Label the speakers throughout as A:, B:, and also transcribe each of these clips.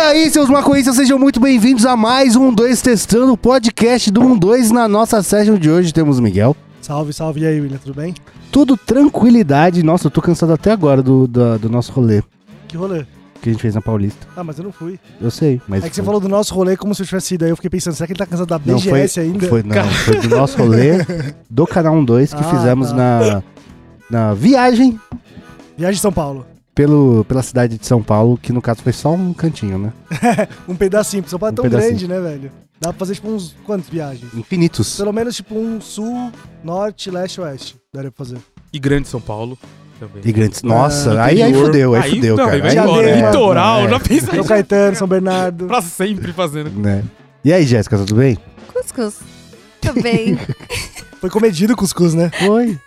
A: aí, seus maconhistas, sejam muito bem-vindos a mais um 2 Testando, o podcast do 1 2. Na nossa session de hoje temos o Miguel.
B: Salve, salve. E aí, William, tudo bem?
A: Tudo tranquilidade. Nossa, eu tô cansado até agora do, da- do nosso rolê
B: Que rolê?
A: que a gente fez na Paulista.
B: Ah, mas eu não fui.
A: Eu sei, mas.
B: É que você falou do nosso rolê como se eu tivesse ido. Aí eu fiquei pensando, será que ele tá cansado da
A: Não,
B: BGS
A: foi,
B: ainda?
A: Foi, não, foi do nosso rolê do Canal 1 2 que
B: Ah,
A: fizemos
B: tá.
A: na, na viagem
B: Viagem de São Paulo.
A: pelo, pela cidade de São Paulo, que no caso foi só um cantinho, né?
B: Um pedacinho, porque São Paulo
A: Um
B: é tão
A: pedacinho.
B: grande, né, velho? Dá pra fazer, tipo, uns quantos viagens?
A: Infinitos.
B: Pelo menos, tipo, um sul, norte, leste, oeste. Daria pra fazer.
C: E Grande São Paulo também.
A: E grandes. Nossa,
B: Ah, né?
A: aí, aí
C: Interior.
A: fudeu, aí, fudeu, É.
C: não,
A: cara.
C: Aí vai
A: Aí
C: embora. né?
B: fudeu,
C: Litoral,
A: mano,
C: já pensa
B: São
C: isso aí
B: Caetano, São Bernardo.
C: pra sempre fazendo.
A: né? E aí, Jéssica, tudo bem?
D: Cuscuz. Também.
B: Foi comedido o cuscuz, né?
A: Oi.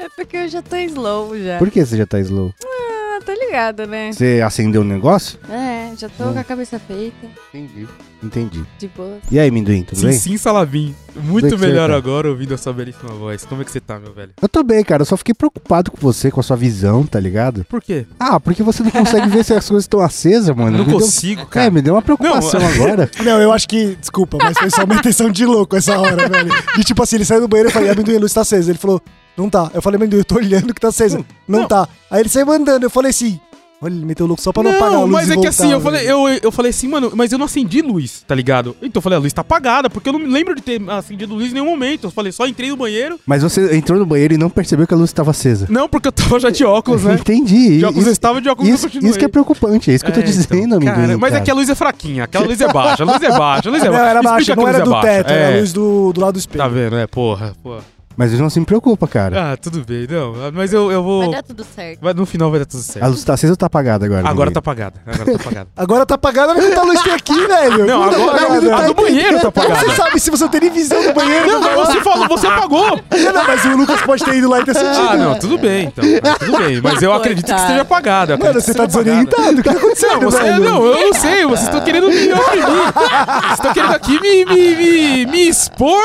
D: é porque eu já tô slow já.
A: Por que você já tá slow?
D: Ah, tá ligada, né?
A: Você acendeu um negócio?
D: É, já tô
A: Hum.
D: com a cabeça feita,
A: Entendi. Entendi.
D: de boa.
A: E aí, Minduim, tudo
C: Sim,
A: bem?
C: sim, Salavim.
A: Tudo
C: Muito
A: bem,
C: melhor
A: cara?
C: agora ouvindo a sua belíssima voz. Como é que você tá, meu velho?
A: Eu tô bem, cara. Eu só fiquei preocupado com você, com a sua visão, tá ligado?
C: Por quê?
A: Ah, porque você não consegue ver se as coisas estão acesas, mano.
C: Não
A: Me deu-
C: consigo,
A: É,
C: cara.
A: me deu uma preocupação
C: Não,
A: agora.
B: Não, eu acho que, desculpa, mas foi só uma intenção de louco essa hora, velho. E tipo assim, ele saiu do banheiro e eu falei, amendoim, a luz tá acesa. Ele falou, não tá. Eu falei, amendoim, eu tô olhando que tá acesa. Não,
C: não.
B: tá. Aí ele saiu andando, eu falei assim, olha, ele meteu o louco só pra não,
C: Não,
B: apagar a luz
C: mas
B: e
C: é que
B: voltar, né?
C: assim, eu
B: velho.
C: falei, eu, eu falei assim, mano, mas eu não acendi luz, tá ligado? Então eu falei, a luz tá apagada, porque eu não me lembro de ter acendido luz em nenhum momento. Eu falei, só entrei no banheiro.
A: Mas você entrou no banheiro e não percebeu que a luz estava acesa.
C: Não, porque eu tava já de óculos, né?
A: Entendi.
C: De óculos
A: Isso,
C: eu estava, de óculos
A: isso,
C: eu continuei.
A: isso que é preocupante, é isso que eu tô
C: É, então,
A: dizendo, amigo.
C: cara, Mas é que a luz é fraquinha, aquela luz é baixa, a luz é baixa, a luz é baixa.
B: Não, era
C: Explica
B: baixo,
C: que
B: não
C: a luz
B: era
C: é
B: do
C: baixa.
B: teto, era
C: É.
B: a luz do, do lado do espelho.
C: Tá vendo? É, porra, porra.
A: Mas isso não se preocupa, cara.
C: Ah, tudo bem, não. Mas eu, eu
D: Vai
C: vou.
D: dar tudo certo.
C: vai- no final vai dar tudo certo.
A: A luz tá acesa ou tá apagada agora?
C: É. Agora
A: Minduim?
C: tá apagada. Agora tá apagada.
B: Agora tá apagada, olha quanta luz tem aqui, velho.
C: Não,
B: Puta
C: agora-
B: merda.
C: a do banheiro tá apagada.
B: Você sabe se você tem nem visão do banheiro.
C: Não, mas você falou, você apagou!
B: Não, não, mas o Lucas pode ter ido lá e ter sentido.
C: Ah, não, tudo bem, então. Ah, Tudo bem, mas eu acredito que
D: Coitado.
C: esteja apagada. eu
B: Mano,
C: acredito
B: você
C: que
B: tá
C: esteja apagada.
B: desorientado. O que tá acontecendo,
C: Não, você,
B: velho?
C: não, eu não sei, vocês estão querendo me oprimir. Vocês estão querendo aqui me, me, me, me expor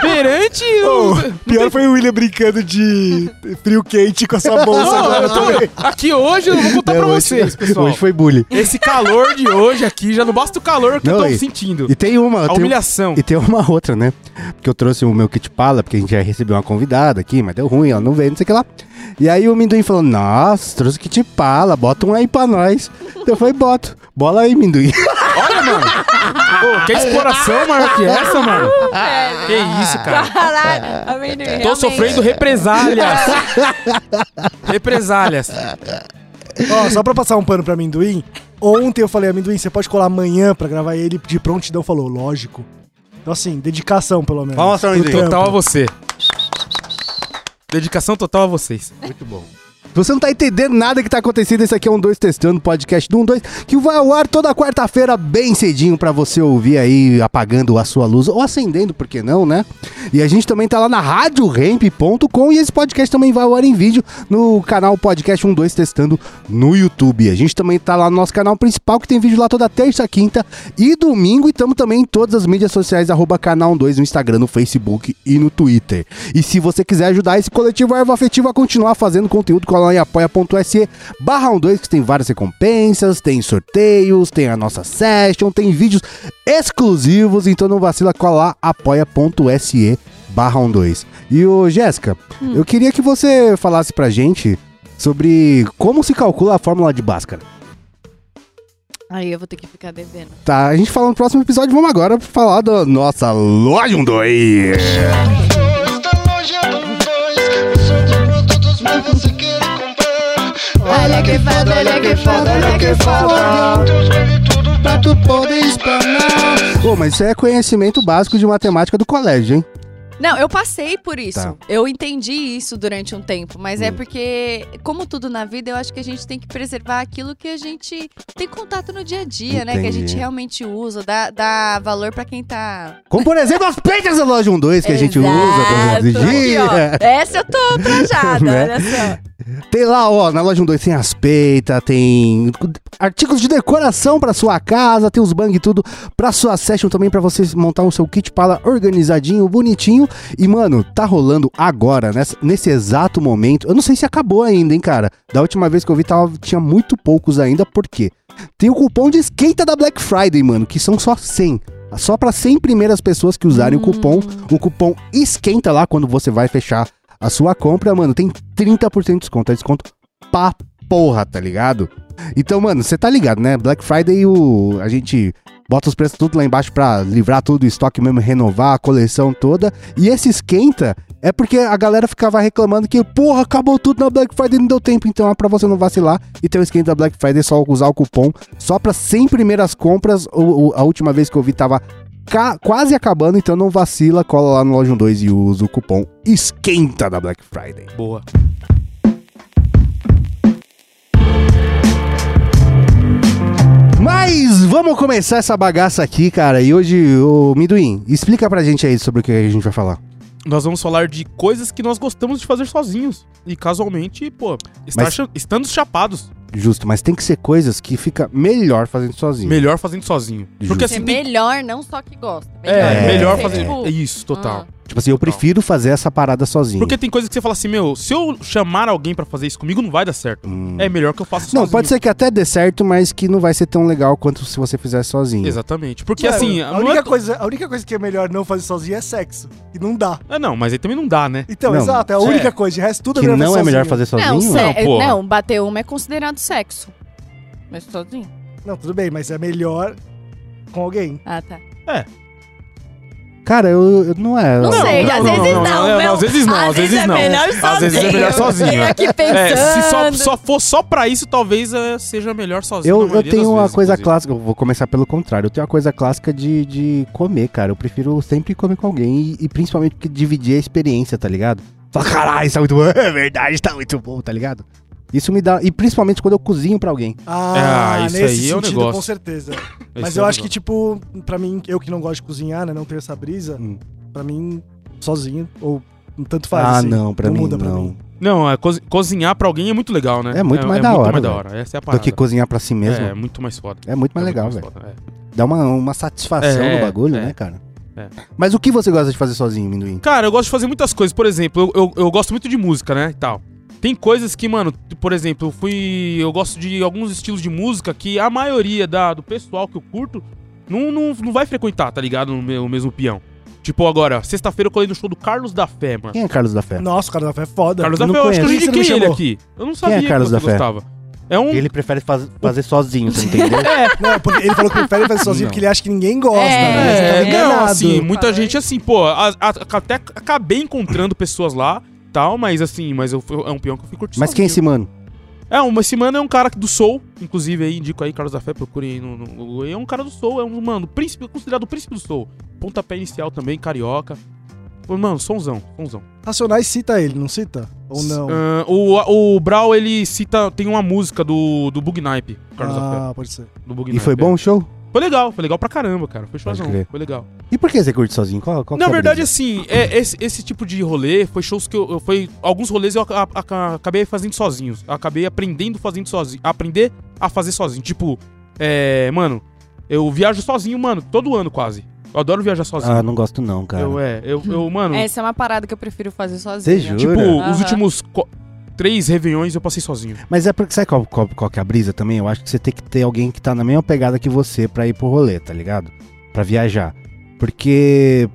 C: perante o.
B: Pior foi o William brincando de frio quente com a sua bolsa
C: Oh. Não,
B: agora
C: eu tô-
B: também.
C: aqui hoje eu vou contar
A: Não,
C: pra
A: hoje-
C: vocês, pessoal.
A: Hoje foi bullying.
C: Esse calor de hoje aqui, já não basta o calor que
A: Não,
C: eu tô
A: e-
C: sentindo.
A: E tem uma,
C: A
A: tem,
C: humilhação.
A: E tem uma outra, né? Porque eu trouxe o meu kit pala, porque a gente ia receber uma convidada aqui, mas deu ruim, ela não veio, não sei o que lá. E aí o Minduim falou, nossa, trouxe kit pala, bota um aí pra nós. Então Eu falei, boto. Bola aí, Minduim.
C: Olha, mano. Ô, que exploração maior que essa, mano? Que isso, cara.
D: É, Caralho, amendoim.
C: Tô
D: Tá, realmente.
C: sofrendo represálias. represálias.
B: Ó, só pra passar um pano pra amendoim. Ontem eu falei, amendoim, você pode colar amanhã pra gravar E ele de prontidão. Falou, lógico. Então, assim, dedicação, pelo menos.
A: Palmas pra
B: Pro
A: amendoim.
B: trampo.
C: Total a você. Dedicação total a vocês.
A: Muito bom. Você não tá entendendo nada que tá acontecendo, esse aqui é um 2 testando, podcast do 1 2, que vai ao ar toda quarta-feira bem cedinho pra você ouvir aí apagando a sua luz ou acendendo, por que não, né? E a gente também tá lá na radioremp.com e esse podcast também vai ao ar em vídeo no canal Podcast 1 2 testando no YouTube. A gente também tá lá no nosso canal principal que tem vídeo lá toda terça, quinta e domingo e estamos também em todas as mídias sociais arroba canal 1 2 no Instagram, no Facebook e no Twitter. E se você quiser ajudar esse coletivo Erva Afetiva a continuar fazendo conteúdo, cola lá em apoia.se barra 12 que tem várias recompensas, tem sorteios, tem a nossa session, tem vídeos exclusivos, então não vacila, cola lá apoia.se barra 12. E ô Jéssica, eu queria que você falasse pra gente sobre como se calcula a fórmula de Bhaskara.
D: Aí eu vou ter que ficar devendo.
A: Tá, a gente fala no próximo episódio, vamos agora falar da nossa loja 1 2.
E: dois, da loja um dois. Eu sou de produtos, mas você quer comprar. Olha que foda, olha que foda, olha que foda. Eu escolhi tudo pra tu poder espanar.
A: Pô, mas isso é conhecimento básico de matemática do colégio, hein?
D: Não, eu passei por isso.
A: Tá.
D: Eu entendi isso durante um tempo, mas é
A: Hum.
D: porque, como tudo na vida, eu acho que a gente tem que preservar aquilo que a gente tem contato no dia a dia, né? Que a
A: Entendi.
D: gente realmente usa, dá, dá valor pra quem tá.
A: Como, por exemplo, as peitas da loja 1 2 que a gente usa
D: Exato.
A: todos os
D: Aqui, ó.
A: dias.
D: Essa eu tô trajada,
A: Né?
D: olha
C: Assim,
D: só.
A: Tem lá, ó, na loja 1 2 tem as peitas, tem artigos de decoração pra sua casa, tem os bang e tudo pra sua session também, pra você montar o seu kit pala organizadinho, bonitinho. E, mano, tá rolando agora, nessa- nesse exato momento. Eu não sei se acabou ainda, hein, cara. Da última vez que eu vi, tava, tinha muito poucos ainda, por quê? Tem o cupom de esquenta da Black Friday, mano, que são só 100. Só para 100 primeiras pessoas que usarem o cupom. O cupom esquenta lá quando você vai fechar a sua compra, mano. Tem 30% de desconto. É desconto pra porra, tá ligado? Então, mano, você tá ligado, né? Black Friday, o... a gente bota os preços tudo lá embaixo pra livrar tudo, o estoque mesmo, renovar a coleção toda. E esse esquenta é porque a galera ficava reclamando que, porra, acabou tudo na Black Friday, não deu tempo. Então é pra você não vacilar e ter o esquenta da Black Friday, é só usar o cupom. Só pra 100 primeiras compras, o, o- a última vez que eu vi tava ca- quase acabando, então não vacila, cola lá no Loja 2 e usa o cupom esquenta da Black Friday.
C: Boa.
A: Mas vamos começar essa bagaça aqui, cara. E hoje, o Minduim, explica pra gente aí sobre o que a gente vai falar.
C: Nós vamos falar de coisas que nós gostamos de fazer sozinhos. E casualmente, pô, estar
A: Mas-
C: cha- estando chapados,
A: Justo, mas tem que ser coisas que fica melhor fazendo sozinho.
C: melhor fazendo sozinho.
A: Justo.
C: Porque
F: É
C: assim, tem-
F: melhor, não só que gosta.
C: É,
A: É.
C: melhor
F: Você,
C: fazer.
F: tipo,
C: Isso, total.
A: Tipo assim, eu prefiro fazer essa parada sozinho.
C: Porque tem coisa que você fala assim, meu, se eu chamar alguém pra fazer isso comigo, não vai dar certo.
A: Hum.
C: É melhor que eu faça
A: Não,
C: sozinho.
A: pode ser que até dê certo, mas que não vai ser tão legal quanto se você fizer sozinho.
C: Exatamente. Porque
B: Mano,
C: assim,
B: a
C: não
B: única,
C: é...
B: coisa, a única coisa que é melhor não fazer sozinho é sexo. E não dá.
C: Ah, não, mas aí também não dá, né?
B: Então,
A: Não,
B: exato, é a
C: é.
B: única coisa. De resto, tudo
A: Que não é
B: fazer
A: melhor
B: sozinho.
A: fazer sozinho?
D: Não, sé-
C: Não, porra.
D: não, bater uma é considerado sexo. Mas sozinho.
B: Não, tudo bem, mas é melhor com alguém.
D: Ah, tá.
A: Cara, eu, eu- não é.
D: Não,
A: eu-
D: sei,
A: eu-
D: às vezes não.
C: não,
D: meu.
C: às vezes não, às vezes não.
D: É melhor sozinho.
C: Às vezes é melhor sozinho,
D: Fiquei
C: é.
D: aqui
C: É,
D: pensando.
C: se só, só for só pra isso, talvez eh, seja melhor sozinho.
A: Eu,
C: na
A: eu
C: maioria das
A: tenho uma
C: vezes,
A: coisa
C: inclusive.
A: clássica, eu vou começar pelo contrário. Eu tenho uma coisa clássica de, de comer, cara. Eu prefiro sempre comer com alguém e, e principalmente porque dividir a experiência, tá ligado? Fala, caralho, isso tá muito bom. É verdade, tá muito bom, tá ligado? Isso me dá. E principalmente quando eu cozinho pra alguém.
B: Ah,
C: Ah,
B: nesse
C: isso aí é um
B: sentido,
C: negócio.
B: com certeza. Mas
C: Esse é
B: eu
C: o
B: acho que,
C: negócio.
B: tipo, pra mim, eu que não gosto de cozinhar, né? Não tenho essa brisa.
A: Hum.
B: Pra mim, sozinho, ou tanto faz.
A: ah,
B: assim.
A: não, pra mim
B: muda
A: não.
B: pra mim.
C: Não, é, cozi- cozinhar pra alguém é muito legal, né?
A: É muito mais da hora,
C: mais da
A: velho.
C: hora. Essa é a
A: Do
C: parada.
A: que cozinhar pra si mesmo.
C: É, é muito mais foda.
A: É, muito mais
C: É
A: legal,
C: muito
A: velho.
C: mais foda, é.
A: Dá uma, uma satisfação
C: É,
A: no bagulho,
C: é.
A: né, cara?
C: É.
A: Mas o que você gosta de fazer sozinho, Minduim?
C: Cara, eu gosto de fazer muitas coisas. Por exemplo, eu, eu, eu gosto muito de música, né? E tal. Tem coisas que, mano, t- por exemplo, eu fui. Eu gosto de alguns estilos de música que a maioria da, do pessoal que eu curto não, não, não vai frequentar, tá ligado? No meu- o mesmo peão. Tipo, agora, sexta-feira eu colei no show do Carlos da Fé, mano.
A: Quem é Carlos da Fé?
B: Nossa, o cara da fé é foda.
C: Carlos da
A: não é
C: Fé, eu acho que eu já
B: conheço. Por que
C: indiquei
B: você não
C: ele
B: chamou?
C: aqui. Eu não sabia
A: Carlos
C: que
A: da
C: você
A: Fé?
C: gostava. É um.
A: Ele prefere faz- fazer sozinho, você entendeu?
B: É, Não, porque ele falou que prefere fazer sozinho
A: Não.
B: porque ele acha que ninguém gosta. né? Você
C: É,
B: tá enganado.
C: não, assim, muita
F: Falei.
C: gente assim, pô, a- a- até acabei encontrando pessoas lá, tal, mas assim, mas eu, fui- é um peão que eu fui curtindo.
A: Mas quem é esse mano?
C: É, uma semana é um cara do Soul, inclusive aí, indico aí, Carlos da Fé, procurem aí no, no Google. É um cara do Soul, é um, mano, príncipe, considerado o príncipe do Soul. Pontapé inicial também, carioca. Pô, Mano, sonzão, sonzão.
B: Racionais cita ele, não cita? Ou não?
C: Ah, o, o Brau, ele cita, tem uma música do, do Bug Nipe, Carlos da Fé.
B: ah, pode ser.
C: Do Bug
A: E
C: Nipe,
A: foi
C: é.
A: bom o show?
C: Foi legal, foi legal pra caramba, cara. Foi showzão,
A: crer.
C: foi legal.
A: E por que você curte sozinho? Qual, qual que é
C: Na
A: a
C: verdade,
A: brisa?
C: assim, é, esse, esse tipo de rolê foi shows que eu. eu- foi, alguns rolês eu aca- aca- acabei fazendo sozinhos. Acabei aprendendo fazendo sozinho. Aprender a fazer sozinho. Tipo, é. Mano, eu viajo sozinho, mano, todo ano quase. Eu adoro viajar é sozinho.
A: Ah, não gosto não, cara.
C: eu, é, eu, eu, mano,
D: Essa é uma parada que eu prefiro fazer sozinha.
A: Você jura?
C: tipo, os
D: Aham.
C: últimos co- três réveillões eu passei sozinho.
A: Mas é porque, sabe qual, qual, qual que é a brisa também? Eu acho que você tem que ter alguém que tá na mesma pegada que você pra ir pro rolê, tá ligado? Pra viajar. Porque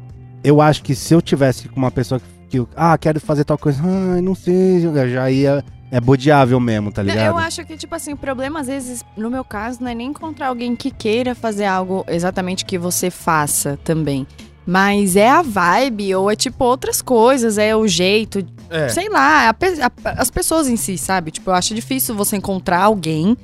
A: eu acho que se eu tivesse com uma pessoa que, que eu- ah, quero fazer tal coisa, ah, não sei, já ia, é bodeável mesmo, tá
D: Não,
A: ligado?
D: Eu acho que, tipo assim, o problema, às vezes, no meu caso, não é nem encontrar alguém que queira fazer algo exatamente que você faça também. Mas é a vibe, ou é tipo outras coisas, é o jeito,
C: É.
D: sei lá, a pe- a- as pessoas em si, sabe? Tipo, eu acho difícil você encontrar alguém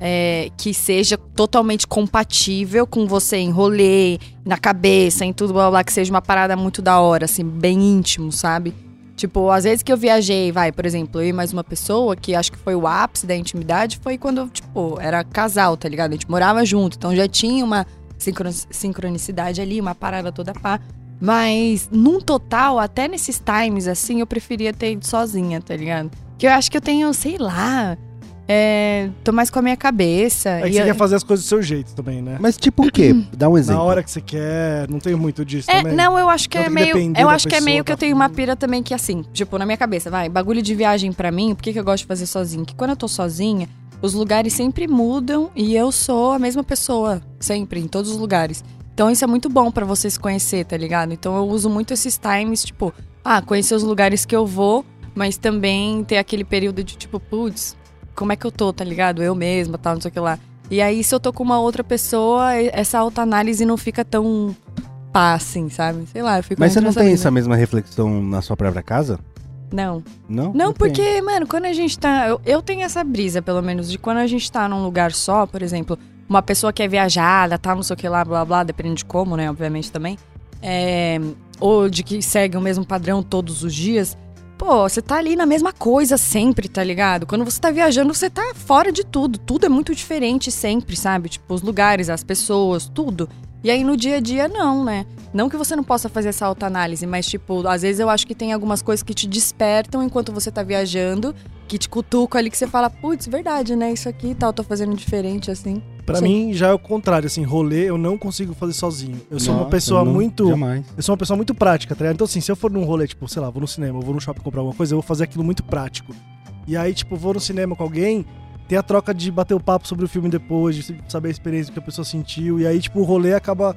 D: é, que seja totalmente compatível com você em rolê, na cabeça, em tudo, blá, blá, blá, que seja uma parada muito da hora, assim, bem íntimo, sabe? Tipo, às vezes que eu viajei, vai, por exemplo, eu e mais uma pessoa, que acho que foi o ápice da intimidade, foi quando, tipo, era casal, tá ligado? A gente morava junto, então já tinha uma sincron- sincronicidade ali, uma parada toda pá. Mas, num total, até nesses times, assim, eu preferia ter ido sozinha, tá ligado? Que eu acho que eu tenho, sei lá, é, tô mais com a minha cabeça.
B: É que
D: e
B: você
D: eu-
B: quer fazer as coisas do seu jeito também, né?
A: Mas tipo o quê? Dá um
C: então.
A: exemplo.
B: Na hora que você quer, não tem muito disso
D: É,
B: também.
D: não, eu acho que
B: Então
D: é
B: tem que
D: meio.
B: depender
D: Eu
B: da
D: acho que é
B: pessoa,
D: meio que eu
B: tá?
D: tenho uma pira também que assim, tipo, na minha cabeça, vai, bagulho de viagem pra mim, por que que eu gosto de fazer sozinho? Que quando eu tô sozinha, Os lugares sempre mudam e eu sou a mesma pessoa, sempre, em todos os lugares. Então isso é muito bom pra você se conhecer, tá ligado? Então eu uso muito esses times, tipo, ah, conhecer os lugares que eu vou, mas também ter aquele período de tipo, putz, como é que eu tô, tá ligado? Eu mesma, tal, não sei o que lá. E aí, se eu tô com uma outra pessoa, e- essa autoanálise não fica tão pá, assim, sabe? Sei lá, eu fico um
A: Mas você
D: muito
A: não
D: nessa
A: tem
D: brisa.
A: essa mesma reflexão na sua própria casa?
D: Não.
A: Não?
D: Não,
A: tem.
D: porque, mano, quando a gente tá. Eu, eu tenho essa brisa, pelo menos, de quando a gente tá num lugar só, por exemplo, uma pessoa que é viajada, tá, não sei o que lá, blá blá, dependendo de como, né, obviamente também. É, ou de que segue o mesmo padrão todos os dias. Pô, você tá ali na mesma coisa sempre, tá ligado? Quando você tá viajando, você tá fora de tudo. Tudo é muito diferente sempre, sabe? Tipo, os lugares, as pessoas, tudo. E aí no dia a dia, não, né? Não que você não possa fazer essa autoanálise, mas, tipo, às vezes eu acho que tem algumas coisas que te despertam enquanto você tá viajando, que te cutucam ali, que você fala, putz, verdade, né? Isso aqui e tal, tô fazendo diferente, assim.
B: Pra
D: Sim.
B: mim já é o contrário, assim, rolê eu não consigo fazer sozinho. Eu sou uma
A: Nossa,
B: pessoa
A: não-
B: muito.
A: Jamais.
B: Eu sou uma pessoa muito prática, tá ligado? Então, assim, se eu for num rolê, tipo, sei lá, vou no cinema, vou no shopping comprar alguma coisa, eu vou fazer aquilo muito prático. E aí, tipo, vou no cinema com alguém, ter a troca de bater o papo sobre o filme depois, de saber a experiência que a pessoa sentiu, e aí, tipo, o rolê acaba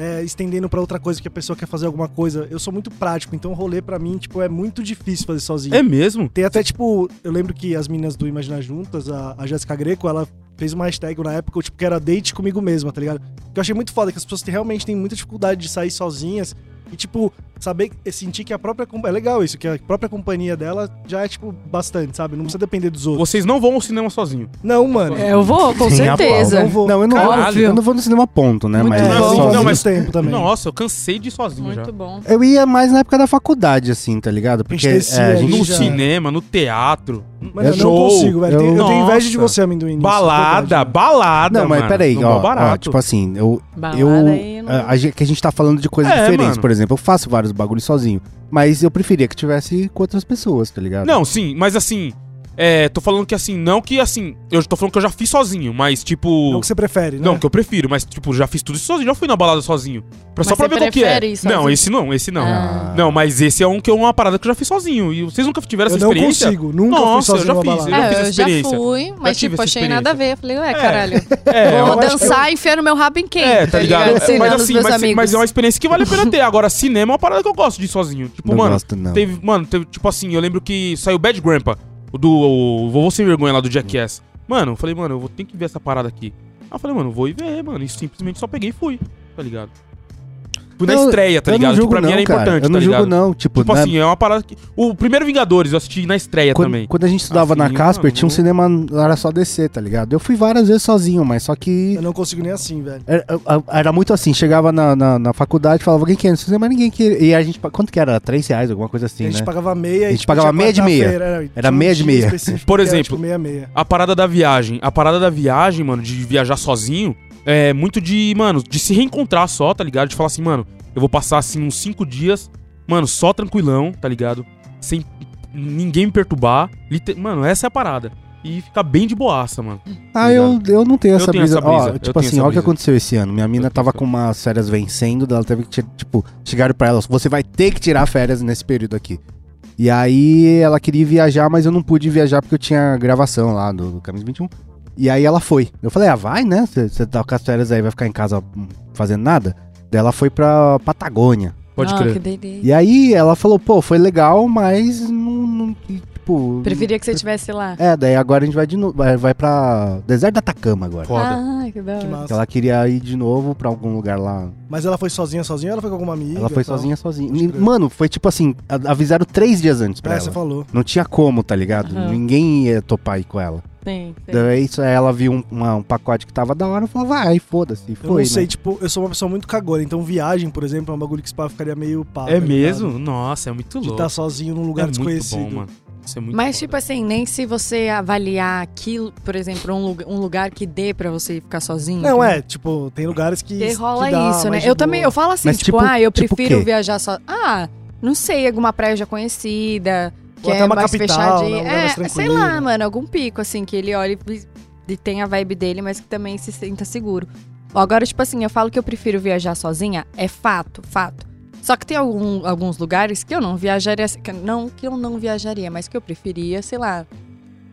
B: é, estendendo pra outra coisa que a pessoa quer fazer alguma coisa. Eu sou muito prático, então o rolê pra mim, tipo, é muito difícil fazer sozinho.
C: É mesmo?
B: Tem até, tipo, eu lembro que as meninas do Imaginar Juntas, a, a Jéssica Greco, ela fez uma hashtag na época, tipo, que era date comigo mesma, tá ligado? Que eu achei muito foda, que as pessoas têm- realmente têm muita dificuldade de sair sozinhas e, tipo, saber, sentir que a própria... com- É legal isso, que a própria companhia dela já é, tipo, bastante, sabe? Não precisa depender dos outros.
C: Vocês não vão ao cinema sozinho.
B: Não, mano.
D: É, eu vou, com
A: Sim, a pau.
D: certeza.
B: Eu vou.
A: Não, eu não, vou,
C: Caralho.
A: eu não vou no cinema ponto, né?
B: Muito
A: mas
B: bom.
A: é
B: Não,
A: só-
B: não,
C: mas-
B: mas tempo também.
C: Nossa, eu cansei de ir sozinho
D: Muito
C: já.
D: bom.
A: Eu ia mais na época da faculdade, assim, tá ligado? Porque
B: gente descia,
A: é, a
B: a gente
A: gente
C: No
B: já-
C: cinema, no teatro.
B: Mano, eu não
A: é Show.
B: consigo, velho. Eu, tenho- eu tenho inveja de
C: Nossa.
B: você, amendoim. nisso, de
C: Balada,
B: verdade.
C: balada,
A: é Não, mas
C: mano.
A: peraí,
C: Não dá
A: ó, ó,
C: barato.
A: tipo assim, eu.
D: Balada
A: eu
D: Ah,
G: é,
D: aí não-
A: a, a gente- que a gente tá falando de coisas
C: É,
A: diferentes,
C: mano.
A: por exemplo. Eu faço vários bagulhos sozinho, mas eu preferia que tivesse com outras pessoas, tá ligado?
C: Não, sim, mas assim... É, tô falando que assim, não que assim... Eu tô falando que eu já fiz sozinho, mas tipo...
B: Não que você prefere, né?
C: Não, que eu prefiro, mas, tipo, já fiz tudo isso sozinho. Já fui na balada sozinho. Pra,
D: Mas
C: só pra
D: você
C: ver qual que é.
D: prefere ir sozinho?
C: Não, esse não, esse não.
A: Ah.
C: Não, mas esse é um que é uma parada que eu já fiz sozinho. E vocês nunca tiveram essa
B: Eu não
C: experiência?
B: consigo, nunca fui
C: Nossa, eu
B: sozinho
C: já
B: numa
C: fiz,
B: balada.
C: eu já
G: É,
C: fiz essa
G: eu já
C: experiência.
G: fui, mas
C: tive
G: tipo,
C: essa
G: achei nada a ver. Eu falei, ué,
C: É.
G: caralho,
C: É,
G: vou
C: eu acho-
G: dançar e enfiar no meu rabo em quem?
C: é, tá ligado?
G: Ensinando
C: mas
G: os
C: assim,
G: meus
C: mas,
G: amigos.
C: mas é uma experiência que vale a pena ter. Agora, cinema é uma parada que eu gosto de ir sozinho. Tipo,
A: não
C: mano,
A: gosto, não.
C: teve. Mano, teve, tipo assim, eu lembro que saiu Bad Grandpa, o do o Vovô Sem Vergonha lá do Jackass. Mano, eu falei, mano, eu vou ter que ver essa parada aqui. Aí eu falei, mano, vou e ver, mano. E simplesmente só peguei e fui, tá ligado? Fui na
A: Não,
C: estreia, tá
A: eu
C: ligado?
A: não
C: Que
A: julgo,
C: pra
A: não,
C: mim era
A: cara.
C: importante,
A: Eu não
C: tá
A: julgo,
C: ligado?
A: não. Tipo,
C: Tipo
A: na-
C: assim, é uma parada que. O primeiro Vingadores eu assisti na estreia
A: quando,
C: também.
A: quando a gente estudava
C: Assim,
A: na Casper,
C: mano,
A: tinha um
C: não-
A: cinema, era só descer, tá ligado? Eu fui várias vezes sozinho, mas só que.
B: Eu não consigo nem assim, velho.
A: Era, É, era muito assim, chegava na, na, na faculdade, falava, quem quer no cinema, ninguém queria. E a gente, pa- quanto que era? três reais, alguma coisa assim,
B: a gente
A: né?
B: pagava meia.
A: A
B: e,
A: gente
B: tipo,
A: pagava
B: tinha
A: meia de meia.
B: quarta-feira,
A: Era
B: tinha um
A: meia de
B: dia
A: meia.
B: específico
C: Por
B: que era,
C: exemplo,
B: tipo, meia, meia.
C: A parada da viagem. A parada da viagem, mano, de viajar sozinho, é muito de, mano, de se reencontrar só, tá ligado? De falar assim, mano, eu vou passar assim uns cinco dias, mano, só tranquilão, tá ligado? Sem ninguém me perturbar. Lite- Mano, essa é a parada. E ficar bem de boaça, mano.
A: Ah, eu, eu não tenho
C: Eu
A: essa
C: tenho
A: brisa.
C: essa brisa,
A: Ó,
C: eu
A: tipo
C: tenho
A: assim,
C: essa
A: olha o que
C: brisa.
A: aconteceu esse ano. Minha mina
C: tenho
A: tava
C: essa
A: com umas férias vencendo, ela teve que, tirar- tipo, chegaram pra ela, você vai ter que tirar férias nesse período aqui. E aí ela queria viajar, mas eu não pude viajar porque eu tinha gravação lá do, do Caminhos 21. E aí ela foi. Eu falei, ah, vai, né? Você tá com as férias aí, vai ficar em casa hum, fazendo nada? Daí ela foi pra Patagônia.
C: Pode
D: Ah,
C: crer.
D: que delícia.
A: E aí ela falou, pô, foi legal, mas não, não- tipo...
D: Preferia que você estivesse lá.
A: É, daí agora a gente vai de novo, vai, vai pra Deserto da Atacama
B: É
A: agora.
C: Foda.
D: Ah, que
B: Que
D: da hora.
B: massa.
A: Que É. Ela queria ir de novo pra algum lugar lá.
B: Mas ela foi sozinha, sozinha ou ela foi com alguma amiga?
A: ela foi
B: tal?
A: sozinha, sozinha.
B: Pode crer.
A: Mano, foi tipo assim, a- avisaram três dias antes pra
B: É, você
A: ela.
B: falou.
A: Não tinha como, tá ligado?
D: Aham.
A: Ninguém ia topar ir com ela.
D: Sim, sim.
A: Daí isso, aí ela viu um, uma- um pacote que tava da hora e falou, vai, foda-se. e
B: Eu
A: Foi,
B: não sei,
A: né?
B: tipo, eu sou uma pessoa muito cagona, então viagem, por exemplo, é um bagulho que esse pá ficaria meio
D: Ah.
B: pá. tá
C: É
B: ligado?
C: mesmo? Nossa, é muito
B: De
C: louco.
B: estar sozinho num lugar
C: é muito
B: desconhecido.
C: bom, mano. Isso é muito
D: Mas,
C: foda.
D: tipo assim, nem se você avaliar aquilo, por exemplo, um, lu- um lugar que dê pra você ficar sozinho.
B: Não,
D: entendeu?
B: é, tipo, tem lugares que.
D: Porque rola
B: que dá
D: isso, né?
B: mais de
D: Eu também, eu
B: boa.
D: falo assim,
A: Mas tipo-
D: tipo, ah, eu
A: tipo o
D: prefiro
A: quê?
D: viajar só. Ah, não sei, alguma praia já conhecida, que
B: Ou até
D: é
B: uma
D: mais
B: capital, né? Um
D: fechadinha.
B: lugar mais
D: é, sei
B: tranquilo, né?
D: lá, mano, algum pico, assim, que ele olha e e tem a vibe dele, mas que também se sinta seguro. Agora, tipo assim, eu falo que eu prefiro viajar sozinha, é fato, fato. Só que tem algum- alguns lugares que eu não viajaria, que não que eu não viajaria, mas que eu preferia, sei lá,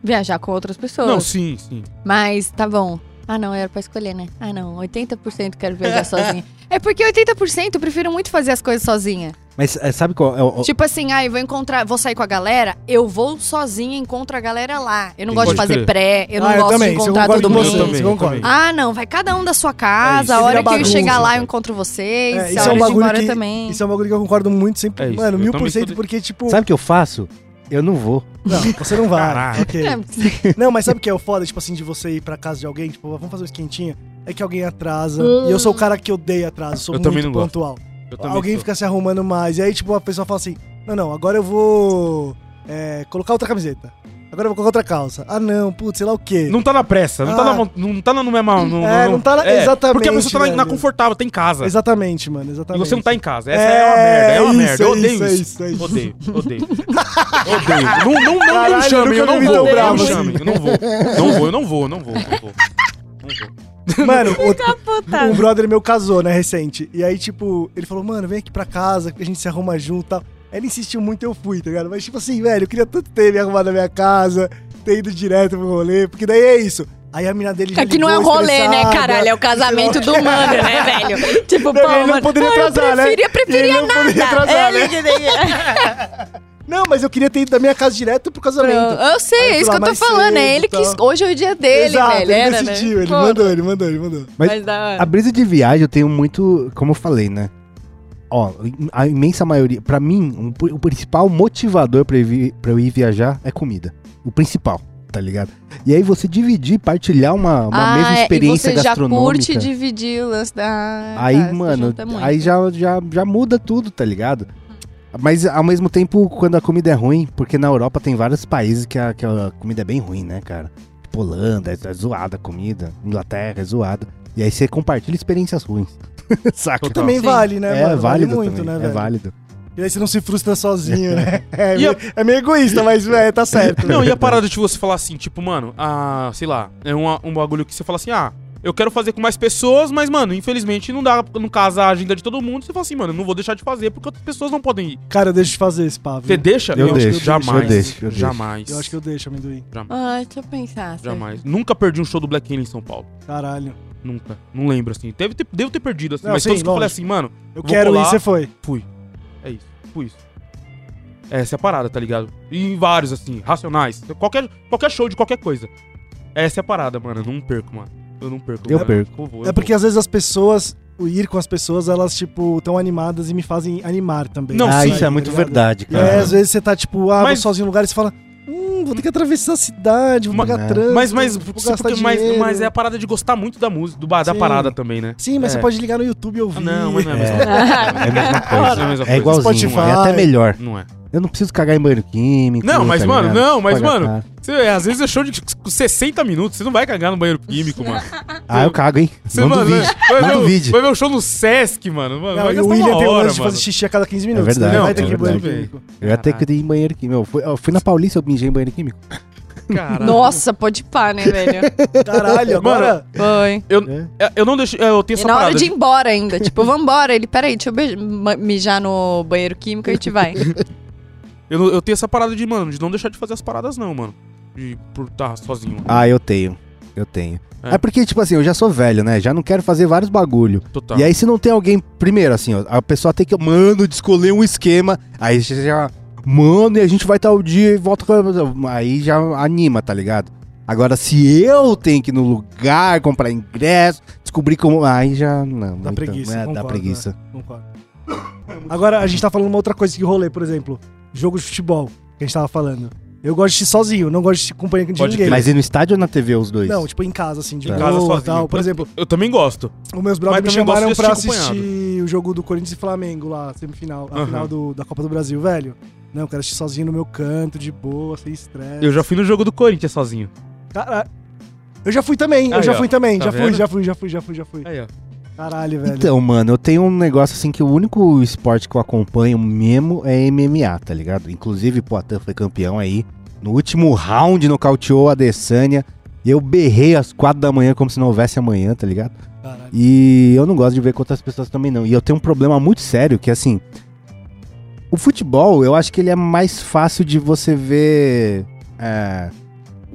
D: Viajar com outras pessoas.
C: Não, sim, sim.
D: Mas tá bom. Ah, não, era pra escolher, né? Ah, não, 80% quero viajar sozinha. É porque 80% prefiro muito fazer as coisas sozinha.
A: Mas é, sabe qual é o. o-
H: Tipo assim, ai, vou encontrar, vou sair com a galera, eu vou sozinha, encontro a galera lá. Eu não gosto de
C: Pode
H: fazer pré,
C: crer.
H: eu não
B: Ah,
H: gosto
B: também,
H: de
B: se eu
H: encontrar
B: concordo
H: todo
B: com
H: mundo.
C: você também.
B: Você concorda?
H: Ah, não, vai cada um da sua
C: É isso.
H: casa, a hora que
B: Vira
H: eu chegar
B: bagunça,
H: lá
B: cara.
H: eu encontro vocês,
B: É,
H: a
B: isso é
H: hora
B: um
H: de ir
B: bagulho
H: embora
B: que,
H: também.
B: isso é um bagulho que eu concordo muito sempre.
C: É isso,
B: mano,
C: eu
B: mil por
C: também
B: cento,
C: sou-
B: porque, tipo.
A: Sabe o que eu faço? Eu não vou.
B: Não, você não vai.
C: Caralho.
B: ok.
D: É,
B: Não, mas sabe o que é o foda, tipo assim, de você ir pra casa de alguém, tipo, vamos fazer um esquentinha? É que alguém atrasa. E eu sou o cara que odeia atraso, sou
C: Eu
B: muito
C: também não gosto.
B: pontual. Então
C: Eu também
B: Alguém
C: sou.
B: fica se arrumando mais. E aí, tipo, a pessoa fala assim: não, não, agora eu vou é, colocar outra camiseta. Agora eu vou colocar outra calça. Ah, não, putz, sei lá o quê.
C: Não tá na pressa, não tá
B: Ah.
C: na von- não tá na no mesmo. No,
B: É,
C: no-
B: não tá na- exatamente,
C: Porque a pessoa tá na, na
B: velho.
C: confortável, tá em casa.
B: Exatamente, mano,
C: E
B: exatamente.
C: você não tá em casa. Essa é, uma merda, é uma
B: isso,
C: merda. Eu
B: é
C: odeio
B: isso,
C: isso.
B: é isso, é isso.
C: Odeio, odeio. odeio. Não, não, não, não
B: Caralho,
C: me chame,
B: nunca
C: eu não
B: me
C: vou.
B: deu
C: não
B: bravo
C: me
B: assim.
C: chame, eu não vou. Não vou, eu não vou, não vou, não vou.
B: Mano, o, um brother meu casou, né, recente. E aí, tipo, ele falou, mano, vem aqui pra casa, que a gente se arruma junto e tal. Aí Ele insistiu muito, eu fui, tá ligado? Mas, tipo assim, velho, eu queria tanto ter me arrumado na minha casa, ter ido direto pro rolê, porque daí é isso. Aí a mina dele já
H: que não é um
B: ligou
H: rolê, né,
B: estressada.
H: caralho? É o casamento do mano, né, velho? Tipo, pô,
B: Não, ele não
H: mano,
B: poderia
H: ah,
B: atrasar,
H: eu
B: né?
H: preferia, preferia
B: Ele não
H: nada. É,
B: poderia atrasar, né?
H: Ele que-
B: Não, mas eu queria ter ido da minha casa direto pro casamento.
D: Eu sei, é
B: Aí
D: isso
B: foi lá
D: que eu tô
B: mais
D: falando.
B: cedo
D: é
B: e
D: ele que
B: tal.
D: es- hoje é o dia dele,
B: Exato,
D: né?
B: ele
D: Ele era, né?
B: decidiu, ele
D: Pô,
B: mandou, ele mandou, ele mandou.
A: Mas-
H: Mas da hora.
A: A brisa de viagem eu tenho muito, como eu falei, né? Ó, a imensa maioria, pra mim, um pri- o principal motivador pra eu, vi- pra eu ir viajar é comida. O principal, tá ligado? E aí você dividir, partilhar uma, uma
D: ah,
A: mesma
D: é,
A: experiência
D: e você já
A: gastronômica.
D: curte dividir o lance da...
A: Aí,
D: tá, você
A: mano,
D: junta muito.
A: aí já, já, já muda tudo, tá ligado? Mas ao mesmo tempo, quando a comida é ruim, porque na Europa tem vários países que a, que a comida é bem ruim, né, cara? Tipo, Holanda, é, é zoada a comida. Inglaterra, é zoada. E aí você compartilha experiências ruins. Saca?
B: Que também
C: Sim.
B: vale, né,
A: é
B: mano?
A: válido
B: vale muito,
A: também,
B: né,
A: é
B: velho?
A: válido.
B: E aí você não se frustra sozinho, né? É,
C: E
B: meio,
C: a-
B: é meio egoísta, mas, velho, tá certo.
C: Não, e a parada de você falar assim, tipo, mano, ah, sei lá, é um, um bagulho que você fala assim, ah, eu quero fazer com mais pessoas, mas, mano, infelizmente não dá, não casa a agenda de todo mundo. Você fala assim, mano, eu não vou deixar de fazer porque outras pessoas não podem ir.
B: Cara, eu deixo de fazer esse pavo.
C: Você deixa?
A: Eu
C: acho que
A: deixo,
C: Jamais.
A: eu deixo, eu deixo.
C: Jamais.
B: Eu acho que eu deixo, amendoim.
D: Ai, Ah, deixa eu pensar. Sérgio.
C: Jamais. Nunca perdi um show do Black Alien em São Paulo.
B: Caralho.
C: Nunca. Não lembro, assim. Deve ter, devo ter perdido, assim.
B: Não,
C: mas
B: sim,
C: todos que eu falei
B: lógico.
C: assim, mano,
B: Eu
C: Vou
B: quero
C: colar.
B: ir, você foi.
C: fui. É isso. Fui isso. Essa é a parada, tá ligado? E em vários, assim, racionais. Qualquer, qualquer show de qualquer coisa. Essa é a parada, mano. Eu não perco, mano. Eu não perco.
A: Eu
C: cara.
A: perco.
C: Eu vou, eu
B: É porque
C: vou.
B: às vezes as pessoas, o ir com as pessoas, elas, tipo, tão animadas e me fazem animar também.
C: Não,
A: ah,
C: sim,
A: isso é muito
B: tá ligado?
A: verdade,
B: E
A: cara.
B: aí, às vezes você tá, tipo, ah,
C: Mas-
B: vou sozinho no lugar e você fala, hum, vou ter que atravessar a cidade, vou
C: Mas-
B: pagar
A: né?
B: trânsito.
C: Mas, mas,
B: vou
C: sim,
B: gastar
C: porque- mas,
B: dinheiro."
C: mas é a parada de gostar muito da música, do, ba- da
B: Sim.
C: parada também, né?
B: Sim, mas
C: É.
B: você pode ligar no YouTube e ouvir.
C: Ah, não, mas não é a
A: É.
C: mesma coisa.
A: É a mesma
C: É a mesma
A: coisa. É
C: coisa.
A: igualzinho,
B: Spotify.
A: é até melhor.
C: Não é.
A: Eu não preciso cagar em banho químico.
C: Não, mas,
A: tá
C: mano,
A: ligado?
C: não, mas,
A: Pagar
C: mano,
A: caro.
C: Você- às vezes é show de 60 minutos. Você não vai cagar no banheiro químico, mano.
A: Ah, eu cago, hein?
C: Você,
A: Não
C: mano,
A: duvide.
C: Vai,
A: Não
C: vai,
A: duvide.
C: vai ver o show no Sesc, mano. mano
B: Não,
C: vai
B: e o
C: gastar
B: William
C: uma
B: tem o
C: hora,
B: lance de
C: mano.
B: fazer xixi a cada 15 minutos.
A: verdade,
B: né?
C: é
B: Vai ter que ir
A: verdade.
B: banho químico.
A: Eu até que dei em banheiro químico. Meu, foi- eu fui na Paulista, eu mijei em banheiro químico.
C: Caralho.
D: Nossa, pode pá, né, velho?
B: Caralho, agora.
D: Foi.
C: É, Eu não deixo. é, Eu tenho
D: E
C: essa
D: na hora
C: parada.
D: de ir embora ainda. Tipo, vambora. Ele, peraí, deixa eu beijar- ma- mijar no banheiro químico e a gente vai.
C: Eu, não- eu tenho essa parada de, mano, de não deixar de fazer as paradas, não, mano. De por estar sozinho.
A: Ah, eu tenho. Eu tenho.
C: É.
A: É. porque, tipo assim, eu já sou velho, né? Já não quero fazer vários bagulho.
B: Tá.
C: Total.
A: E aí, se não tem alguém. Primeiro, assim, ó, a pessoa tem que. Mano, de escolher um esquema. Aí você já. Mano, e a gente vai tal dia e volta. com- Aí já anima, tá ligado? Agora, se eu tenho que ir no lugar, comprar ingresso, descobrir como. Aí já. Não,
B: Dá preguiça,
A: É, dá
B: concordo, né?
A: preguiça.
B: Concordo. Agora, a gente tá falando uma outra coisa que rolê, por exemplo, jogo de futebol, que a gente tava falando. Eu gosto de assistir sozinho, não gosto de companhia de
C: Pode
B: ninguém.
C: crer.
A: Mas ir no estádio ou na TV os dois?
B: Não, tipo, em casa, assim, de
A: Em
C: casa
B: boa e
C: sozinho.
B: tal. Por exemplo,
C: Eu também gosto.
B: os meus brothers me
C: Mas também
B: chamaram
C: gosto de
B: pra
C: assistir
B: assistir o jogo do Corinthians e Flamengo lá, semifinal, a
C: Aham.
B: final do- da Copa do Brasil, velho. Não, eu quero assistir sozinho no meu canto, de boa, sem estresse.
C: Eu já fui no jogo do Corinthians sozinho.
B: Cara, eu já fui também, eu
C: Aí,
B: já
C: ó.
B: fui também,
C: Tá
B: já fui,
C: vendo?
B: já fui, já fui, já fui, já fui.
C: Aí, ó.
B: Caralho, velho.
A: Então, mano, eu tenho um negócio assim que o único esporte que eu acompanho mesmo é MMA, tá ligado? Inclusive, Poitin foi campeão aí. No último round, nocauteou a Adesanya. Eu berrei às quatro da manhã como se não houvesse amanhã, tá ligado?
B: Caralho.
A: E eu não gosto de ver com outras pessoas também, não. E eu tenho um problema muito sério, que assim. O futebol, eu acho que ele é mais fácil de você ver. é,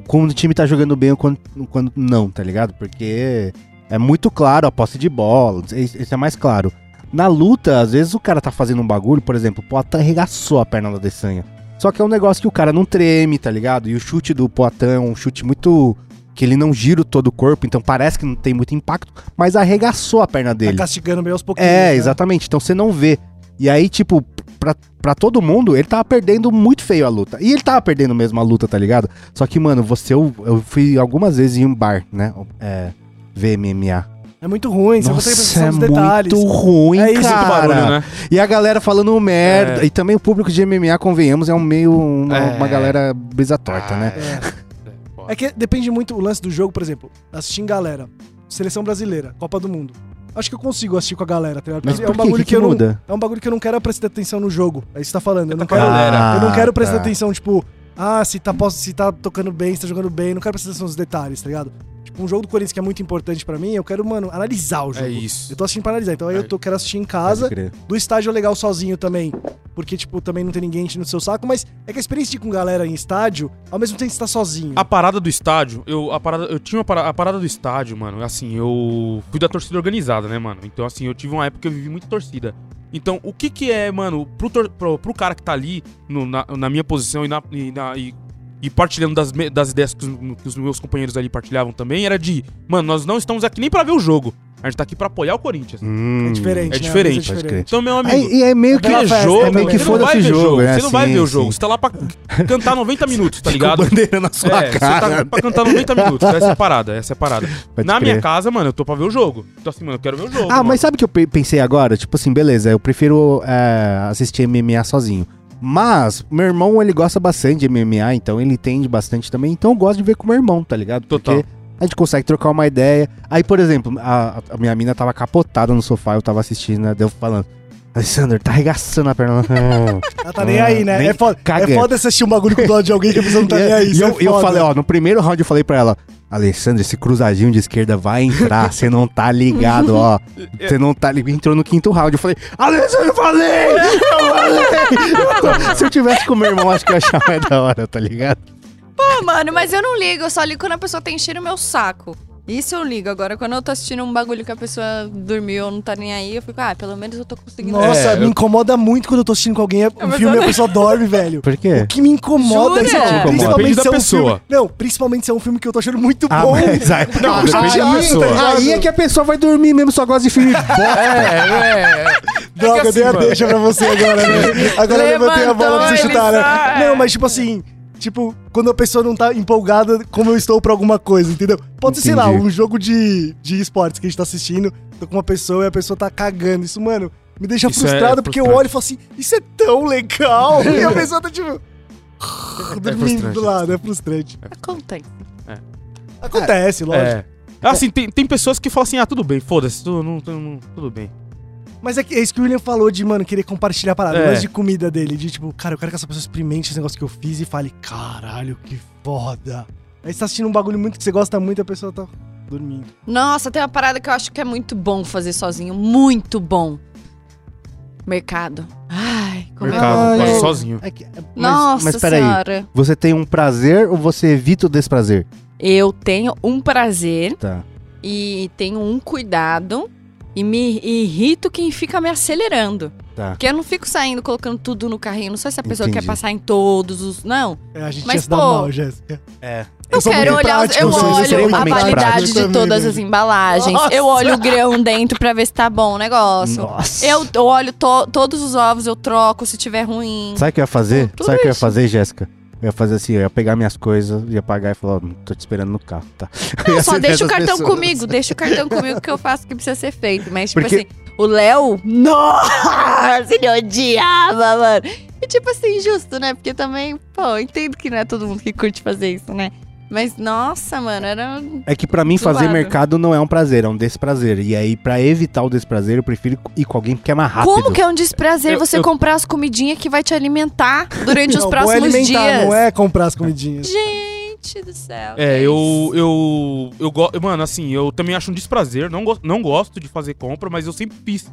A: quando o time tá jogando bem ou quando, quando não, tá ligado? Porque é muito claro a posse de bola, isso isso é mais claro. Na luta, às vezes o cara tá fazendo um bagulho, por exemplo, o Poitin arregaçou a perna da Desanha. Só que é um negócio que o cara não treme, tá ligado? E o chute do Poitin é um chute muito. que ele não gira o todo o corpo, então parece que não tem muito impacto, mas arregaçou a perna
B: Tá
A: dele.
B: castigando meio aos pouquinhos.
A: É,
B: né?
A: exatamente. Então você não vê. E aí, tipo, pra, pra todo mundo, ele tava perdendo muito feio a luta. E ele tava perdendo mesmo a luta, tá ligado? Só que, mano, você. Eu, eu fui algumas vezes em um bar, né? É. VMMA.
B: É muito ruim, você não consegue
A: Nossa,
B: pensar
A: é
B: nos detalhes.
A: muito ruim,
B: É isso,
C: Muito
A: cara.
C: barulho, né?
A: E a galera falando merda. E também o público de MMA, convenhamos, é um meio. Uma,
C: É.
A: uma galera brisa torta, né?
B: É que depende muito o lance do jogo, por exemplo, assistir em galera. Seleção brasileira, Copa do Mundo. Acho que eu consigo assistir com a galera, tá ligado?
A: Mas
B: Porque é
A: por
B: um
A: que?
B: bagulho
A: Que
B: que,
A: que
B: eu não,
A: muda?
B: é um bagulho que eu não quero prestar atenção no jogo. É isso que tá falando, eu não quero,
C: galera.
B: eu não quero prestar
A: tá.
B: atenção tipo, ah, se tá posso, se tá tocando bem, se tá jogando bem, não quero prestar atenção nos detalhes, tá ligado? Tipo, um jogo do Corinthians que é muito importante pra mim, eu quero, mano, analisar o jogo.
C: É isso.
B: Eu tô assistindo pra analisar, então aí
C: É.
B: eu tô, quero assistir em casa,
A: Pode crer.
B: do estádio é legal sozinho também, porque, tipo, também não tem ninguém enchendo o seu saco, mas é que a experiência de ir com galera em estádio, ao mesmo tempo que você tá sozinho.
C: A parada do estádio, eu, a parada, eu tinha uma parada, a parada do estádio, mano. Assim, eu fui da torcida organizada, né, mano? Então, assim, eu tive uma época que eu vivi muito torcida. Então, o que que é, mano, pro, tor- pro, pro cara que tá ali, no- na, na minha posição e, na, e, na- e- e partilhando das, me- das ideias que os, que os meus companheiros ali partilhavam também, era de, mano, nós não estamos aqui nem pra ver o jogo. A gente tá aqui pra apoiar o Corinthians.
A: Hum.
B: É diferente,
C: É
B: né?
C: diferente,
B: Às vezes é
A: pode
B: diferente.
C: Então, meu amigo.
A: Aí, e é meio que.
C: Vê
B: aquela festa,
C: jogo,
A: é meio que
C: tá você não vai
A: foda-se
C: ver
A: jogo, é
C: Você não vai
A: assim,
C: ver o
A: assim.
C: jogo. Você tá lá pra cantar 90 minutos, tá ligado?
A: bandeira na sua cara.
C: É, você tá pra cantar 90 minutos. Essa é a parada, essa é a parada.
A: Pode
C: Na
A: crer.
C: minha casa, mano, eu tô pra ver o jogo. Então assim, mano, eu quero ver o jogo.
A: Ah,
C: mano.
A: mas sabe o que eu pe- pensei agora? Tipo assim, beleza, eu prefiro é, assistir MMA sozinho. Mas, meu irmão, ele gosta bastante de MMA, então ele entende bastante também. Então eu gosto de ver com meu irmão, tá ligado?
C: Total.
A: a gente consegue trocar uma ideia. Aí, por exemplo, a, a minha mina tava capotada no sofá, eu tava assistindo, né? Deu falando. Alessandro, tá arregaçando a perna.
B: Ela tá nem aí, né?
A: Nem
B: É foda,
A: caga.
B: é foda você assistir um bagulho com o lado de alguém que a pessoa não tá
A: E-
B: nem aí.
A: E
B: isso é
A: eu, eu
B: foda.
A: falei, ó, no primeiro round eu falei pra ela, Alessandro, esse cruzadinho de esquerda vai entrar, você não tá ligado, ó. Você não tá ligado. Entrou no quinto round. Eu falei, Alessandro, eu falei! Eu falei! Se eu tivesse com meu irmão, acho que eu ia achar mais da hora, tá ligado?
D: Pô, Ah, mano, mas eu não ligo, eu só ligo quando a pessoa tá enchendo o meu saco. Isso eu ligo. Agora, quando eu tô assistindo um bagulho que a pessoa dormiu ou não tá nem aí, eu fico, ah, pelo menos eu tô conseguindo.
B: Nossa,
C: É,
B: me
C: eu-
B: incomoda muito quando eu tô assistindo com alguém é um
D: mas
B: filme e a
D: eu-
B: pessoa dorme, velho.
A: Por quê?
B: O que me incomoda
D: Jura?
B: isso,
D: Te incomoda.
C: Depende da
B: se é um
C: pessoa.
B: filme- não, principalmente se é um filme que eu tô achando muito
A: Ah,
B: bom.
A: mas aí,
C: Não,
A: Ah,
C: depende da
A: aí-
C: pessoa.
A: aí é que a pessoa vai dormir mesmo, só gosta de filme.
C: É, é, é.
B: Droga,
C: É que assim,
B: dei a
C: mano.
B: deixa pra você agora, né? Agora eu levantei a bola pra você
D: Levantou,
B: chutar,
D: ele
B: né?
D: sai.
B: Não, mas tipo assim, tipo, quando a pessoa não tá empolgada como eu estou pra alguma coisa, entendeu? Pode ser, sei lá,
A: Entendi.
B: um jogo de, de esportes que a gente tá assistindo, tô com uma pessoa e a pessoa tá cagando. Isso, mano, me deixa
C: Isso é
B: frustrado porque eu
C: frustrante.
B: olho e falo assim, isso é tão legal! e a pessoa tá tipo. dormindo
C: É frustrante,
B: do lado, é frustrante.
D: Tá Acontece.
B: Acontece, lógico.
C: É. Assim, tem, tem pessoas que falam assim, ah, tudo bem, foda-se, tu- não- tu- não- tudo bem.
B: Mas é, que, é isso que o William falou de, mano, querer compartilhar a parada. É.
C: É.
B: de comida dele, de tipo, cara, eu quero que essa pessoa experimente esse negócio que eu fiz e fale, caralho, que foda. Aí você tá assistindo um bagulho muito que você gosta muito e a pessoa tá dormindo.
D: Nossa, tem uma parada que eu acho que é muito bom fazer sozinho. Muito bom. Mercado. Ai, como
C: Mercado,
D: é bom.
C: quase
A: eu-
C: sozinho.
A: É que- mas-
D: Nossa
A: mas peraí,
D: senhora.
A: você tem um prazer ou você evita o desprazer?
D: Eu tenho um prazer
A: Tá.
D: e tenho um cuidado e me irrito quem fica me acelerando.
A: Tá.
D: Porque eu não fico saindo colocando tudo no carrinho. Não sei se a pessoa
A: Entendi.
D: quer passar em todos os. Não.
B: É, a gente
D: Mas,
B: ia se dar
D: pô,
B: mal, Jéssica.
A: É.
D: Eu,
B: sou
D: quero
B: muito
D: olhar, os-
B: prático,
D: eu
B: vocês
A: serem
D: olho a
A: muito
D: validade
A: práticos
D: de
B: também,
D: todas
B: né?
D: as embalagens.
B: Nossa!
D: Eu olho o grão dentro pra ver se tá bom o negócio.
A: Nossa.
D: Eu olho to- todos os ovos, eu troco se tiver ruim.
A: Sabe o que eu ia fazer?
D: Tudo
A: Sabe o que eu ia
D: isso.
A: fazer, Jéssica? Eu ia fazer assim, eu ia pegar minhas coisas, ia pagar e falar, ó, tô te esperando no carro, tá? Eu ia
D: Não, só
A: ser
D: deixa
A: dessas
D: o cartão
A: pessoas.
D: comigo, deixa o cartão comigo que eu faço o que precisa ser feito. Mas, tipo
A: Porque-
D: assim, o Léo. Nossa, ele odiava, mano. E, tipo assim, justo, né? Porque também, pô, eu entendo que não é todo mundo que curte fazer isso, né? Mas, nossa, mano, era. um
A: É que pra mim
D: Zoado.
A: fazer mercado não é um prazer, é um desprazer. E aí, pra evitar o desprazer, eu prefiro ir com alguém que é mais rápido.
D: Como que é um desprazer
C: Eu-
D: você
C: eu-
D: comprar as comidinhas que vai te alimentar durante
B: Não,
D: os
B: bom é
D: próximos
B: alimentar,
D: dias?
B: Não é comprar as comidinhas.
D: Gente do céu. que
C: É,
D: isso?
C: eu. Eu. Eu gosto. Mano, assim, eu também acho um desprazer. Não, go não gosto de fazer compra, mas eu sempre fiz.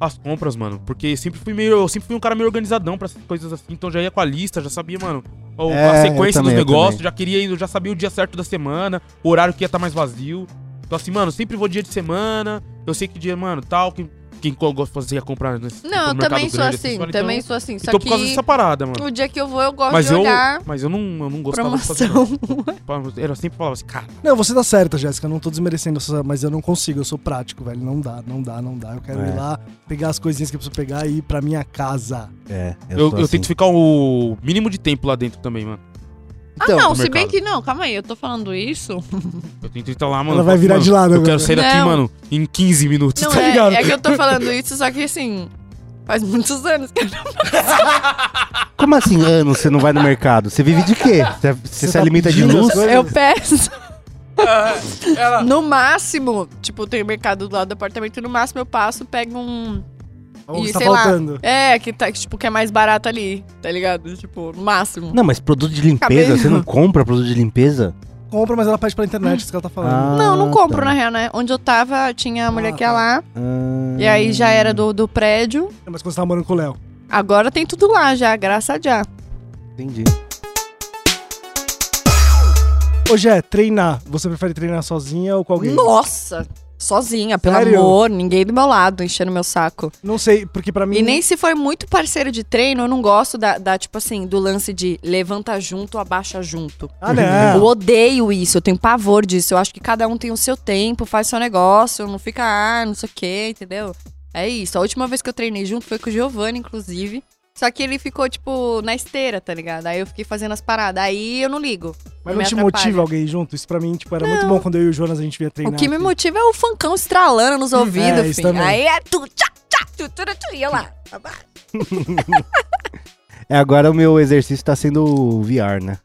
C: as compras, mano. Porque sempre fui meio. Eu sempre fui um cara meio organizadão pra essas coisas assim. Então já ia com a lista, já sabia, mano, o-
A: É,
C: a
A: eu
C: sequência
A: também, eu
C: dos negócios,
A: também.
C: já queria ir, eu já sabia o dia certo da semana, o horário que ia estar mais vazio. Então assim, mano, sempre vou dia de semana. Eu sei que dia, mano, tal, que. Quem co- gosta de fazer a compra nesse
D: Não, eu
C: mercado
D: também sou
C: grande,
D: assim,
C: fala, então-
D: também sou assim. Só
C: Então, por causa
D: que
C: dessa parada, mano.
D: o dia que eu vou, eu gosto
C: Mas
D: de
C: eu,
D: olhar.
C: mas eu não, eu não gostava
D: Promoção.
C: de fazer. isso. Eu sempre falava assim, cara,
B: Não, você tá certa, Jéssica. Não tô desmerecendo, essa- mas eu não consigo. Eu sou prático, velho. Não dá, não dá, não dá. Eu quero
A: É.
B: ir lá, pegar as coisinhas que eu preciso pegar e ir pra minha casa.
A: É,
C: eu, eu
A: sou assim.
C: tento ficar o mínimo de tempo lá dentro também, mano.
A: Então,
D: ah, não,
C: no
B: é
D: se bem
C: mercado.
D: que não, calma aí, eu tô falando isso.
C: Eu tento estar lá, mano.
B: Ela
C: eu
B: vai
C: falo,
B: virar
C: mano,
B: de lado né?
C: Eu quero
B: agora.
C: sair daqui,
D: Não.
C: mano, em 15 minutos,
D: Não,
C: tá ligado?
D: é, é que eu tô falando isso, só que assim, faz muitos anos que eu não
A: Como assim, ano você não vai no mercado? Você vive de quê? Você, você se
B: tá
A: alimenta de
B: pedindo as
A: luz?
B: coisas?
D: Eu peço.
C: Ela-
D: No máximo, tipo, tem mercado do lado do apartamento, no máximo eu passo, pego um.
B: Ou
D: e
B: está
D: sei lá.
B: tá faltando.
D: É, que tá, que, tipo, que é mais barato ali, tá ligado? Tipo, no máximo.
A: Não, mas produto de limpeza,
D: Cabelo.
A: você não compra produto de limpeza?
B: Compra, mas ela pede pela
H: Ah.
B: internet, isso que ela tá falando.
D: Não, não compro, na
A: né?
D: real, né? Onde eu tava, tinha a mulher
B: Ah, hum.
D: que ia
B: tá.
D: lá,
A: Ah,
D: e aí já era do, do prédio.
B: É, Mas quando você tá morando com o Léo.
D: Agora tem tudo lá já, graças a já.
A: Entendi.
B: Ô, Jé, treinar. Você prefere treinar sozinha ou com alguém?
H: Nossa! Sozinha, pelo
B: Sério?
H: amor, ninguém do meu lado, enchendo meu saco.
B: Não sei, porque pra mim.
H: E nem se foi muito parceiro de treino, eu não gosto da, da, tipo assim, do lance de levanta junto, abaixa junto.
B: Ah,
H: Eu
B: não.
H: odeio isso, eu tenho pavor disso. Eu acho que cada um tem o seu tempo, faz seu negócio, não fica, ah, não sei o quê, entendeu? É isso. A última vez que eu treinei junto foi com o Giovanni, inclusive. Só que ele ficou, tipo, na esteira, tá ligado? Aí eu fiquei fazendo as paradas. Aí eu não ligo.
B: Mas não
H: me
B: te
H: atrapalha.
B: motiva alguém junto? Isso pra mim, tipo, era muito bom quando eu e o Jonas a gente via treinar. assim.
H: O que me
B: aqui.
H: motiva é o fancão estralando nos ouvidos,
B: isso
H: filho.
B: também.
H: Aí é tu, tchá, tchá, tu, tu, tu, tu, e eu lá.
A: É, agora o meu exercício tá sendo o VR, né?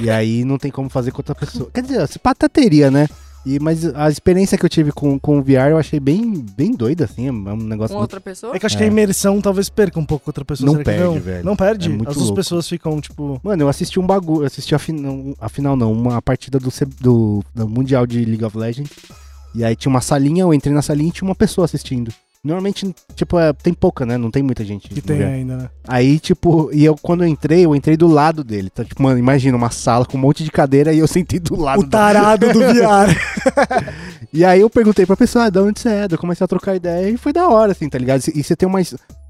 A: E aí não tem como fazer com outra pessoa. Quer dizer, se pá, até teria, né? E, mas a experiência que eu tive com, com o VR eu achei bem, bem doida, assim. É um negócio
H: Com
A: muito...
H: outra pessoa?
B: É que eu acho que a imersão talvez perca um pouco outra pessoa.
A: Não
B: será que
A: perde,
B: não?
A: velho.
B: Não perde?
A: É muito
B: As duas
A: louco.
B: pessoas ficam, tipo.
A: Mano, eu assisti um bagulho. Assisti a final, a final não, uma partida do, C- do, do Mundial de League of Legends. E aí tinha uma salinha, eu entrei na salinha e tinha uma pessoa assistindo. Normalmente, tipo, é- tem pouca, né? Não tem muita gente.
B: Que
A: no
B: tem
A: VR.
B: ainda, né?
A: Aí, tipo, e eu quando eu entrei, eu entrei do lado dele. Tá, tipo, mano, imagina uma sala com um monte de cadeira e eu sentei do Tá lado
B: O tarado do VR.
A: E aí eu perguntei pra pessoa, ah, de onde você é? Daí Eu comecei a trocar ideia e foi da hora, assim, tá ligado? E você tem uma.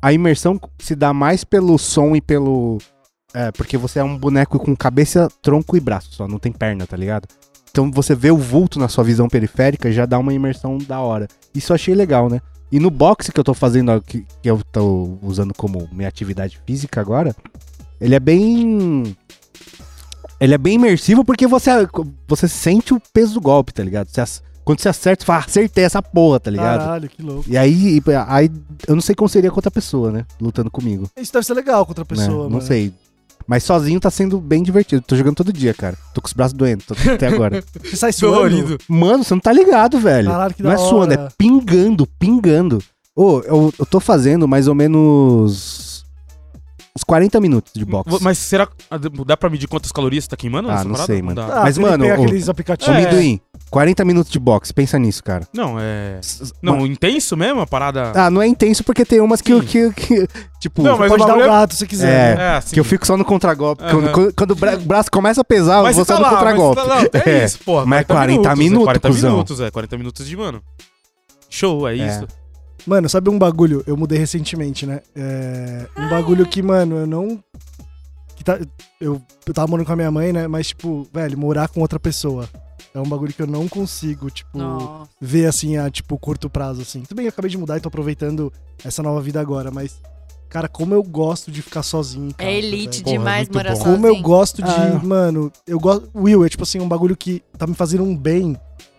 A: A imersão se dá mais pelo som e pelo. É, porque você é um boneco com cabeça, tronco e braço só, não tem perna, tá ligado? Então você vê o vulto na sua visão periférica já dá uma imersão da hora. Isso eu achei legal, né? E no boxe que eu tô fazendo, ó, que, que eu tô usando como minha atividade física agora, ele é bem. Ele é bem imersivo porque você, você sente o peso do golpe, tá ligado? Você ac- quando você acerta, você fala, "Ah, acertei essa porra, tá ligado?
B: Caralho, que louco.
A: E aí, e- aí, eu não sei como seria com outra pessoa, né? Lutando comigo.
B: Isso deve ser legal com outra
A: né?
B: pessoa,
A: Não
B: mano.
A: sei. Mas sozinho tá sendo bem divertido. Tô jogando todo dia, cara. Tô com os braços doendo tô- até agora.
B: Você sai suando.
A: Mano, você não tá ligado, velho.
B: Caralho, que
A: não
B: da
A: é suando, é
B: hora.
A: pingando, pingando. Ô, eu, eu tô fazendo mais ou menos uns 40 minutos de boxe.
C: Mas será que ah, dá pra medir quantas calorias você tá queimando?
A: Ah,
C: nessa
A: não
C: parada?
A: sei, mano.
C: dá.
B: Ah,
A: Mas,
B: ele
A: mano,
B: pega
A: o-
B: aqueles aplicativos.
A: Ô,
C: É.
A: Amendoim, 40 minutos de boxe, pensa nisso, cara.
C: Não, é. Não, intenso mesmo a parada.
A: Ah, não é intenso porque tem umas que,
C: Sim.
A: que, que- tipo,
C: Não, mas
B: Pode
C: o
B: dar o
C: bagulho é-
B: gato se quiser.
A: É.
B: né?
C: assim.
A: que eu fico só no contragolpe. Quando-
C: Aham.
A: Quando, quando o bra- o braço começa a pesar, eu
C: Mas
A: vou
C: você
A: só
C: tá
A: no
C: lá, mas
A: contragolpe.
C: você tá lá, é
A: É.
C: isso, porra.
A: Mas 40
C: é 40
A: minutos, cuzão.
C: minutos, é 40 minutos de, mano. Show, é,
A: É.
C: isso.
B: Mano, sabe um bagulho? Eu mudei recentemente, né? É, Um bagulho que, mano, eu não. Que tá... eu... eu tava morando com a minha mãe, né? Mas, tipo, velho, morar com outra pessoa. É um bagulho que eu não consigo, tipo,
H: Nossa.
B: ver assim a, tipo, curto prazo, assim. Tudo bem, eu acabei de mudar e tô aproveitando essa nova vida agora, mas. Cara, como eu gosto de ficar sozinho. em casa,
H: É elite
B: velho.
C: Porra,
H: demais
C: muito
H: morar
C: bom.
B: Como eu
D: assim.
H: sozinho.
B: gosto de.
A: Ah.
B: Mano, eu gosto. Will, é tipo assim, um bagulho que tá me fazendo um bem.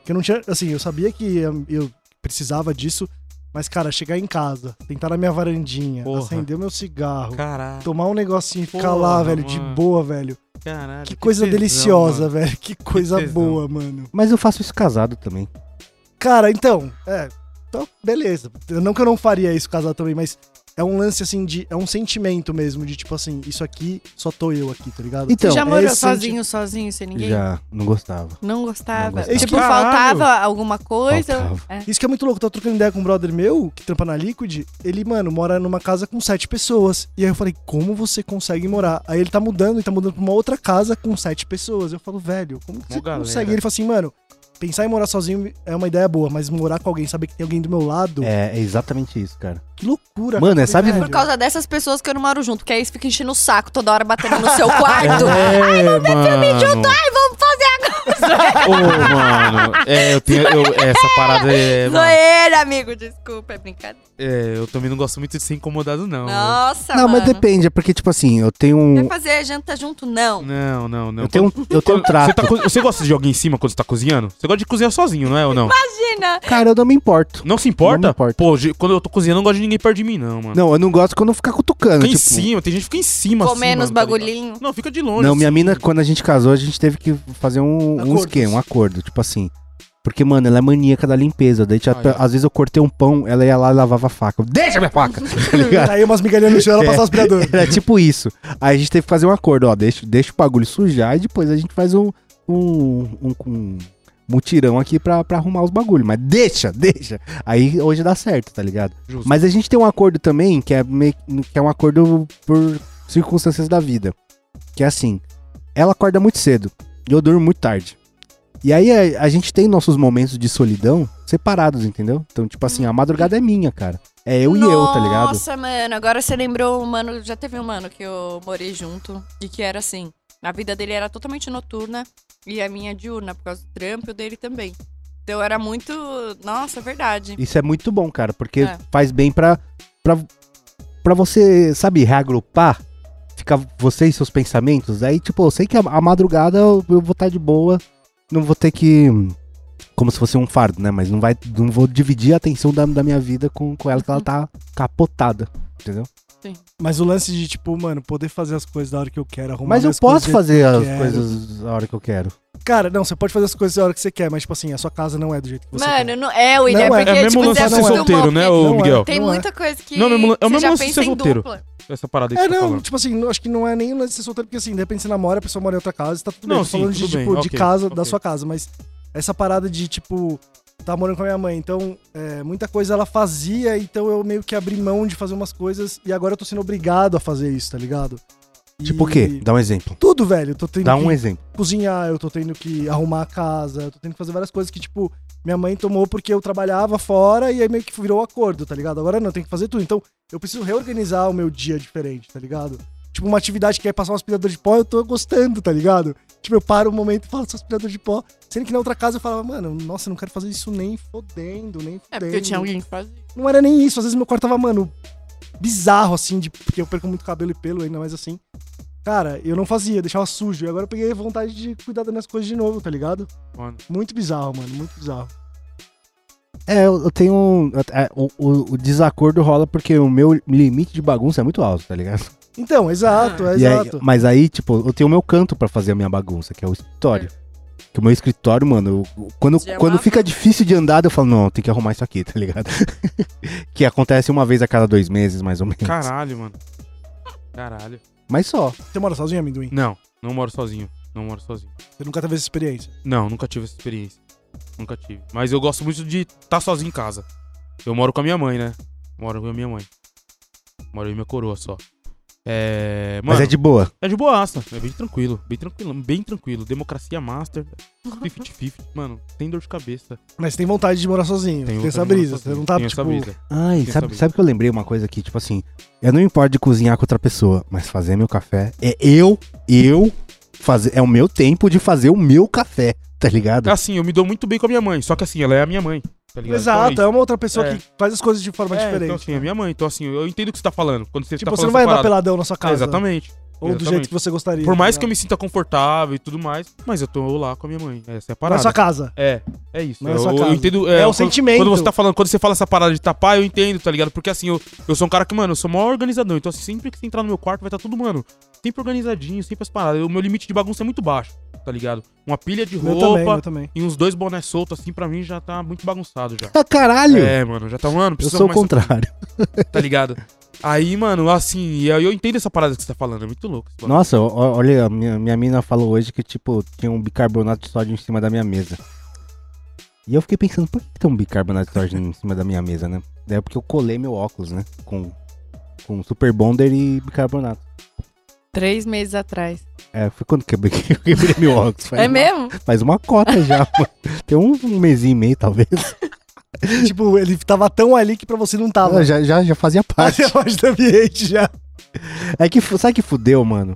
B: Que eu não tinha. Assim, eu sabia que eu- eu precisava disso. Mas, cara, chegar em casa, tentar na minha varandinha,
C: Porra.
B: acender o meu cigarro,
C: Caralho,
B: tomar um negocinho e ficar
C: Porra,
B: lá, velho,
C: mano.
B: de boa, velho.
C: caralho.
B: Que coisa
C: tesão,
B: deliciosa,
C: mano.
B: velho. Que coisa
C: tesão.
B: boa, mano.
A: Mas eu faço isso casado também.
B: Cara, então, é. Então, beleza. Não que eu não faria isso casado também, mas é um lance assim de. É um sentimento mesmo, de tipo assim, isso aqui só tô eu aqui, tá ligado?
A: Então,
D: Você já morou
B: esse senti-
D: sozinho, sozinho, sem ninguém?
A: já não gostava.
D: Não gostava.
A: Não gostava.
D: Tipo,
C: Caralho.
D: faltava alguma coisa.
A: Faltava.
D: É.
B: Isso que é muito louco, eu tava trocando ideia com um brother meu, que trampa na Liquid, ele, mano, mora numa casa com sete pessoas. E aí eu falei, como você consegue morar? Aí ele tá mudando e tá mudando pra uma outra casa com sete pessoas. Eu falo, velho, como que
C: Mó
B: você
C: galera.
B: consegue? Ele fala assim, mano, pensar em morar sozinho é uma ideia boa, mas morar com alguém, saber que tem alguém do meu lado,
A: É, é exatamente isso, cara.
B: que loucura.
A: Mano, é,
B: Eu falei,
A: sabe-
B: "Velho,
H: Por causa dessas pessoas que eu não moro junto, porque aí fica enchendo o saco toda hora batendo no seu
C: É,
H: quarto.
C: Ai, vamos ver filme junto! Ai, vamos fazer agora! Ô, mano, é, eu tenho. eu- essa parada é. mano,
H: Zoeira, amigo, desculpa, é brincadeira.
C: é, eu também não gosto muito de ser incomodado, não. né?
D: Tá
H: Nossa,
A: Não, mas
H: mano.
A: depende, é porque, tipo assim, eu tenho um.
H: Vai fazer janta junto? Não.
C: Não, não, não.
A: Eu tenho um, eu tenho um
C: Você,
A: trato.
C: tá co- você gosta de alguém em cima quando você tá cozinhando? Você gosta de cozinhar sozinho, não é ou não?
H: Imagina.
A: Cara, eu não me importo.
C: Não se importa?
A: Não me importa.
C: Pô, de- quando eu tô cozinhando, eu não gosto de ninguém perto de mim, não, mano.
A: Não, eu não gosto quando fica cutucando.
C: Fica em
A: Tipo,
C: cima, tem gente que fica em cima assim,
H: Comendo os
C: mano, tá ligado?
H: bagulhinhos.
C: Não, fica de longe.
A: Não, minha
C: assim.
A: mina, quando a gente casou, a gente teve que fazer um, um
B: Acordos.
A: esquema, um acordo. Tipo assim. Porque, mano, ela é maníaca da limpeza. Daí, tinha-
C: Ah, é.
A: às vezes eu cortei um pão, ela ia lá e lavava a faca. Eu, Deixa minha faca! tá ligado?
B: Aí umas migalhinhas no
A: É.
B: chão, ela passa o aspirador.
A: Era tipo isso. Aí a gente teve que fazer um acordo, ó. Deixa, deixa o bagulho sujar e depois a gente faz um. um, um, um mutirão aqui pra, pra arrumar os bagulhos. Mas deixa, deixa. Aí hoje dá certo, tá ligado?
C: Justo.
A: Mas a gente tem um acordo também, que é, meio- que é um acordo por circunstâncias da vida. Que é assim, ela acorda muito cedo e eu durmo muito tarde. E aí a, a gente tem nossos momentos de solidão separados, entendeu? Então, tipo assim, a madrugada é minha, cara. É eu e eu, tá ligado?
H: Nossa, mano, agora você lembrou, mano, já teve um mano que eu morei junto e que era assim. A vida dele era totalmente noturna e a minha diurna, por causa do trampo e o dele também. Então era muito. Nossa, é verdade.
A: Isso é muito bom, cara, porque
H: É.
A: faz bem pra, pra, pra você, sabe, reagrupar, ficar você e seus pensamentos. Aí, tipo, eu sei que a, a madrugada eu, eu vou estar de boa, não vou ter que. Como se fosse um fardo, né? Mas não, vai, não vou dividir a atenção da, da minha vida com, com ela, que ela tá capotada. Entendeu?
B: Mas o lance de, tipo, mano, poder fazer as coisas da hora que eu quero, arrumar
A: Mas eu
B: minhas coisas
A: posso
B: do
A: fazer
B: eu
A: as
B: quero.
A: coisas a hora que eu quero.
B: Cara, não, você pode fazer as coisas da hora que você quer, mas, tipo assim, a sua casa não é do jeito que você quer.
H: Mano, não é, William,
B: Não é.
H: porque
C: É mesmo
H: tipo,
C: lance
H: você
C: de ser
H: acostumou,
C: solteiro, né,
H: porque
C: ô
B: Não é.
C: Miguel?
H: Tem
B: Não é.
H: muita coisa que
C: Não, é mesmo- é
H: você
C: o mesmo
H: já
C: lance de
H: pensa
C: ser
H: em
C: solteiro.
H: dupla.
C: Essa parada aí
B: É,
C: que você tá
B: não,
C: falando.
B: tipo assim, não- acho que não é nem o lance de ser solteiro, porque assim, de repente você namora, a pessoa mora em outra casa, tá tudo
C: Não,
B: bem. Tô
C: sim,
B: falando de,
C: tudo
B: tipo,
C: bem,
B: de
C: ok,
B: casa, da
C: ok.
B: sua casa, mas essa parada de, tipo, tá morando com a minha mãe, então é, muita coisa ela fazia, então eu meio que abri mão de fazer umas coisas e agora eu tô sendo obrigado a fazer isso, tá ligado? E-
A: Tipo o quê? Dá um exemplo.
B: Tudo, velho. Eu tô tendo
A: Dá
B: que
A: um exemplo.
B: cozinhar, eu tô tendo que arrumar a casa, eu tô tendo que fazer várias coisas que, tipo, minha mãe tomou porque eu trabalhava fora e aí meio que virou um acordo, tá ligado? Agora não, eu tenho que fazer tudo. Então, eu preciso reorganizar o meu dia diferente, tá ligado? Tipo, uma atividade que é passar um aspirador de pó, eu tô gostando, tá ligado? Tipo, eu paro um momento e faço aspirador de pó. Sendo que na outra casa eu falava, mano, nossa, eu não quero fazer isso nem fodendo, nem fodendo.
H: É, porque eu tinha alguém que fazia.
B: Não era nem isso. Às vezes meu quarto tava, mano, bizarro, assim, de, porque eu perco muito cabelo e pelo ainda, mais assim. Cara, eu não fazia, deixava sujo. E agora eu peguei vontade de cuidar das minhas coisas de novo, tá ligado?
C: Mano.
B: Muito bizarro, mano, muito bizarro.
A: É, eu eu tenho. um- é, o- o- o desacordo rola porque o meu limite de bagunça é muito alto, tá ligado?
B: Então, exato, é
A: Ah, E aí-
B: exato.
A: mas aí, tipo, eu tenho o meu canto pra fazer a minha bagunça, que é o escritório. Que o meu escritório, mano, eu- quando,
H: Já é
A: quando
H: uma-
A: fica difícil de andar, eu falo, não, tem que arrumar isso aqui, tá ligado? que acontece uma vez a cada dois meses, mais ou menos.
C: Caralho, mano. Caralho.
A: Mas só.
B: Você mora sozinho, amendoim?
C: Não, não moro sozinho. Não moro sozinho.
B: Você nunca teve essa experiência.
C: Não, nunca tive essa experiência. Nunca tive. Mas eu gosto muito de estar tá sozinho em casa. Eu moro com a minha mãe, né? Moro com a minha mãe. Moro eu e minha coroa só. É. Mano,
A: Mas é de boa.
C: é de boaça. É bem tranquilo. Bem tranquilo. Bem tranquilo. Democracia master. 50-50. Mano, tem dor de cabeça.
B: Mas você tem vontade de morar sozinho, tem,
C: outra
B: essa
C: de morar
B: brisa. Você
C: sozinho,
B: não tá,
C: tem
B: tipo...
C: essa brisa.
A: Ai,
C: Quem
A: sabe,
C: sabe?
A: sabe que eu lembrei uma coisa aqui, tipo assim, eu não importo de cozinhar com outra pessoa, mas fazer meu café é eu, eu fazer, é o meu tempo de fazer o meu café, tá ligado?
C: Assim, eu me dou muito bem com a minha mãe. Só que assim, ela é a minha mãe. Tá ligado?
B: Exato,
C: Então,
B: é uma outra pessoa
C: É.
B: que faz as coisas de forma
C: é isso. É,
B: diferente.
C: então, assim, é minha mãe. Então, assim, eu entendo o que você tá falando. Quando você
B: né? tipo,
C: tá
B: você não
C: falando
B: vai
C: essa
B: andar
C: parada.
B: peladão na sua casa.
C: É, exatamente.
B: Ou do jeito
C: Exatamente.
B: que você gostaria.
C: Por mais
B: tá
C: que eu
B: ligado?
C: me sinta confortável e tudo mais, mas eu tô lá com a minha mãe. Essa é a parada.
B: Na sua casa.
C: É, é isso.
B: Não é
C: eu,
B: sua
C: eu
B: casa.
C: entendo.
B: É, o
C: quando-
B: sentimento.
C: Quando você tá falando, quando você fala essa parada de tapar, eu entendo, tá ligado? Porque assim, eu, eu sou um cara que, mano, eu sou o maior organizador. Então, assim, sempre que você entrar no meu quarto, vai estar tudo, mano, sempre organizadinho, sempre as paradas. O meu limite de bagunça é muito baixo, tá ligado? Uma pilha de
B: Meu também,
C: roupa
B: meu também.
C: e uns dois bonés soltos, assim, pra mim já tá muito bagunçado já.
A: Ah, caralho!
C: É, mano, já tá, mano,
A: eu
C: precisa
A: sou o
C: arrumar isso
A: contrário.
C: aqui, tá ligado? Aí, mano, assim, e aí eu entendo essa parada que você tá falando, é muito louco. esse bagulho.
A: Nossa, ó- ó- olha, a minha, minha mina falou hoje que, tipo, tinha um bicarbonato de sódio em cima da minha mesa. E eu fiquei pensando, por que tem um bicarbonato de sódio em cima da minha mesa, né? Daí é porque eu colei meu óculos, né? Com, com super bonder e bicarbonato.
D: Três meses atrás.
A: É, foi quando que eu quebrei, eu quebrei meu óculos. Faz
D: É
A: uma-
D: mesmo?
A: Faz uma cota já, mano. Tem um, um mês e meio, talvez.
B: tipo, ele tava tão ali que pra você não tava.
D: Tá
A: Já, já, já fazia parte.
B: Fazia parte do ambiente já.
A: É que, fu- sabe que fudeu, mano?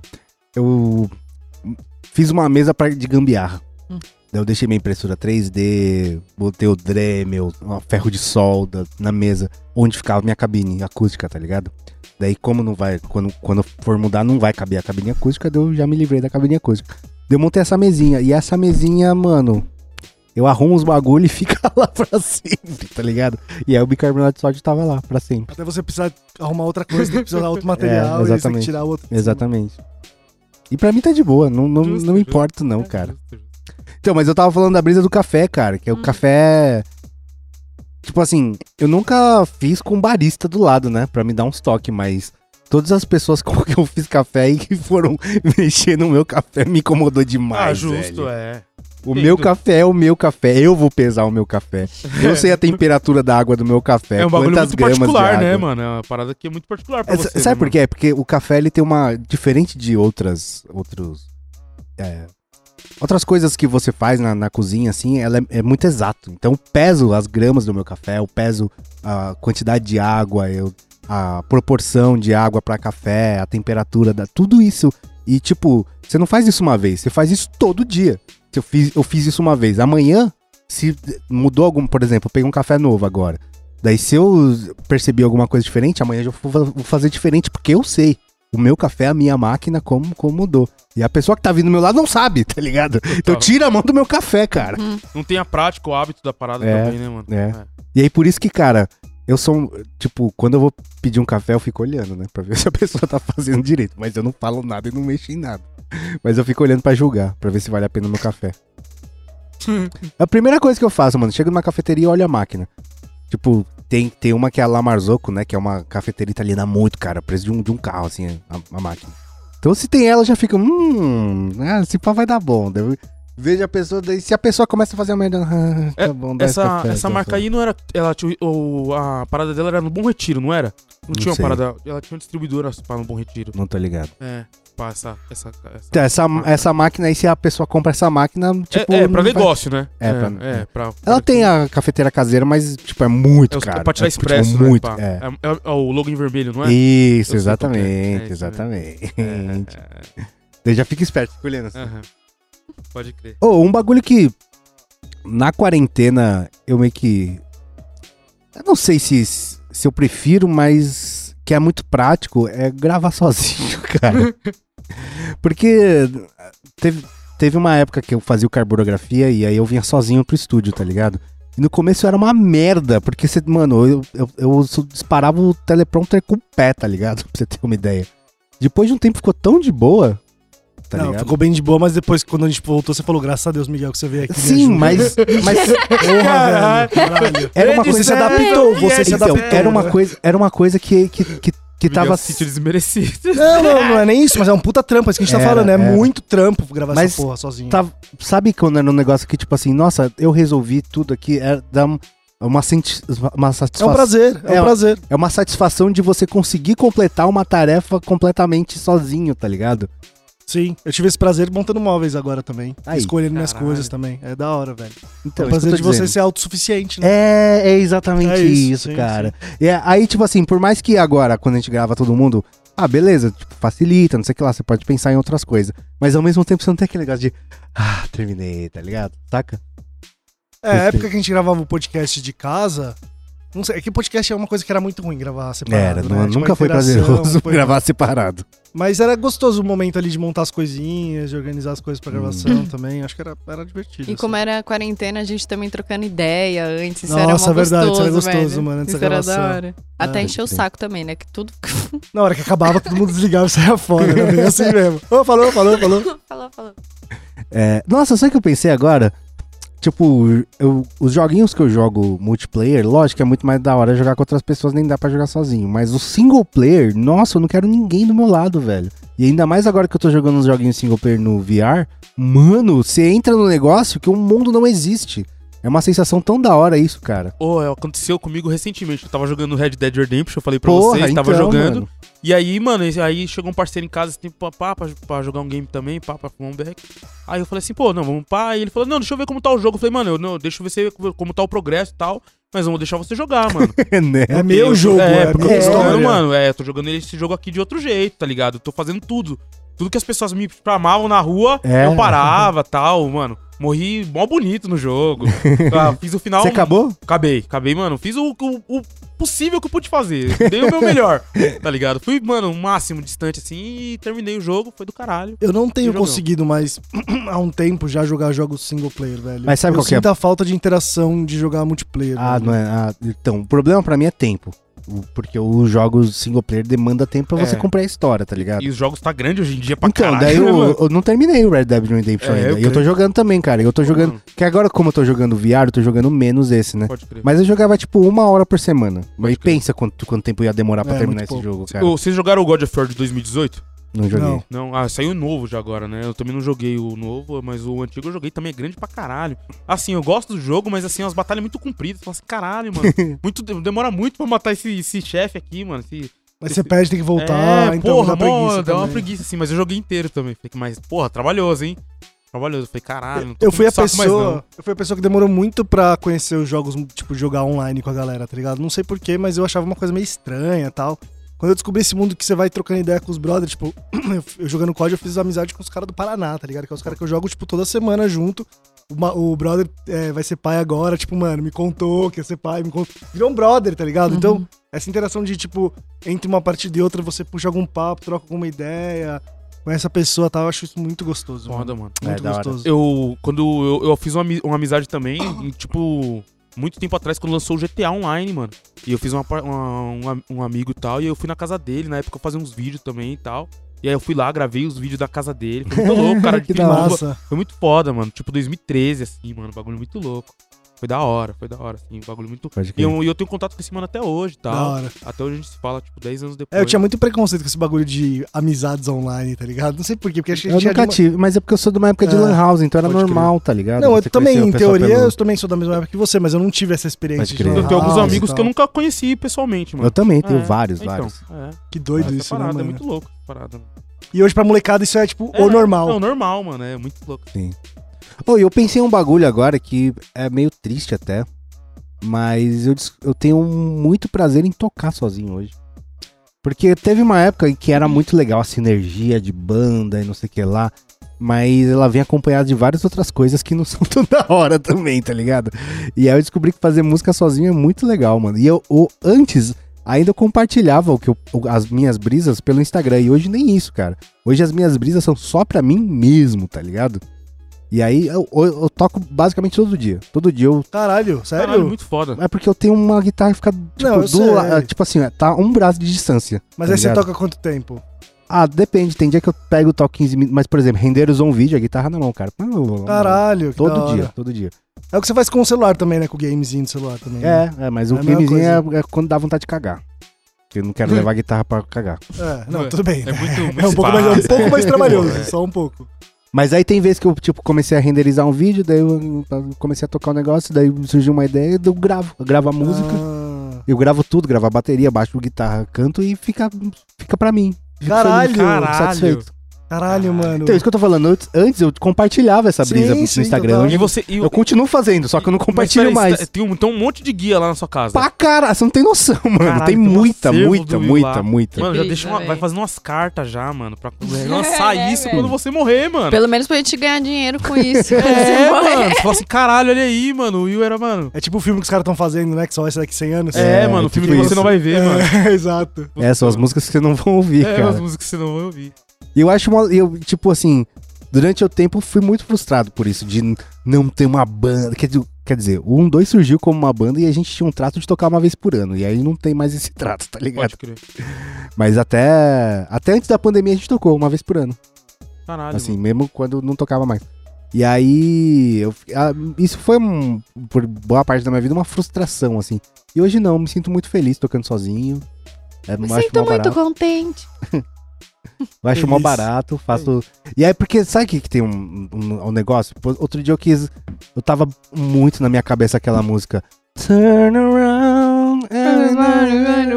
A: Eu fiz uma mesa pra, de gambiarra. Daí eu deixei minha impressora 3D, botei o Dremel, uma ferro de solda na mesa, onde ficava minha cabine acústica, tá ligado? Daí, como não vai, quando, quando eu for mudar, não vai caber a cabine acústica, daí eu já me livrei da cabine acústica. Daí eu montei essa mesinha, e essa mesinha, mano, eu arrumo os bagulho e fica lá pra sempre, tá ligado? E aí o bicarbonato de sódio tava lá pra sempre.
B: Até você precisar arrumar outra coisa, tem que precisar de outro material, e aí você tem que
A: exatamente.
B: tirar outro.
A: Exatamente. E pra mim tá de boa, não, não,
C: Justo,
A: não me
C: É justo.
A: importo não, cara. Então, mas eu tava falando da brisa do café, cara,
C: Hum.
A: que é o café... Tipo assim, eu nunca fiz com barista do lado, né, Pra me dar uns toques, mas... Todas as pessoas com que eu fiz café e que foram mexer no meu café me incomodou demais,
C: Ah, justo,
A: velho.
C: é.
A: O meu café é o meu café, eu vou pesar o meu café. Eu sei a temperatura da água do meu café,
C: É um bagulho
A: quantas
C: muito
A: gramas de
C: particular,
A: água.
C: né, mano? É uma parada que é muito particular pra
A: É,
C: você.
A: sabe
C: né,
A: por
C: mano?
A: quê? É porque o café ele tem uma diferente de outras outros é, outras coisas que você faz na, na cozinha assim, ela é, é muito exato. Então eu peso as gramas do meu café, eu peso a quantidade de água, eu a proporção de água pra café, a temperatura da tudo isso e tipo você não faz isso uma vez, você faz isso todo dia. Se eu fiz eu fiz isso uma vez, amanhã se mudou algum, por exemplo, eu peguei um café novo agora. Daí se eu perceber alguma coisa diferente, amanhã eu já vou fa- vou fazer diferente, porque eu sei. O meu café, a minha máquina, como, como mudou. E a pessoa que tá vindo do meu lado não sabe, tá ligado? Então tira a mão do meu café, cara.
C: Não tem a prática, o hábito da parada
A: É,
C: também, né, mano?
A: é. E aí por isso que, cara, eu sou um, Tipo, quando eu vou pedir um café, eu fico olhando, né? Pra ver se a pessoa tá fazendo direito. Mas eu não falo nada e não mexo em nada. Mas eu fico olhando pra julgar, pra ver se vale a pena o meu café. a primeira coisa que eu faço, mano, chego numa cafeteria e olho a máquina. Tipo, tem, tem uma que é a La Marzocco, né? Que é uma cafeteria italiana muito cara, preço de um, de um carro, assim, a, a máquina. Então se tem ela, eu já fica, hum, ah, esse pá vai dar bom. Daí eu Vejo a pessoa, daí se a pessoa começa a fazer a merda, ah, tá bom, dá esse
C: É, Essa,
A: café,
C: essa
A: tá
C: marca
A: bom.
C: aí não era. Ela tinha, o- a parada dela era no Bom Retiro, não era? Não, tinha uma
A: sei.
C: parada. Ela tinha uma distribuidora pra no Bom Retiro.
A: Não tô ligado.
C: É. Pá, essa. essa, essa-
A: Então, essa, essa máquina aí, se a pessoa compra essa máquina, tipo.
C: é, é,
A: não vai-
C: pra negócio, né?
A: É, pra-
C: é, pra-
A: Ela tem a cafeteira caseira, mas, tipo, é muito
C: É os-
A: cara.
C: pra tirar
A: é, tipo,
C: expresso, né,
A: muito.
C: pá?
A: é.
C: É, é o logo em vermelho, não é?
A: Isso,
C: Eu sei qual que é. É isso
A: exatamente,
C: mesmo.
A: exatamente.
C: É, é,
A: Eu já fico esperto, fico olhando assim.
C: é, aham. Pode crer.
A: Ô, um bagulho que na quarentena eu meio que. Eu não sei se, se eu prefiro, mas que é muito prático é gravar sozinho, cara. Porque teve, teve uma época que eu fazia o carburografia e aí eu vinha sozinho pro estúdio, tá ligado? E no começo era uma merda, porque você, mano, eu, eu, eu só disparava o teleprompter com o pé, tá ligado? Pra você ter uma ideia. Depois de um tempo ficou tão de boa, tá
B: não,
A: ligado?
B: ficou bem de boa, mas depois, quando a gente voltou, você falou, graças a Deus, Miguel, que você veio aqui. me
A: Sim,
B: ajuda."
A: mas, mas
B: Porra, velho, caralho.
A: era uma
C: Ele
A: coisa
B: se adaptou, você se
A: Então,
B: adaptou.
A: era uma
B: né?
A: coisa, era uma coisa que que, que, que tava
C: Miguel se sentiu desmerecido.
B: Não, não, não é nem isso, mas é um puta trampo, é isso que a gente tá
A: Era,
B: falando, é
A: era.
B: muito trampo gravar
A: Mas
B: essa porra sozinho.
A: tava- sabe quando era um negócio que tipo assim, nossa, eu resolvi tudo aqui, é, dá um- uma, senti- uma
B: É um
A: satisfação,
B: prazer, é,
A: É,
B: um prazer.
A: é uma satisfação de você conseguir completar uma tarefa completamente sozinho, tá ligado?
B: Sim, eu tive esse prazer montando móveis agora também.
A: Aí.
B: escolhendo minhas
C: Caralho.
B: coisas também. É da hora, velho.
A: Então,
B: é o
A: isso que
B: prazer
A: eu
B: de
A: tô
B: você
A: dizendo.
B: ser autossuficiente, né?
A: É, é exatamente
B: É isso,
A: isso,
B: sim,
A: cara. E é- aí, tipo assim, por mais que agora, quando a gente grava todo mundo, ah, beleza, tipo, facilita, não sei o que lá, você pode pensar em outras coisas. Mas ao mesmo tempo você não tem aquele negócio de, ah, terminei, tá ligado? Saca?
B: É, a época que a gente gravava o podcast de casa. Não sei, é que podcast é uma coisa que era muito ruim gravar separado.
A: Era,
B: né?
A: não-
B: Tipo,
A: nunca
B: a
A: foi
B: interação,
A: prazeroso
B: foi-
A: gravar separado.
B: Mas era gostoso o momento ali de montar as coisinhas, de organizar as coisas pra gravação também. Acho que era, era divertido. assim.
D: E como era a quarentena, a gente também trocando ideia antes. Isso era
B: Nossa,
D: mó
B: verdade, isso era
D: gostoso,
B: gostoso,
D: velho.
B: mano, essa
D: Isso era
B: gravação.
D: da hora. Até encher o
A: sim.
D: saco também, né? Que tudo
B: assim. Na hora que acabava, todo mundo desligava e saia fora. Era bem assim mesmo. Ô, falou, falou, falou.
D: falou, falou.
A: É, nossa, sabe o que eu pensei agora? Tipo, eu- os joguinhos que eu jogo multiplayer, lógico que é muito mais da hora jogar com outras pessoas, nem dá pra jogar sozinho. Mas o single player, nossa, eu não quero ninguém do meu lado, velho. E ainda mais agora que eu tô jogando uns joguinhos single player no VR, mano, você entra no negócio que o mundo não existe. É uma sensação tão da hora isso, cara.
C: Ô, aconteceu comigo recentemente. Eu tava jogando Red Dead Redemption, eu falei pra
A: Porra,
C: vocês, tava
A: então,
C: jogando.
A: mano.
C: E aí, mano, esse- aí chegou um parceiro em casa, assim, pá, pá, pra, pra jogar um game também, pá, pra fumar um beck. Aí eu falei assim, pô, não, vamos pá. Aí ele falou, não, deixa eu ver como tá o jogo. Eu falei, mano, eu, não, deixa eu ver se- como tá o progresso e tal. Mas vamos deixar você jogar, mano.
A: É, né?
B: É meu
C: Eu-
B: jogo,
C: é,
B: é,
C: porque
B: minha
C: eu tô jogando,
B: história.
C: mano, é, eu tô jogando esse jogo aqui de outro jeito, tá ligado? Eu tô fazendo tudo. Tudo que as pessoas me chamavam na rua,
A: É.
C: eu parava tal, mano. Morri mó bonito no jogo. Ah, fiz o final.
A: Você acabou?
C: Acabei, acabei, mano. Fiz o, o- o possível que eu pude fazer. Dei o meu melhor, tá ligado? Fui, mano, o máximo distante assim e terminei o jogo. Foi do caralho.
B: Eu não tenho
C: Jogão.
B: conseguido mais, há um tempo, já jogar jogos single player, velho.
A: Mas sabe
B: eu
A: qual que é?
B: sinto a falta de interação de jogar multiplayer.
A: Ah,
B: velho.
A: não é. ah, então, o problema pra mim é tempo. O- Porque os jogos single player demanda tempo pra
C: É.
A: você comprar a história, tá ligado?
C: E os jogos tá grande hoje em dia pra
A: Então,
C: caralho.
A: daí
C: né,
A: eu,
C: mano?
A: eu não terminei o Red Dead Redemption
C: É, eu
A: ainda. E eu
C: creio.
A: tô jogando também, cara. Eu tô jogando.
B: Uhum.
C: mano.
A: Que agora, como eu tô jogando VR, eu tô jogando menos esse, né?
C: Pode crer.
A: Mas eu jogava tipo uma hora por semana. Mas
C: crer.
A: pensa quanto, quanto tempo ia demorar pra
B: É,
A: terminar esse
B: muito
A: jogo, cara.
C: Ô, Vocês jogaram o God of War de 2018?
A: Não joguei.
B: Não.
C: Não, ah, saiu o novo já agora, né? Eu também não joguei o novo, mas o antigo eu joguei também é grande pra caralho. Assim, eu gosto do jogo, mas assim, as batalhas muito compridas. Fala assim, caralho, mano. muito, demora muito pra matar esse, esse chefe aqui, mano. Esse,
B: Mas você perde, tem que voltar,
C: é,
B: então
C: porra,
B: dá preguiça.
C: mó, dá uma
B: também.
C: preguiça, assim, mas eu joguei inteiro também. Fiquei, mas, porra, trabalhoso, hein? Trabalhoso. Eu Falei, caralho, Ah, não tô
B: Eu
C: com
B: fui a
C: saco mais não.
B: pessoa. Eu fui a pessoa que demorou muito pra conhecer os jogos, tipo, jogar online com a galera, tá ligado? Não sei porquê, mas eu achava uma coisa meio estranha e tal. Quando eu descobri esse mundo que você vai trocando ideia com os brothers, tipo, eu, eu jogando COD, eu fiz amizade com os caras do Paraná, tá ligado? Que é os caras que eu jogo, tipo, toda semana junto. Uma- o brother é, vai ser pai agora, tipo, mano, me contou que ia ser pai, me contou. Virou um brother, tá ligado? Então, essa interação de, tipo, entre uma partida e outra, você puxa algum papo, troca alguma ideia, conhece a pessoa e tal, eu acho isso muito gostoso.
C: Foda,
B: mano.
C: mano.
B: Muito
A: É, da hora.
B: gostoso.
C: Eu, quando eu, eu fiz uma, ami- uma amizade também, em, tipo, muito tempo atrás, quando lançou o GTA Online, mano. E eu fiz uma, par- uma- um, am- um amigo e tal, e eu fui na casa dele, na época eu fazia uns vídeos também e tal. E aí eu fui lá, gravei os vídeos da casa dele. Foi muito louco, cara.
A: Que
C: que
A: da hora.
C: louco.
B: Massa.
C: Foi muito foda, mano. Tipo, 2013, assim, mano. Bagulho muito louco. Foi da hora, foi da hora, assim. Bagulho muito.
A: Pode
C: E
A: crer.
C: eu, e eu tenho contato com esse mano até hoje e
B: Da
C: tal.
B: hora.
C: Até hoje a gente se fala, tipo, 10 anos depois.
B: É, eu tinha muito preconceito com esse bagulho de amizades online, tá ligado? Não sei por quê, porque achei que
A: Eu
B: tinha
A: nunca
B: de uma-
A: tive, mas é porque eu sou de uma época de
B: É.
A: Lan House, então era
C: Pode crer.
A: normal, tá ligado?
B: Não, eu
A: Você
B: também,
A: conhecer o
B: em
A: pessoal
B: teoria,
A: pelo-
B: eu também sou da mesma época que você, mas eu não tive essa experiência.
A: Pode crer.
B: de
C: Eu tenho alguns
B: house e
C: amigos que eu
B: tal.
C: nunca conheci pessoalmente, mano.
A: Eu também, tenho
C: É,
A: vários,
C: então,
A: vários.
C: É.
B: Que doido
C: Essa
B: isso,
C: parada,
B: né,
C: é
B: mano?
C: muito louco essa parada.
B: E hoje pra molecada isso é, tipo,
C: É,
B: o normal.
C: Não, normal, mano. É muito louco.
A: Ô, e eu pensei em um bagulho agora que é meio triste até. Mas eu, des- eu tenho um muito prazer em tocar sozinho hoje. Porque teve uma época em que era muito legal a sinergia de banda e não sei o que lá. Mas ela vem acompanhada de várias outras coisas que não são tão da hora também, tá ligado? E aí eu descobri que fazer música sozinho é muito legal, mano. E eu, o- antes, ainda eu compartilhava o que eu- o- as minhas brisas pelo Instagram. E hoje nem isso, cara. Hoje as minhas brisas são só pra mim mesmo, tá ligado? E aí eu, eu- eu toco basicamente todo dia. Todo dia eu.
B: Caralho, sério?
C: Caralho, muito foda.
A: É porque eu tenho uma guitarra que fica, tipo,
B: Não, eu sei.
A: do la- Tipo assim, é, tá um braço de distância.
B: mas
A: tá
B: aí você
A: ligado?
B: toca quanto tempo?
A: Ah, depende. Tem dia que eu pego, toco 15 minutos. Mas, por exemplo, renderos um vídeo, a guitarra na mão, cara.
B: Caralho, que da
A: Todo
B: hora.
A: dia, todo dia.
B: É o que você faz com o celular também, né? Com o gamezinho do celular também. né?
A: É, é, mas o
B: É a mesma Hum.
A: gamezinho é, é quando dá vontade de cagar. Porque eu não quero levar a guitarra pra cagar.
B: É, não, tudo bem.
C: É muito, muito
B: É um pouco mais, é um
C: espaço,
B: pouco mais
C: é.
B: trabalhoso,
C: É.
B: só um pouco.
A: Mas aí tem vezes que eu, tipo, comecei a renderizar um vídeo, daí eu eu comecei a tocar um negócio, daí surgiu uma ideia, eu gravo. Eu gravo a música.
B: Ah,
A: Eu gravo tudo, gravo a bateria, baixo guitarra, canto e fica, fica pra mim. Fico
B: Caralho!
A: fico
C: Caralho!
A: satisfeito.
B: caralho, mano.
A: Então, isso que eu tô falando. Antes, antes eu compartilhava essa
B: Sim,
A: brisa no
B: sim,
A: Instagram.
B: total.
A: Hoje
C: E você. E,
A: eu continuo fazendo, só que eu não
C: mas
A: compartilho
C: peraí,
A: mais.
C: você tá- Tem um, tem um monte de guia lá na sua casa.
A: Pra cara, você não tem noção, mano.
C: Caralho,
A: tem
C: tem um
A: muita,
C: acervo
A: muita,
C: do Will
A: muita,
C: lá.
A: muita.
C: Mano, já
H: Brisa,
C: deixa uma, vai
H: velho.
C: fazendo umas cartas já, mano, pra lançar
D: É, né,
C: isso
D: velho?
C: quando você morrer, mano.
H: Pelo menos pra gente ganhar dinheiro com isso.
C: É, mano. Você fala assim, caralho, olha aí, mano. O Will era, mano.
B: É tipo o filme que os caras estão fazendo, né? Que só vai sair daqui 100 anos.
C: É,
A: É,
C: mano, o
A: tipo
C: filme que
A: isso.
C: você não vai ver, mano.
B: É, exato.
A: É, são as músicas que vocês não vão ouvir,
C: É, as
A: cara.
C: músicas que você não vai ouvir.
A: E eu acho, uma, eu, tipo assim, durante o tempo fui muito frustrado por isso, de n- não ter uma banda. Quer dizer, quer dizer, o 1, 2 surgiu como uma banda e a gente tinha um trato de tocar uma vez por ano. E aí não tem mais esse trato, tá ligado?
C: Pode crer.
A: Mas até, até antes da pandemia a gente tocou uma vez por ano.
C: Caralho.
A: Assim, mesmo quando não tocava mais. E aí, eu fi- ah, isso foi, um, por boa parte da minha vida, uma frustração, assim. E hoje não, me sinto muito feliz tocando sozinho. É,
D: Me
A: eu acho
D: sinto
A: mó
D: muito
A: barato.
D: contente.
A: Eu acho mó
B: Feliz.
A: barato, faço. E aí, porque sabe o que, que tem um, um, um negócio? Pô, Outro dia eu quis. Eu tava muito na minha cabeça aquela música. Turn around.
D: né?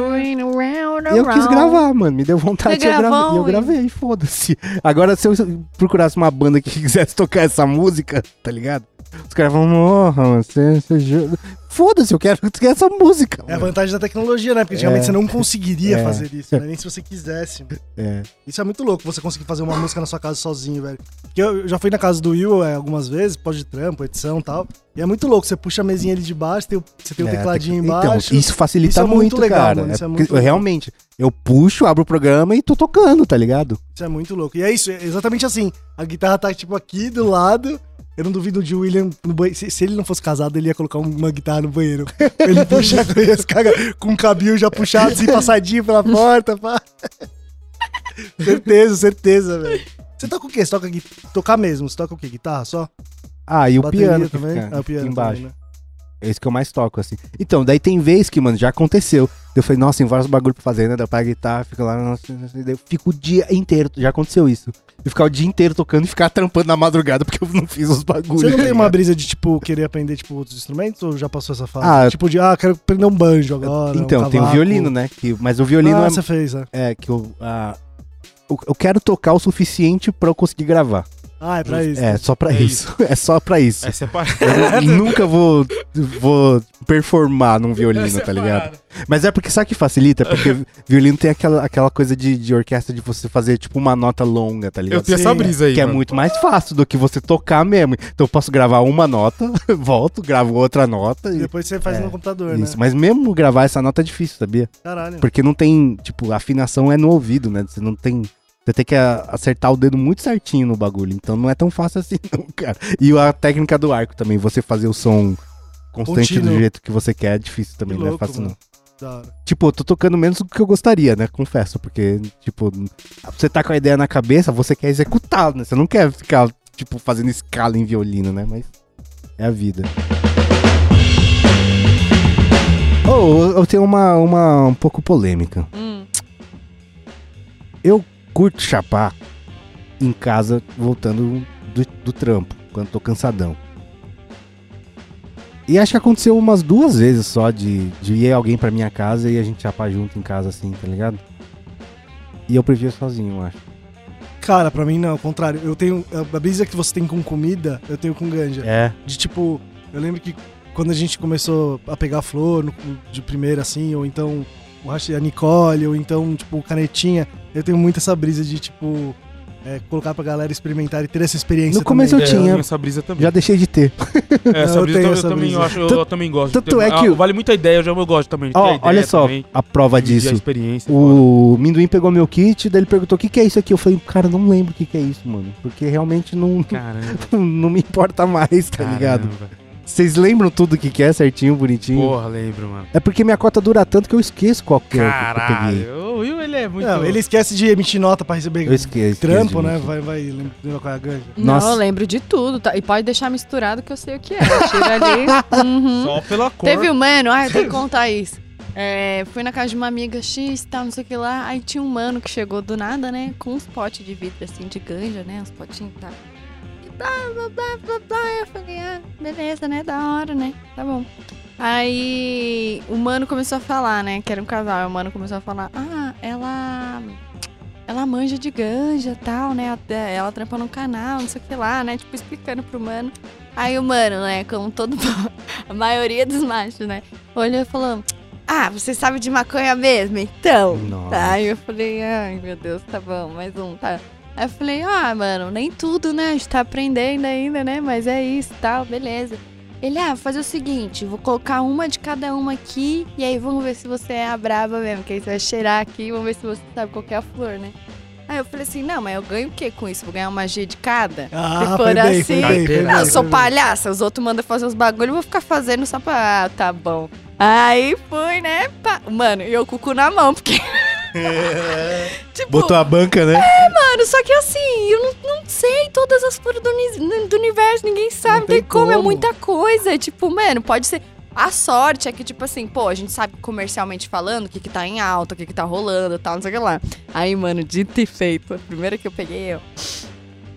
A: E eu quis gravar, mano. Me deu vontade
D: Você
A: eu gravei.
D: gravou, um?
A: E eu
D: hein?
A: gravei, foda-se. Agora, se eu procurasse uma banda que quisesse tocar essa música, tá ligado? Os caras vão, morra, mano. você- você jura?" Foda-se, eu quero eu quero essa música.
B: É a
A: mano.
B: vantagem da tecnologia, né? Porque antigamente
A: É.
B: você não conseguiria
A: É.
B: fazer isso, né? Nem se você quisesse. mano.
A: É.
B: Isso é muito louco, você conseguir fazer uma música na sua casa sozinho, velho. Porque eu eu já fui na casa do Will é, algumas vezes, pós de trampo, edição e tal. E é muito louco, você puxa a mesinha ali de baixo, tem o- você tem o
A: É,
B: tecladinho
A: tem que-
B: embaixo.
A: Então, isso facilita
B: Isso é
A: muito,
B: muito legal,
A: cara.
B: mano,
A: É
B: isso é
A: porque
B: muito legal.
A: Realmente, eu puxo, abro o programa e tô tocando, tá ligado?
B: Isso é muito louco. E é isso, é exatamente assim. A guitarra tá, tipo, aqui do lado. Eu não duvido de William no banheiro. Se, se ele não fosse casado, ele ia colocar uma guitarra no banheiro. Ele puxa as cagas com o cabinho já puxado, assim, passadinho pela porta, pá. certeza, certeza, velho. Você toca o quê? Você toca gui- tocar mesmo? Você toca o quê? Guitarra só?
A: Ah, e o
B: Bateria
A: piano que
B: também?
A: fica
B: ah, o piano
A: embaixo.
B: também, né?
A: É isso que eu mais toco, assim. Então, daí tem vez que, mano, já aconteceu. Eu falei, nossa, tem vários bagulho pra fazer, né? Daí Eu pego a guitarra, fico lá, nossa, nossa, daí eu fico o dia inteiro. Já aconteceu isso. Eu ficar o dia inteiro tocando e ficar trampando na madrugada porque eu não fiz os Tá bagulhos.
B: Você não tem uma brisa de, tipo, querer aprender, tipo, outros instrumentos? Ou já passou essa fase?
A: Ah,
B: tipo de, ah, quero aprender um banjo agora.
A: Então,
B: um
A: tem o
B: cavaco.
A: violino, né? Que, mas o
B: Ah,
A: violino é-
B: você fez, né?
A: é, que eu, ah, eu. Eu quero tocar o suficiente pra eu conseguir gravar.
B: Ah, é pra isso.
A: É, só pra
C: É
A: isso. É só pra isso.
C: É separado.
A: Eu nunca vou, vou performar num violino,
B: é
A: tá ligado? Mas é porque sabe o que facilita? Porque violino tem aquela, aquela coisa de, de orquestra de você fazer tipo uma nota longa, tá
C: Eu
A: ligado?
C: tenho essa
B: Sim.
C: brisa aí.
A: que é
C: mano.
A: muito mais fácil do que você tocar mesmo. Então eu posso gravar uma nota, volto, gravo outra nota. E...
B: Depois você faz no computador,
A: É, Isso,
B: né?
A: mas mesmo gravar essa nota é difícil, sabia?
B: Caralho.
A: Porque não tem, tipo, a afinação é no ouvido, né? Você não tem. Você tem que a- acertar o dedo muito certinho no bagulho. Então não é tão fácil assim, não, cara. E a técnica do arco também, você fazer o som constante do
B: Contínuo.
A: jeito que você quer é difícil também,
B: Que
A: não é
B: louco,
A: fácil, não.
B: mano. Da hora.
A: Tipo, eu tô tocando menos do que eu gostaria, né? Confesso, porque, tipo, você tá com a ideia na cabeça, você quer executar, né? Você não quer ficar, tipo, fazendo escala em violino, né? Mas é a vida. Oh, eu- eu tenho uma, uma um pouco polêmica.
D: Hum.
A: Eu curto chapar em casa, voltando do, do trampo, quando tô cansadão. E acho que aconteceu umas duas vezes só de, de ir alguém pra minha casa e a gente chapar junto em casa, assim, tá ligado? E eu prefiro sozinho, eu acho.
B: Cara, pra mim não, ao contrário. Eu tenho. A brisa que você tem com comida, eu tenho com ganja.
A: É.
B: De tipo, eu lembro que quando a gente começou a pegar flor no- de primeira, assim, ou então o racha- a Nicole, ou então, tipo, canetinha, eu tenho muito essa brisa de, tipo, é, colocar pra galera experimentar e ter essa experiência.
A: No começo
B: também.
A: eu
C: É,
A: tinha.
C: tenho essa brisa também.
A: Já deixei de ter.
C: É, essa
B: eu
C: brisa
B: tenho essa
C: também, eu também,
B: brisa.
C: eu acho- eu
A: Tanto-
C: também gosto.
A: tanto
C: Tem-
A: é que
C: ah,
A: o-
C: Vale muito a ideia, eu já eu gosto também. de ter
A: Ó,
C: a ideia
A: olha só
C: também,
A: a prova
C: dividir a
A: disso.
C: experiência.
A: O Minduim pegou meu kit, daí ele perguntou o que, que é isso aqui. Eu falei, cara, não lembro o que, que é isso, mano. Porque realmente não,
C: Caramba,
A: não me importa mais, tá ligado?
C: caramba.
A: Vocês lembram tudo que que é certinho, bonitinho?
C: Porra, lembro, mano.
A: É porque minha cota dura tanto que eu esqueço qual que é o que eu peguei.
C: Caralho, o Will ele é muito.
B: Não, ele esquece de emitir nota pra receber
A: Eu esqueço. esqueço
B: trampo,
A: de
B: né?
A: mentir.
B: Vai, vai, lembra qual é a ganja.
A: Nossa.
H: Não, eu lembro de tudo. tá? E pode deixar misturado que eu sei o que é. Tira ali. Uhum.
C: Só pela cor.
D: Teve um mano, ah, eu tenho que contar isso. É, fui na casa de uma amiga X, tal, não sei o que lá. Aí tinha um mano que chegou do nada, né? Com uns potes de vidro, assim, de ganja, né? Uns potinhos e tal. E blá, blá, blá, blá, blá. Eu falei, ah, beleza, né? Da hora, né? Tá bom. Aí o mano começou a falar, né? Que era um casal. Aí o mano começou a falar, ah, ela. Ela manja de ganja tal, né? Até Ela trampa num canal, não sei o que lá, né? Tipo, explicando pro mano. Aí o mano, né? Como todo a maioria dos machos, né? Olhou e falou: Ah, você sabe de maconha mesmo? Então.
A: Nossa.
D: Aí eu falei: Ai, meu Deus, tá bom, mais um, tá. Aí eu falei: Ah, mano, nem tudo, né? A gente tá aprendendo ainda, né? Mas é isso tal, beleza. Ele, ah, vou fazer o seguinte, vou colocar uma de cada uma aqui, e aí vamos ver se você é a braba mesmo, que aí você vai cheirar aqui, vamos ver se você sabe qual que é a flor, né? Aí eu falei assim, não, mas eu ganho o que com isso? Vou ganhar uma G de cada?
B: Ah,
D: for
B: foi bem,
D: assim-
B: foi bem, foi bem.
D: Ah, eu sou
B: foi bem.
D: palhaça, os outros mandam fazer os bagulho, eu vou ficar fazendo só pra. Ah, tá bom. Aí fui, né? pá. Mano, e eu com o cu na mão, porque
H: Tipo,
A: Botou a banca, né?
H: mano, só que assim, eu não, não sei todas as flores do, uni- do universo, ninguém sabe,
B: Não
H: não
B: tem
H: tem, como, é
B: como.
H: muita coisa. Tipo, mano, pode ser. A sorte é que, tipo assim, pô, a gente sabe comercialmente falando o que, que tá em alta, o que, que tá rolando e tal, não sei o que lá. Aí, mano, dito e feito, a primeira que eu peguei eu.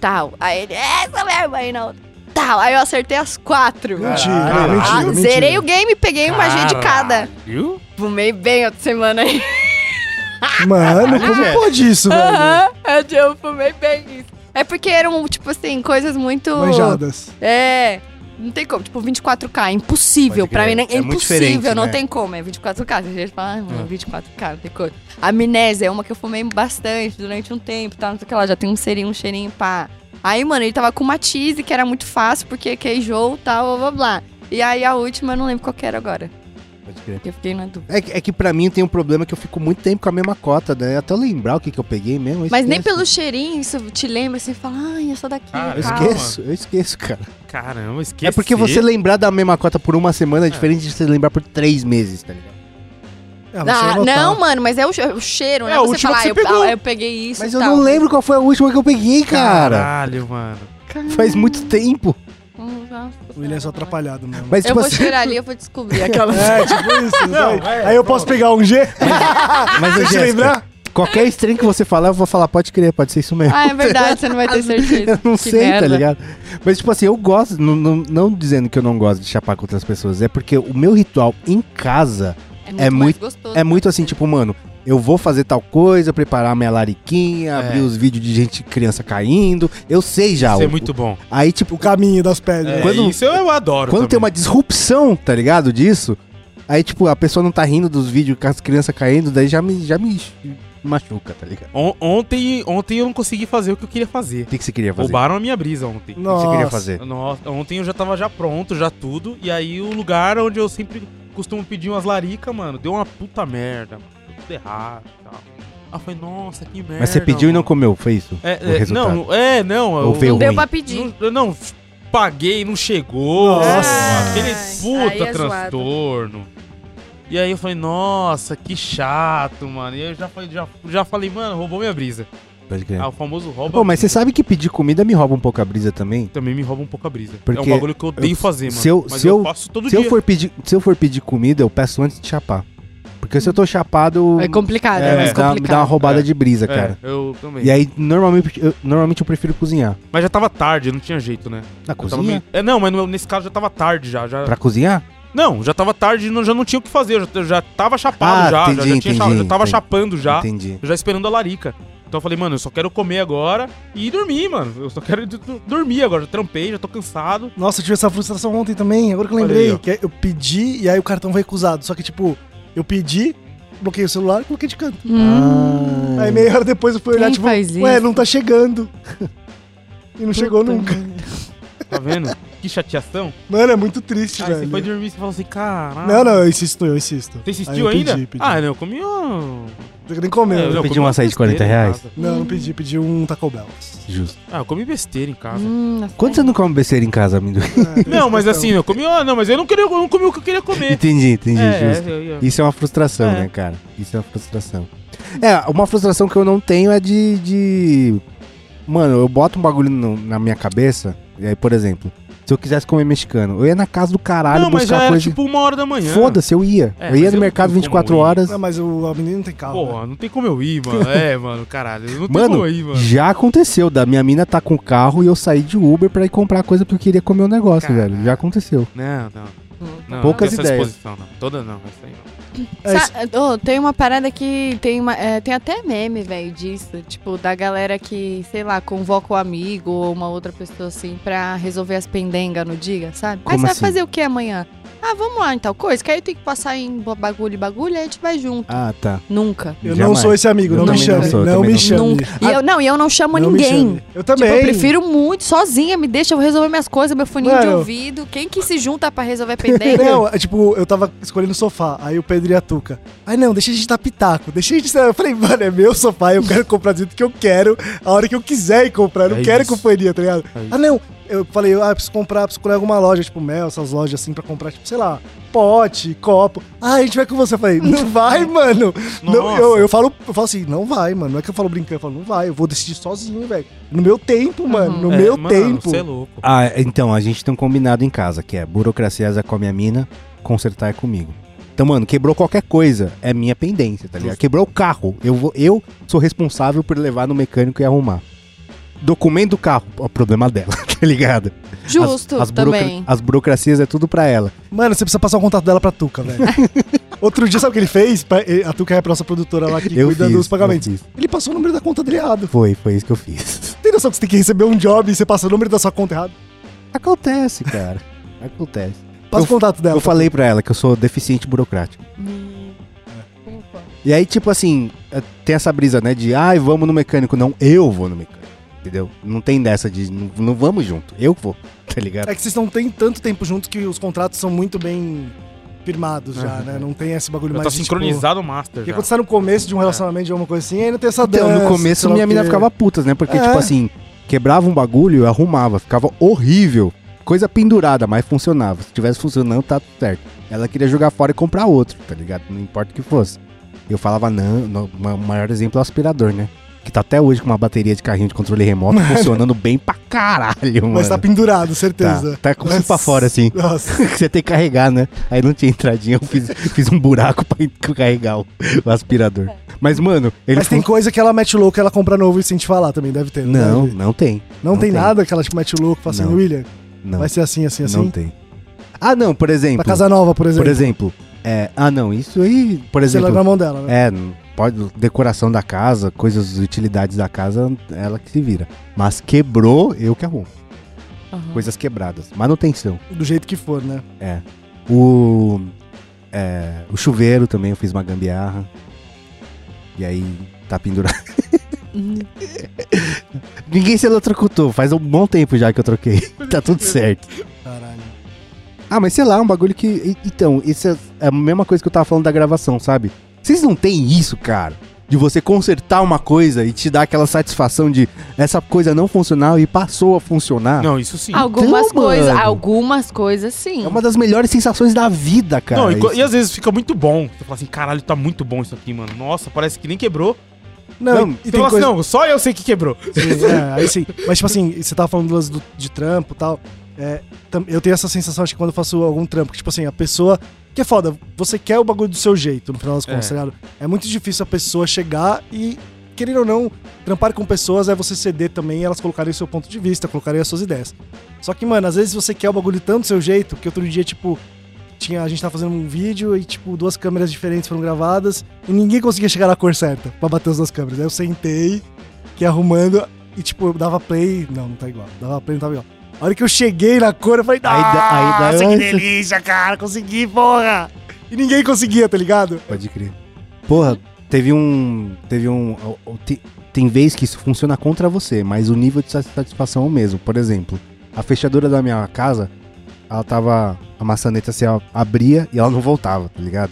H: Tal. Aí ele, "É, essa mesmo aí na outra. Tal. Aí eu acertei as quatro.
B: Mentira,
H: Ah,
B: mentira, mentira.
H: zerei o game, peguei uma G de cada.
C: Viu?
H: Fumei bem outra semana aí.
B: Mano, como pode isso, velho?
H: Aham, eu- eu fumei bem isso. É porque eram, tipo assim, coisas muito.
B: Manjadas.
H: É. Não tem como, tipo, 24K, é impossível.
A: Pode
H: Pra mim, né?
A: crer,
H: é,
A: é muito diferente,
H: impossível, não
A: né?
H: tem como. É 24K. Tem gente que fala, "Ah, ai, mano, 24K, não tem coisa. A amnésia é uma que eu fumei bastante durante um tempo, tá? Não sei o que lá, já tem um cheirinho, um cheirinho, pá. Aí, mano, ele tava com uma cheese, que era muito fácil, porque queijou, tal, blá, blá, blá. E aí, a última, eu não lembro qual que era agora.
A: Pode crer.
H: Eu fiquei na dúvida.
A: É, que- é que pra mim tem um problema que eu fico muito tempo com a mesma cota, né? Até eu lembrar o que, que eu peguei mesmo. eu
D: Mas nem
A: esqueço.
D: pelo cheirinho, isso te lembra, você fala, ai, essa daqui.
C: Ah,
A: Eu
D: tal."
C: calma.
A: esqueço, eu esqueço, cara.
C: Caramba, esqueci.
A: É porque você lembrar da mesma cota por uma semana é diferente de você lembrar por três meses, tá ligado?
B: Ah, você vai
H: Ah,
B: notar.
H: não, mano, mas é o, che- o cheiro,
C: É
H: né?
C: a
H: Você
C: última
H: fala,
C: que
H: ah,
C: você
H: eu,
C: pegou.
H: ah, eu peguei isso
A: Mas
H: e
A: eu
H: tal.
A: não lembro qual foi a última que eu peguei, cara.
C: Caralho, mano.
A: Faz muito tempo.
D: Hum,
H: tá.
D: já.
B: O William é só atrapalhado mesmo.
A: Mas,
D: Eu
A: tipo
D: vou
A: assim.
D: cheirar ali, eu vou descobrir aquela.
B: É, tipo isso.
C: Não,
B: vai.
C: é,
B: aí eu posso pegar um G?
A: Mas,
B: Deixa eu
A: Jéssica,
B: lembrar.
A: Qualquer estranho que você falar, eu vou falar, pode crer, pode ser isso mesmo.
D: Ah, é verdade, você não vai ter certeza.
A: Eu não
D: Que
A: sei,
D: merda.
A: tá ligado? Mas, tipo assim, eu gosto, não, não, não dizendo que eu não gosto de chapar com outras pessoas, é porque o meu ritual em casa É
D: mais
A: muito-
D: gostoso.
A: é muito assim, tipo, mano, eu vou fazer tal coisa, preparar minha lariquinha,
C: É.
A: abrir os vídeos de gente, criança caindo, eu sei já.
C: Isso é
A: o-
C: muito bom.
A: Aí, tipo,
B: O caminho das pedras.
C: É,
A: Quando-
C: isso eu, eu adoro.
A: Quando tem
C: também.
A: uma disrupção, tá ligado? Disso. Aí, tipo, a pessoa não tá rindo dos vídeos com as crianças caindo, daí já me, já me machuca, tá ligado?
C: On- ontem, ontem eu não consegui fazer o que eu queria fazer.
A: O que, que você queria fazer?
C: Roubaram a minha brisa ontem.
A: O que
B: Nossa.
A: você queria fazer?
C: Nossa, ontem eu já tava já pronto, já tudo. E aí o lugar onde eu sempre costumo pedir umas laricas, mano, deu uma puta merda, mano. Deu Tudo errado e tal. Aí eu falei, nossa, que merda.
A: Mas você pediu e não
C: mano.
A: comeu, foi isso?
C: É,
A: o
C: é,
A: resultado.
C: não, é, não.
A: Ou
C: Eu,
A: veio
H: Não deu
A: ruim?
H: pra pedir.
C: não, eu não f- paguei, não chegou.
B: Nossa.
C: Aquele
D: Aí
C: puta
D: é zoado.
C: transtorno. E aí eu falei, nossa, que chato, mano. E aí eu já falei, já, já falei mano, roubou minha brisa.
A: Pode crer.
C: Ah, o famoso rouba.
A: É. Pô, mas você sabe que pedir comida me rouba um pouco a brisa também?
C: Também me rouba um pouco a brisa. é um
A: Porque
C: bagulho que eu odeio
A: eu-
C: fazer, mano.
A: se eu-
C: mas
A: se
C: eu,
A: eu-
C: faço todo
A: Se
C: dia.
A: eu, for pedir, se eu for pedir comida, eu peço antes de chapar. Porque se eu tô chapado,
H: É
D: Ah,
H: complicado, é,
A: é,
H: mais
A: dá, me dá uma
H: complicado.
A: roubada
C: É.
A: de brisa,
C: É,
A: cara.
C: eu também.
A: E aí, normalmente eu, normalmente eu prefiro cozinhar.
C: Mas já tava tarde, não tinha jeito, né?
A: Na
C: Eu tava
A: cozinha?
C: meio- É, não, mas no- nesse caso já tava tarde já. já...
A: Pra cozinhar?
C: Não, já tava tarde, não, já não tinha o que fazer. Eu já, eu já tava chapado
A: Ah,
C: já, já.
A: entendi,
C: Já, tinha, cha-
A: entendi,
C: já tava
A: entendi.
C: chapando já.
A: Entendi.
C: já esperando a larica. Então eu falei, mano, eu só quero comer agora e dormir, mano. Eu só quero ir du- du- dormir agora. Já trampei, já tô cansado.
B: Nossa, eu tive essa frustração ontem também, agora que eu
C: Olha
B: lembrei.
C: aí, ó.
B: que é- eu pedi e aí o cartão foi recusado. Só que, tipo, eu pedi, bloqueei o celular e coloquei de canto.
C: Hum.
A: Ah.
B: Aí meia hora depois eu fui olhar,
D: Quem
B: tipo,
D: Hum, faz
B: ué,
D: isso?
B: não tá chegando. e não chegou nunca.
C: Tá vendo? que chateação.
B: Mano, é muito triste,
C: Aí você
B: velho.
C: foi dormir e falou assim, caralho.
B: Não, não, eu insisto, eu insisto.
C: Você
B: Aí eu
C: insistiu
B: pedi,
C: ainda?
B: Pedi.
C: Ah, não, eu comi um...
B: Eu nem comeu.
C: É, eu
B: não,
A: pedi
C: comi
A: um
C: uma
A: açaí de 40
C: besteira em
A: reais.
C: casa.
B: não, pedi, pedi um Taco Bell.
A: Justo.
C: Ah, eu comi besteira em casa.
D: Hum, nossa.
A: Quando você não come besteira em casa, amigo?
B: É,
C: Não, mas
B: Então.
C: assim, eu comi... Ah, não, mas eu não, queria, eu não comi o que eu queria comer.
A: Entendi, entendi,
C: é,
A: justo.
C: eu ia-
A: Isso é uma frustração,
C: É.
A: né, cara? Isso é uma frustração. É, uma frustração que eu não tenho é de. de... Mano, eu boto um bagulho no- na minha cabeça, e aí, por exemplo, se eu quisesse comer mexicano, eu ia na casa do caralho
C: Não, mas já
A: buscar
C: era
A: coisa.
C: tipo uma hora da manhã.
A: Foda-se, eu ia.
C: É,
A: eu ia
C: mas
A: no
C: eu
A: mercado
C: não como
A: 24
C: ir.
A: horas.
B: Não, mas o, a menina não tem carro. né?
C: Porra, não tem como eu ir, mano. É, mano, caralho. Não tem
A: Mano,
C: como eu ir, mano.
A: Já aconteceu, da minha mina tá com carro e eu saí de Uber pra ir comprar coisa porque eu queria comer um negócio,
C: Caralho.
A: velho. Já aconteceu.
C: Não, não. Não,
A: Poucas
C: não tem essa
A: ideias.
C: disposição, não. Toda não, essa aí não.
B: É isso.
D: Sa- Ô, tem uma parada que tem uma. é, tem até meme, velho, disso. Tipo, da galera que, sei lá, convoca o amigo ou uma outra pessoa assim pra resolver as pendengas no dia, sabe?
A: Como
D: aí você
A: assim?
D: vai fazer o que amanhã? Ah, vamos lá em tal coisa, que aí tem que passar em bo- bagulho e bagulho, aí a gente vai junto.
A: Ah, tá.
D: Nunca.
B: Eu não
A: Jamais.
B: sou esse amigo,
A: Eu
B: não me
D: também não
B: chame.
A: sou, eu
B: Não
A: também
B: me
A: não sou.
B: chame. Ah,
D: E eu, não, e eu não chamo
B: Não me
D: ninguém.
B: chame. Eu também.
D: Tipo, eu prefiro muito, sozinha, me deixa eu resolver minhas coisas, meu funinho de
B: Mano.
D: ouvido. Quem que se junta pra resolver pendenga?
B: Não, é tipo, eu tava escolhendo o sofá, aí o Pedro e a Tuca. Ai não, deixa a gente dar pitaco, deixa a gente. Eu falei, mano, é meu sofá, eu quero comprar do jeito que eu quero, a hora que eu quiser ir comprar, eu não
C: É
B: quero
C: isso.
B: companhia, tá ligado?
C: É isso.
B: ah não, eu falei, ah, eu preciso comprar, preciso procurar alguma loja, tipo Mel, essas lojas assim, pra comprar, tipo, sei lá, pote, copo. Ah, a gente vai com você. Eu falei, não vai, mano. Não,
C: Nossa.
B: eu, eu, falo, eu falo assim, não vai, mano. Não é que eu falo brincando, eu falo, não vai, eu vou decidir sozinho, velho. No meu tempo, mano, no
C: É,
B: meu
C: mano,
B: tempo.
C: Você é louco.
A: Ah, então, a gente tem um combinado em casa, que é burocracia já com a minha mina, consertar é comigo. Então, mano, quebrou qualquer coisa, é minha pendência, tá ligado? Quebrou o carro, eu, vou, eu sou responsável por levar no mecânico e arrumar. Documento do carro, o problema dela, tá ligado?
D: Justo
A: as, as burocra-
D: também.
A: as burocracias é tudo pra ela.
B: Mano, você precisa passar o contato dela pra Tuca, velho. Outro dia, sabe o que ele fez? Pa- A Tuca é a nossa produtora lá que
A: eu
B: cuida
A: fiz,
B: dos pagamentos.
A: eu fiz.
B: Ele passou o número da conta dele errado.
A: Foi, foi isso que eu fiz.
B: Tem noção que você tem que receber um job e você passa o número da sua conta errado?
A: Acontece, cara. Acontece.
B: Passa
A: Eu-
B: o contato dela.
A: Eu falei pra ela que eu sou deficiente burocrático. E aí, tipo assim, eh, tem essa brisa, né? De, ai, vamos no mecânico. Não, eu vou no mecânico. Entendeu? Não tem dessa de, não, não vamos junto. Eu vou, tá ligado?
B: É que vocês não têm tanto tempo junto que os contratos são muito bem firmados já, né? Não tem esse bagulho
C: Eu
B: mais
C: tô
B: de, tipo,
C: tá sincronizado o Master.
B: Porque
C: Já.
B: quando você tá no começo de um relacionamento, de alguma coisa assim, aí não tem essa dança.
A: É. Então, no começo
B: sei lá
A: minha
B: o
A: mina
B: quê.
A: ficava puta, né? Porque,
B: É.
A: tipo assim, quebrava um bagulho, eu arrumava, ficava horrível. Coisa pendurada, mas funcionava. Se tivesse funcionando, tá tudo certo. Ela queria jogar fora e comprar outro, tá ligado? Não importa o que fosse. Eu falava, não, no- ma- o maior exemplo é o aspirador, né? Que tá até hoje com uma bateria de carrinho de controle remoto funcionando bem pra caralho, mano.
B: Mas tá pendurado,
A: Tá,
B: certeza.
A: tá com o pra fora, assim.
B: Nossa.
A: que você tem que carregar, né? Aí não tinha entradinha, eu fiz, fiz um buraco pra en- carregar o, o aspirador. Mas, mano, ele
B: Mas tem
A: fun-
B: coisa que ela mete louco, ela compra novo e sem te falar também, deve ter. né?
A: Não,
B: deve?
A: não tem.
B: Não,
A: não
B: tem,
A: tem.
B: nada que ela te mete louco, fala assim,
A: Não.
B: William,
A: Não,
B: vai ser assim, assim, assim.
A: não tem. Ah, não, por exemplo.
B: Pra casa nova, por exemplo.
A: Por exemplo. é, ah, não, isso aí, por
B: Você
A: exemplo.
B: leva na mão dela, né?
A: É, não pode decoração da casa, coisas, utilidades da casa, ela que se vira. Mas quebrou, eu que arrumo.
D: Aham.
A: Coisas quebradas. Manutenção.
B: Do jeito que for, né?
A: O. é, o chuveiro também, eu fiz uma gambiarra. E aí, tá pendurado.
D: Hum.
A: Ninguém se eletrocutou, faz um bom tempo já que eu troquei. tá tudo certo.
B: Caralho.
A: Ah, mas sei lá, um bagulho que. e- Então, isso é é a mesma coisa que eu tava falando da gravação, sabe? Vocês não têm isso, cara? De você consertar uma coisa e te dar aquela satisfação de essa coisa não funcional e passou a funcionar.
C: Não, isso sim.
D: Algumas
B: Então,
D: coisas,
A: mano.
D: algumas coisas sim.
A: É uma das melhores sensações da vida, cara.
C: não, e, co-
A: isso.
C: e às vezes fica muito bom. Você fala assim, caralho, tá muito bom isso aqui, mano. Nossa, parece que nem quebrou.
B: Não,
A: Não,
B: e- e
C: Você
B: tem
C: fala
B: coisa...
C: assim, não, só eu sei que quebrou.
B: Sim, é, aí sim. Mas, tipo assim, você tava falando do lance do- de trampo e tal. É, tam- eu tenho essa sensação, acho que quando eu faço algum trampo, que, tipo assim, a pessoa. Que é foda, você quer o bagulho do seu jeito, no final das contas,
C: É.
B: tá ligado? É muito difícil a pessoa chegar e, querendo ou não, trampar com pessoas é você ceder também e elas colocarem o seu ponto de vista, colocarem as suas ideias. Só que, mano, às vezes você quer o bagulho tanto do seu jeito que outro dia, tipo, tinha, a gente tava fazendo um vídeo e, tipo, duas câmeras diferentes foram gravadas e ninguém conseguia chegar na cor certa pra bater as duas câmeras. Aí eu sentei, que arrumando e, tipo, eu dava play. Não, não tá igual. Dava play, não tava igual. A hora que eu cheguei na cor, eu
A: Aí
B: falei,
A: dá- aí dá-
B: nossa, que
A: nossa."
B: delícia, cara, consegui, porra! E ninguém conseguia, tá ligado?
A: Pode crer. Porra, teve um. Teve um. ó, ó, te- Tem vez que isso funciona contra você, mas o nível de sa- satisfação é o mesmo. Por exemplo, a fechadura da minha casa, ela tava. A maçaneta se a- abria e ela não voltava, tá ligado?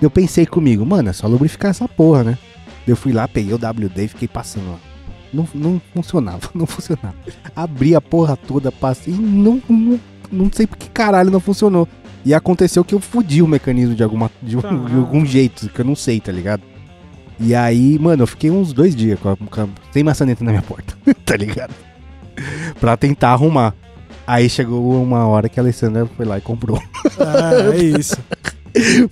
A: Eu pensei comigo, mano, é só lubrificar essa porra, né? Eu fui lá, peguei o WD e fiquei passando lá. Não, não funcionava, não funcionava. Abri a porra toda, passei e não, não, não sei por que caralho não funcionou. E aconteceu que eu fudi o mecanismo de, alguma, de, um- de algum jeito, que eu não sei, tá ligado? E aí, mano, eu fiquei uns dois dias com a, com a- sem maçaneta na minha porta, tá ligado? pra tentar arrumar. Aí chegou uma hora que a Alessandra foi lá e comprou.
B: É, é isso.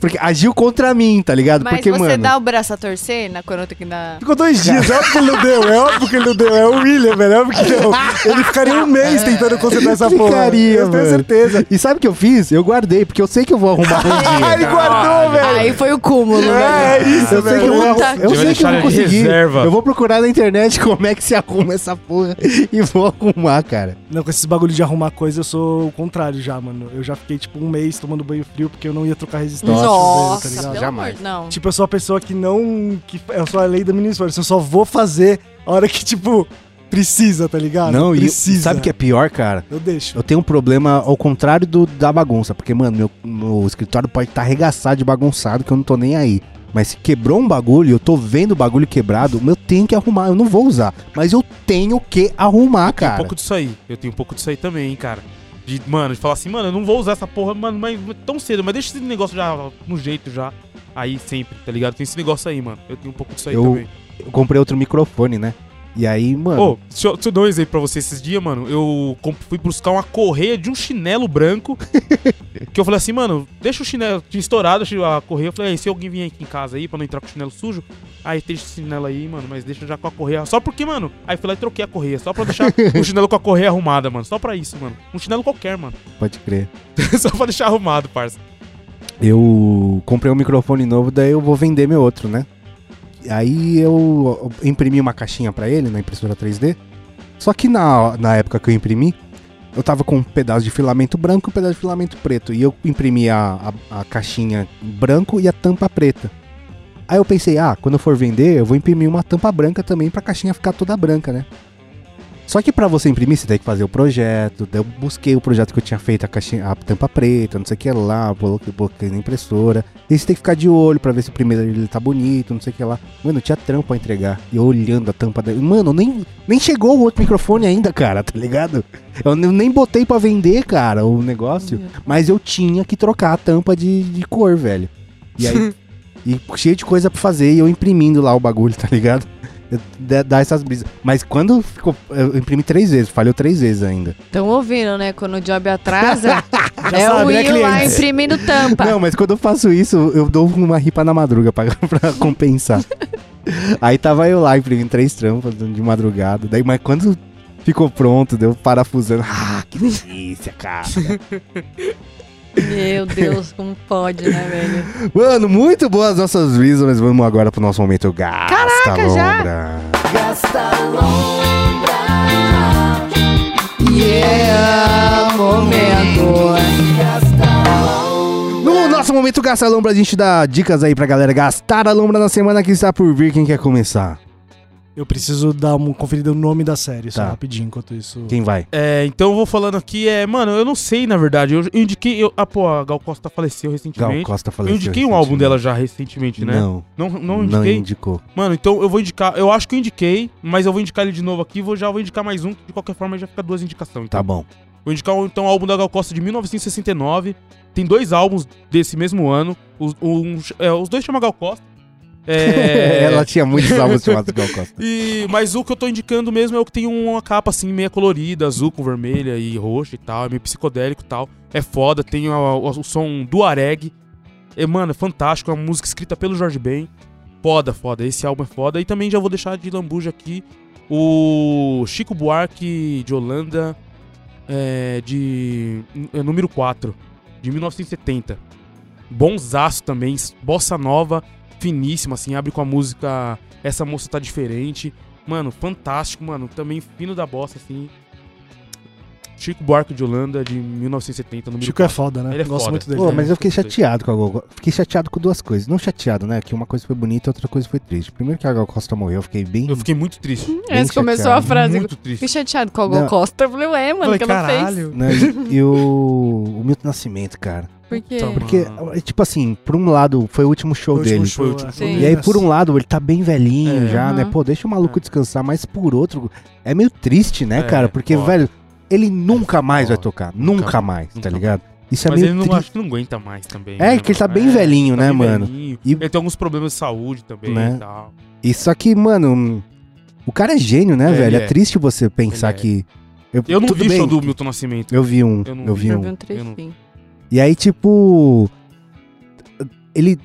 A: Porque agiu contra mim, tá ligado?
D: Mas
A: Porque,
D: você
A: mano.
D: dá o braço a torcer na quando tem que dar.
B: Ficou dois dias, é óbvio que ele não deu, é óbvio que ele não deu, é o William, velho, é óbvio que não. Ele ficaria um mês tentando consertar essa porra.
A: Ficaria,
B: eu tenho
A: mano.
B: certeza.
A: É. E sabe o que eu fiz? Eu guardei, porque eu sei que eu vou arrumar um dia.
B: Ah, ele guardou, velho.
D: Aí foi o cúmulo, né?
B: É,
D: velho.
B: é isso,
A: Eu sei que eu
B: velho.
A: vou,
D: Puta
A: eu
C: que
A: sei que eu
C: pariu.
A: vou conseguir.
C: Reserva.
A: Eu vou procurar na internet como é que se arruma essa porra e vou arrumar, cara.
B: Não, com esses bagulho de arrumar coisa, eu sou o contrário já, mano. Eu já fiquei, tipo, um mês tomando banho frio porque eu não ia trocar resistência. tá
D: Nossa,
B: ligado?
D: pelo
A: Jamais.
D: amor de não.
B: Tipo, eu sou a pessoa que não. Que, eu sou a lei da mini esforço. Eu só vou fazer a hora que, tipo, precisa, tá ligado?
A: Não, e
B: precisa.
A: sabe o que é pior, cara?
B: Eu deixo.
A: Eu tenho um problema ao tá contrário do, da bagunça, porque, mano, meu, meu escritório pode estar arregaçado de bagunçado que eu não tô nem aí. Mas se quebrou um bagulho, eu tô vendo o bagulho quebrado, eu tenho que arrumar. Eu não vou usar, mas eu tenho que arrumar,
C: Tem um
A: cara.
C: pouco disso aí. Eu tenho um pouco disso aí também, hein, cara. De, mano, de falar assim, mano, eu não vou usar essa porra, mano, mas mas tão cedo, mas deixa esse negócio já no jeito já. Aí sempre, tá ligado? Tem esse negócio aí, mano. Eu tenho um pouco disso aí
A: Eu-
C: também.
A: Eu comprei outro microfone, né? E aí, mano.
C: Ô, deixa, eu- deixa eu dar um exemplo pra você esses dias, mano. Eu comp- fui buscar uma correia de um chinelo branco. que eu falei assim, mano, deixa o chinelo. Tinha estourado a correia. Eu falei, "Ei, se alguém vier aqui em casa aí pra não entrar com o chinelo sujo, aí deixa esse chinelo aí, mano, mas deixa já com a correia. Só porque, mano. Aí fui lá e troquei a correia. Só pra deixar o chinelo com a correia arrumada, mano. Só pra isso, mano. Um chinelo qualquer, mano.
A: Pode crer.
C: só pra deixar arrumado, parça.
A: Eu comprei um microfone novo, daí eu vou vender meu outro, né? Aí eu imprimi uma caixinha pra ele na impressora 3D. Só que na, na época que eu imprimi, eu tava com um pedaço de filamento branco e um pedaço de filamento preto. E eu imprimi a, a, a caixinha branco e a tampa preta. Aí eu pensei, ah, quando eu for vender, eu vou imprimir uma tampa branca também pra caixinha ficar toda branca, né? Só que pra você imprimir, você tem que fazer o projeto. Daí eu busquei o projeto que eu tinha feito, a, caixinha, a tampa preta, não sei o que lá, coloquei coloquei na impressora. E você tem que ficar de olho pra ver se o primeiro ele tá bonito, não sei o que lá. Mano, eu tinha trampo pra entregar. E eu olhando a tampa dele. Mano, nem, nem chegou o outro microfone ainda, cara, tá ligado? Eu ne- nem botei pra vender, cara, o negócio. Mas eu tinha que trocar a tampa de, de cor, velho. E aí. e cheio de coisa pra fazer e eu imprimindo lá o bagulho, tá ligado? Eu- dá- Dá essas brisas. Mas quando ficou. Eu imprimi três vezes, falhou três vezes ainda.
D: Estão ouvindo, né? Quando o job atrasa, é o
B: sabe, né,
D: Will lá
B: clientes?
D: imprimindo tampa.
A: Não, mas quando eu faço isso, eu dou uma ripa na madruga pra, pra compensar. Aí tava eu lá imprimindo três trampas de madrugada. Daí, mas quando ficou pronto, deu parafusando. Ah, que delícia, cara.
D: Meu Deus, como pode, né, velho?
A: Mano, muito boas nossas visas, mas vamos agora pro nosso momento Gasta
D: Caraca, já?
A: Lombra. No nosso momento Gasta Lombra, a gente dá dicas aí pra galera gastar a lombra na semana que está por vir. Quem quer começar?
B: Eu preciso dar uma conferida no nome da série, só
A: Tá.
B: rapidinho, enquanto isso.
A: Quem vai?
C: É, então eu vou falando aqui, é, mano, eu não sei, na verdade. Eu, eu indiquei. Eu, ah, pô, a Gal Costa faleceu
A: Gal
C: recentemente.
A: Costa falou
C: eu indiquei um álbum dela já recentemente, né?
A: Não,
C: Não, não
A: não,
C: indiquei?
A: indicou.
C: Mano, então eu vou indicar. Eu acho que eu indiquei, mas eu vou indicar ele de novo aqui. Vou, já vou indicar mais um. que De qualquer forma, já fica duas indicações.
A: Tá
C: Então.
A: bom.
C: Vou indicar então o álbum da Gal Costa de 1969. Tem dois álbuns desse mesmo ano. Os, um- é, os dois chamam Gal Costa. É,
A: Ela tinha muitos álbuns chamados Gal Costa.
C: E, mas o que eu tô indicando mesmo é o que tem uma capa assim, meia colorida, azul com vermelha e roxa e tal, é meio psicodélico e tal. É foda, tem a- a- o som do Areg. É, mano, é fantástico, é uma música escrita pelo Jorge Ben. Foda, foda, esse álbum é foda. E também já vou deixar de lambuja aqui o Chico Buarque de Holanda, é, de é, número 4, de 1970. Bonzaço também, bossa nova, finíssima, assim, abre com a música essa moça tá diferente. Mano, fantástico, mano. Também fino da bosta, assim. Chico Buarque de Holanda, de 1970, número
B: Chico é foda, né?
C: Ele é
B: Gosto
C: foda.
B: muito dele.
A: Pô,
B: também.
A: mas eu fiquei chateado com a Gal Costa. Fiquei chateado com duas coisas. Não chateado, né? Que uma coisa foi bonita e outra coisa foi triste. Primeiro que a Gal Costa morreu, eu fiquei bem.
C: Eu fiquei muito triste.
A: Bem
D: Antes começou
A: chateado,
D: a Hum, frase.
C: muito triste.
D: Fiquei chateado com o Gal
A: Não.
D: Costa. Eu falei, ué, mano, o
B: Falei,
D: que ela fez?
B: caralho.
A: Né? E e o, o Milton Nascimento, cara.
D: Porque
C: Tá bom.
A: Porque,
C: Ah.
A: é tipo assim, por um lado, foi o último show
B: Foi o último
A: dele.
B: show,
C: Foi o último
B: é.
D: show.
A: E aí, por um lado, ele tá bem velhinho
C: É.
A: já, né?
D: Uhum.
A: Pô, deixa o maluco descansar, mas por outro, é meio triste, né,
C: É,
A: cara? Porque,
C: foda.
A: velho, ele nunca mais vai
C: foda.
A: tocar.
C: Nunca
A: Nunca mais,
C: Nunca
A: tá ligado? Isso é
C: Mas
A: meio
C: ele não,
A: triste.
C: acho que né, não aguenta mais também.
A: É, que ele tá bem velhinho, né, mano?
C: velhinho.
A: E-
C: Ele tem alguns problemas de saúde também
A: Né?
C: e tal.
A: E só que, mano, o cara é gênio, né,
C: É,
A: velho?
C: ele
A: É
C: é.
A: triste você pensar
C: Ele é.
A: que.
C: Eu não
A: tudo
C: vi o
A: bem,
C: show do Milton Nascimento.
A: Eu vi um.
C: Eu não
A: Eu vi
D: eu vi
A: um.
D: um trechinho.
A: E aí, tipo. Ele.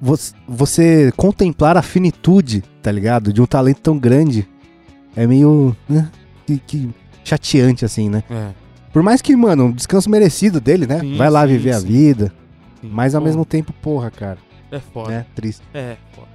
A: Você, você contemplar a finitude, tá ligado? De um talento tão grande. É meio. né, que- que chateante, assim, né?
C: É.
A: Por mais que, mano, um descanso merecido dele, né?
C: Sim,
A: Vai lá
C: sim,
A: viver a
C: sim.
A: vida.
C: sim.
A: Mas ao
C: Pô,
A: mesmo tempo, porra, cara.
C: É foda.
A: Né? Triste.
C: É, foda.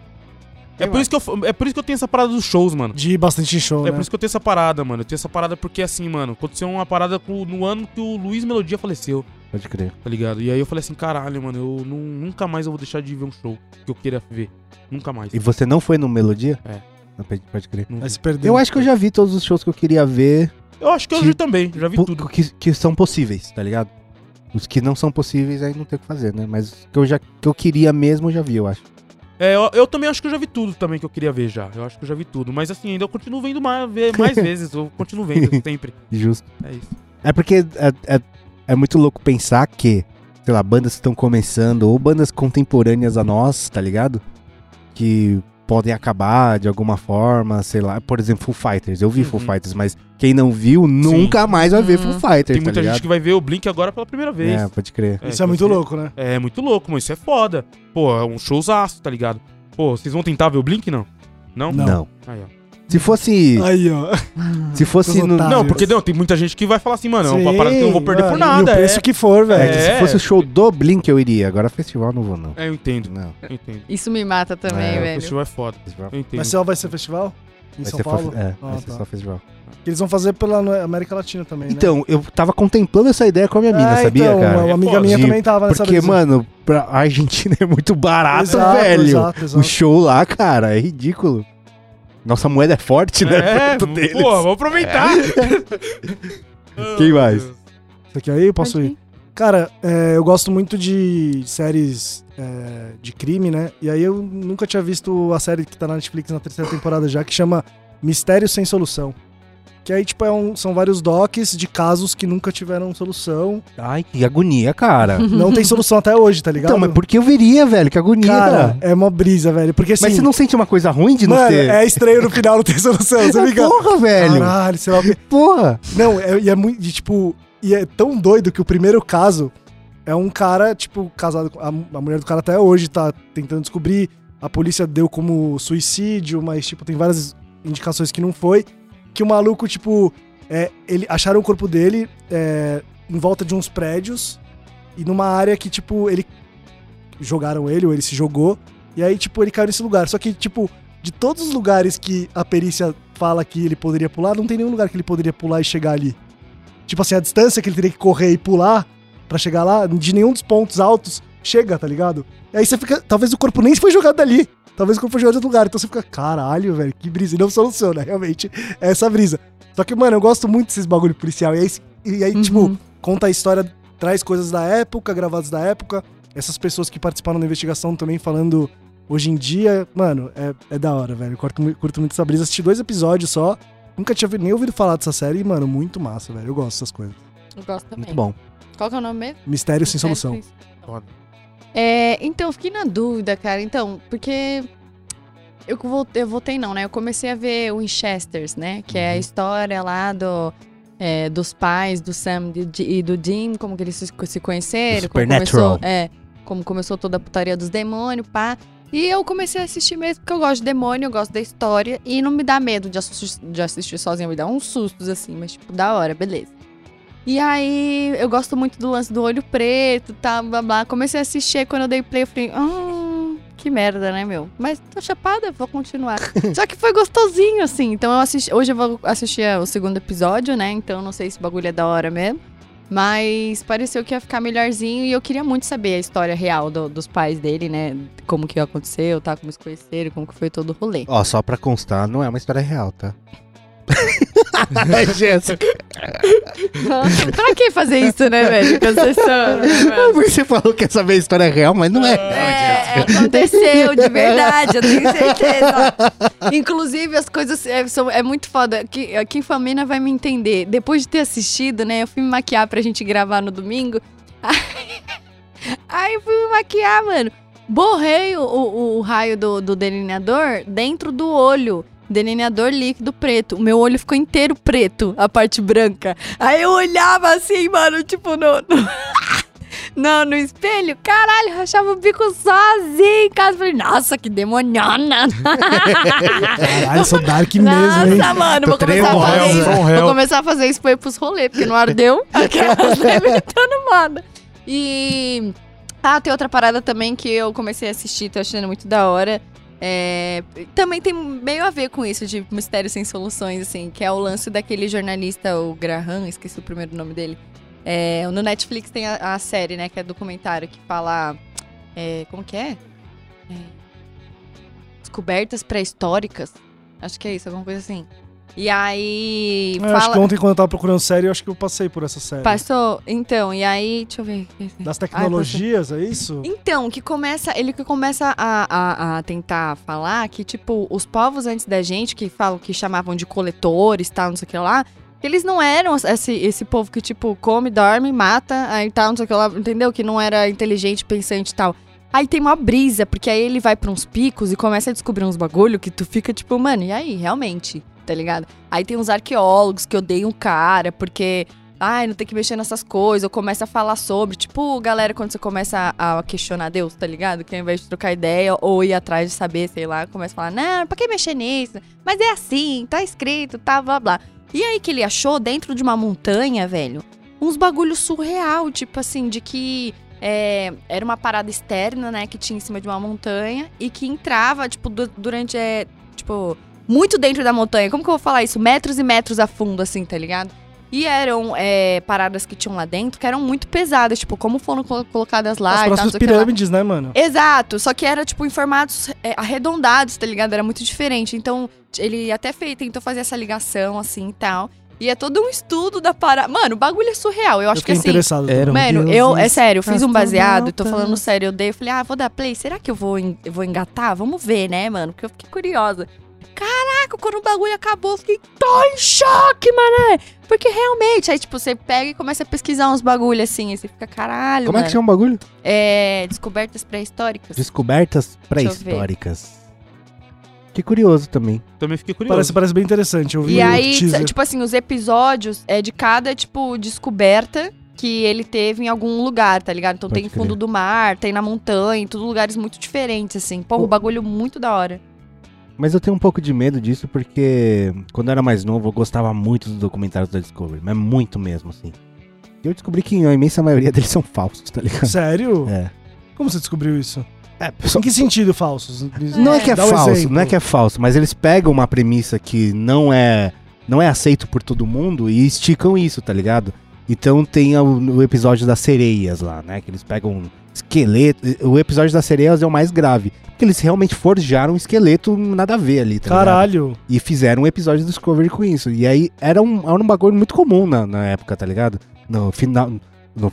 C: É
A: Quem
C: por, isso que eu, f- é por isso que eu tenho essa parada dos shows, mano.
B: De ir bastante em show,
C: É
B: né?
C: por isso que eu tenho essa parada, mano. Eu tenho essa parada porque, assim, mano, aconteceu uma parada com- no ano que o Luiz Melodia faleceu.
A: Pode crer.
C: tá ligado? E aí eu falei assim, caralho, mano, eu nu- nunca mais eu vou deixar de ver um show que eu queira ver. Nunca mais.
A: E você não foi no Melodia?
C: É.
A: Não, pode- pode crer.
C: Não
B: Mas se
C: vi.
B: perdeu.
A: Eu acho que eu já vi todos os shows que eu queria ver.
C: Eu acho que eu
A: que-
C: vi também, já vi
A: pu-
C: tudo.
A: Que, que são possíveis, tá ligado? Os que não são possíveis, aí não tem o que fazer, né? Mas os que eu já que eu queria mesmo, eu já vi, eu acho.
C: É, eu, eu também acho que eu já vi tudo também que eu queria ver já. Eu acho que eu já vi tudo. Mas assim, ainda eu continuo vendo mais, ver mais vezes. Eu continuo vendo sempre.
A: Justo.
C: É isso.
A: É porque é, é, é muito louco pensar que, sei lá, bandas que estão começando, ou bandas contemporâneas a nós, tá ligado? Que podem acabar de alguma forma, sei lá. Por exemplo, Full Fighters. Eu vi Full
C: Uhum.
A: Fighters, mas quem não viu nunca mais vai ver Full
H: Hum.
A: Fighters,
C: Tem
A: tá
C: muita
A: ligado?
C: gente que vai ver o Blink agora pela primeira vez.
A: É, pode crer.
B: Isso é muito louco,
C: louco.
B: né?
C: É muito louco, mano. Isso é foda. Pô, é um showzaço, tá ligado? Pô, vocês vão tentar ver o Blink, não? Não? é
A: Não.
C: Aí, ó.
A: Se fosse.
B: Aí, ó.
A: se fosse.
B: Os
A: no-
B: otários. Ah,
C: não,
B: Deus.
C: porque não, tem muita gente que vai falar assim, mano, é uma
B: Sim,
C: parada que eu não vou perder
B: mano,
C: por
B: E o
C: nada.
B: preço
C: é.
B: que for,
A: É, que
B: velho.
A: se
C: É.
A: fosse o show do Blink eu iria. Agora festival eu não vou, não.
C: É, eu entendo.
A: Não.
C: Eu entendo.
D: Isso me mata também,
A: É,
C: O
D: velho.
C: festival é foda.
A: Festival.
C: Eu entendo.
B: Mas só vai ser festival? Em
A: Vai
B: São
A: ser, só,
B: Paulo?
A: é,
B: Ah,
A: vai ser
B: tá.
A: só festival.
B: Que eles vão fazer pela América Latina também, né?
A: Então, eu tava contemplando essa ideia com a minha mina,
B: Ah,
A: sabia,
B: então,
A: cara?
B: Uma
C: É
B: amiga
C: foda.
B: minha
A: De-
B: também tava nessa
A: Porque,
B: brisa.
A: mano, pra a Argentina é muito barato,
B: Exato,
A: velho.
B: exato, exato.
A: O show lá, cara, é ridículo. Nossa moeda é forte, né?
C: É,
A: perto deles.
C: pô, vamos aproveitar.
B: É.
A: Quem mais?
B: Isso aqui aí, posso ir? Cara, é, eu gosto muito de séries é, de crime, né? E aí eu nunca tinha visto a série que tá na Netflix na terceira temporada já, que chama Mistério Sem Solução. Que aí, tipo, é um- são vários docs de casos que nunca tiveram solução.
A: Ai, que agonia, cara.
B: Não tem solução até hoje, tá ligado?
A: então, mas por que eu veria, velho? Que agonia.
B: Cara, é uma brisa, velho. Porque assim.
A: mas você não sente uma coisa ruim de não
B: mano,
A: ter?
B: é estranho no final não ter solução, você
A: Ah,
B: liga?
A: Porra, velho.
B: Caralho, sei lá o quê.
A: Porra.
B: Não, é- e é muito. e, tipo, e é tão doido que o primeiro caso é um cara, tipo, casado. com- A, a mulher do cara até hoje tá tentando descobrir. A polícia deu como suicídio, mas, tipo, tem várias indicações que não foi. Que o maluco, tipo, é, ele, acharam o corpo dele é, em volta de uns prédios e numa área que, tipo, ele. Jogaram ele, ou ele se jogou. E aí, tipo, ele caiu nesse lugar. Só que, tipo, de todos os lugares que a perícia fala que ele poderia pular, não tem nenhum lugar que ele poderia pular e chegar ali. Tipo assim, a distância que ele teria que correr e pular pra chegar lá, de nenhum dos pontos altos chega, tá ligado? E aí você fica. Talvez o corpo nem foi jogado dali. Talvez o corpo foi jogado em outro lugar. Então você fica, caralho, velho, que brisa. E não soluciona, realmente, é essa brisa. Só que, mano, eu gosto muito desses bagulho policial. E aí, e
D: Uhum.
B: aí, tipo, conta a história, traz coisas da época, gravadas da época. Essas pessoas que participaram da investigação também falando hoje em dia. Mano, é, é da hora, velho. Eu Curto, mui- curto muito essa brisa. Assisti dois episódios só. Nunca tinha vi- nem ouvido falar dessa série. E, mano, muito massa, velho. Eu gosto dessas coisas.
D: Eu gosto também.
A: Muito bom.
D: Qual que é o nome mesmo?
B: Mistério sem solução.
C: Foda.
D: É, então, eu fiquei na dúvida, cara. Então, porque eu voltei, eu voltei não, né? Eu comecei a ver o Winchesters, né? Que é a história lá do, é, dos pais do Sam e de- e do Dean, como que eles se, se conheceram. Como
A: Supernatural.
D: começou, é, como começou toda a putaria dos demônios, pá. E eu comecei a assistir mesmo, porque eu gosto de demônio, eu gosto da história. E não me dá medo de assistir, de assistir sozinha, me dá uns sustos, assim. Mas, tipo, da hora, beleza. E aí, eu gosto muito do lance do olho preto, tá, blá, blá. Comecei a assistir, aí quando eu dei play, eu falei, hum, que merda, né, meu? Mas tô chapada, vou continuar. Só que foi gostosinho, assim. Então, eu assisti, hoje eu vou assistir é, o segundo episódio, né? Então, não sei se o bagulho é da hora mesmo. Mas pareceu que ia ficar melhorzinho e eu queria muito saber a história real do- dos pais dele, né? Como que aconteceu, tá? Como eles conheceram, como que foi todo o rolê.
A: Ó, só pra constar, não é uma história real, tá? Jéssica.
D: pra que fazer isso, né, velho? Concessão, né, mano?
A: Você falou que essa minha história é real, mas não é.
D: É, aconteceu de verdade, eu tenho certeza. Inclusive, as coisas é, são, é muito foda. Que- Quem foi a mina vai me entender. Depois de ter assistido, né? Eu fui me maquiar pra gente gravar no domingo. Aí, aí eu fui me maquiar, mano. Borrei o, o- o raio do, do delineador dentro do olho. Delineador líquido preto. O meu olho ficou inteiro preto, a parte branca. Aí eu olhava assim, mano, tipo, no, no- não, no espelho, caralho, rachava o bico sozinho em casa. Falei, nossa, que demoniona.
B: Caralho, sou dark mesmo, hein?
D: É, Nossa, mano, vou começar, a
A: tremosa.
D: fazer,
C: Sou um réu.
D: vou começar a fazer isso pra ir pros rolês, porque não ardeu. Aquelas levitando moda. E. Ah, tem outra parada também que eu comecei a assistir, tô achando muito da hora. É, também tem meio a ver com isso de mistério sem soluções, assim, que é o lance daquele jornalista, o Graham, esqueci o primeiro nome dele. É, no Netflix tem a, a série, né, que é documentário que fala. é, como que é? é? Descobertas pré-históricas. Acho que é isso, alguma coisa assim. E aí.
B: Eu acho que é um ontem, quando eu tava procurando série, eu acho que eu passei por essa série.
D: Passou. Então, e aí, deixa eu ver.
B: Das tecnologias, é isso?
D: Então, que começa. Ele que começa a, a, a tentar falar que, tipo, os povos antes da gente, que falam que chamavam de coletores, tal, não sei o que lá, que eles não eram esse, esse povo que, tipo, come, dorme, mata, aí tal, não sei o que lá, entendeu? Que não era inteligente, pensante e tal. Aí tem uma brisa, porque aí ele vai pra uns picos e começa a descobrir uns bagulho que tu fica, tipo, mano, e aí, realmente? tá ligado? Aí tem uns arqueólogos que odeiam o cara, porque. Ai, não tem que mexer nessas coisas, ou começa a falar sobre. Tipo, galera, quando você começa a, a questionar Deus, tá ligado? Que ao invés de trocar ideia ou ir atrás de saber, sei lá, começa a falar, não, pra que mexer nisso? Mas é assim, tá escrito, tá, blá, blá. E aí que ele achou, dentro de uma montanha, velho, uns bagulho surreal, tipo assim, de que é, era uma parada externa, né, que tinha em cima de uma montanha e que entrava, tipo, du- durante, é, tipo, muito dentro da montanha. Como que eu vou falar isso? Metros e metros a fundo, assim, tá ligado? E eram é, paradas que tinham lá dentro que eram muito pesadas, tipo, como foram colo- colocadas lá
B: As
D: e tal, não
B: próximas
D: sei o que lá.
B: pirâmides, né, mano?
D: Exato, só que era tipo em formatos é, arredondados, tá ligado? Era muito diferente. Então, ele até fez, tentou fazer essa ligação assim e tal. E é todo um estudo da parada. Mano, o bagulho é surreal. Eu acho
B: eu
D: que
B: fiquei
D: assim.
B: interessado. também.
D: Mano, eu, é sério, eu
A: tá
D: fiz um baseado, tô
H: astronautas.
D: falando sério, eu dei, eu falei, ah, vou dar play, será que eu vou, en- eu vou engatar? Vamos ver, né, mano? Porque eu fiquei curiosa. Caraca, quando o bagulho acabou, eu fiquei, tô em choque, mané! Porque realmente, aí, tipo, você pega e começa a pesquisar uns bagulho assim, e você fica, caralho,
A: Como é
D: mano.
A: que chama o bagulho?
D: É, descobertas pré-históricas.
A: Descobertas
D: eu ver.
A: pré-históricas. Que curioso também.
C: Também fiquei curioso.
B: Parece, parece bem interessante. Eu vi
D: E
B: o
D: aí,
B: teaser.
D: tipo assim, os episódios é de cada, tipo, descoberta que ele teve em algum lugar, tá ligado? Então
A: Pode
D: tem
A: crer.
D: fundo do mar, tem na montanha, em tudo lugares muito diferentes, assim. Pô,
A: O-
D: um bagulho muito da hora.
A: Mas eu tenho um pouco de medo disso porque quando eu era mais novo eu gostava muito dos documentários da Discovery, mas muito mesmo, assim. E eu descobri que a imensa maioria deles são falsos, tá ligado?
B: Sério?
A: É.
B: Como você descobriu isso?
A: É, pessoal.
B: Em que sentido falsos?
A: Não é que é
B: Dá um
A: falso,
B: exemplo.
A: não é que é falso, mas eles pegam uma premissa que não é não é aceito por todo mundo e esticam isso, tá ligado? Então tem o, o episódio das sereias lá, né? Que eles pegam um esqueleto. O episódio das sereias é o mais grave. Porque eles realmente forjaram um esqueleto nada a ver ali, tá ligado?
B: Caralho.
A: E fizeram um episódio do Discovery com isso. E aí era um, era um bagulho muito comum na, na época, tá ligado? No final. No,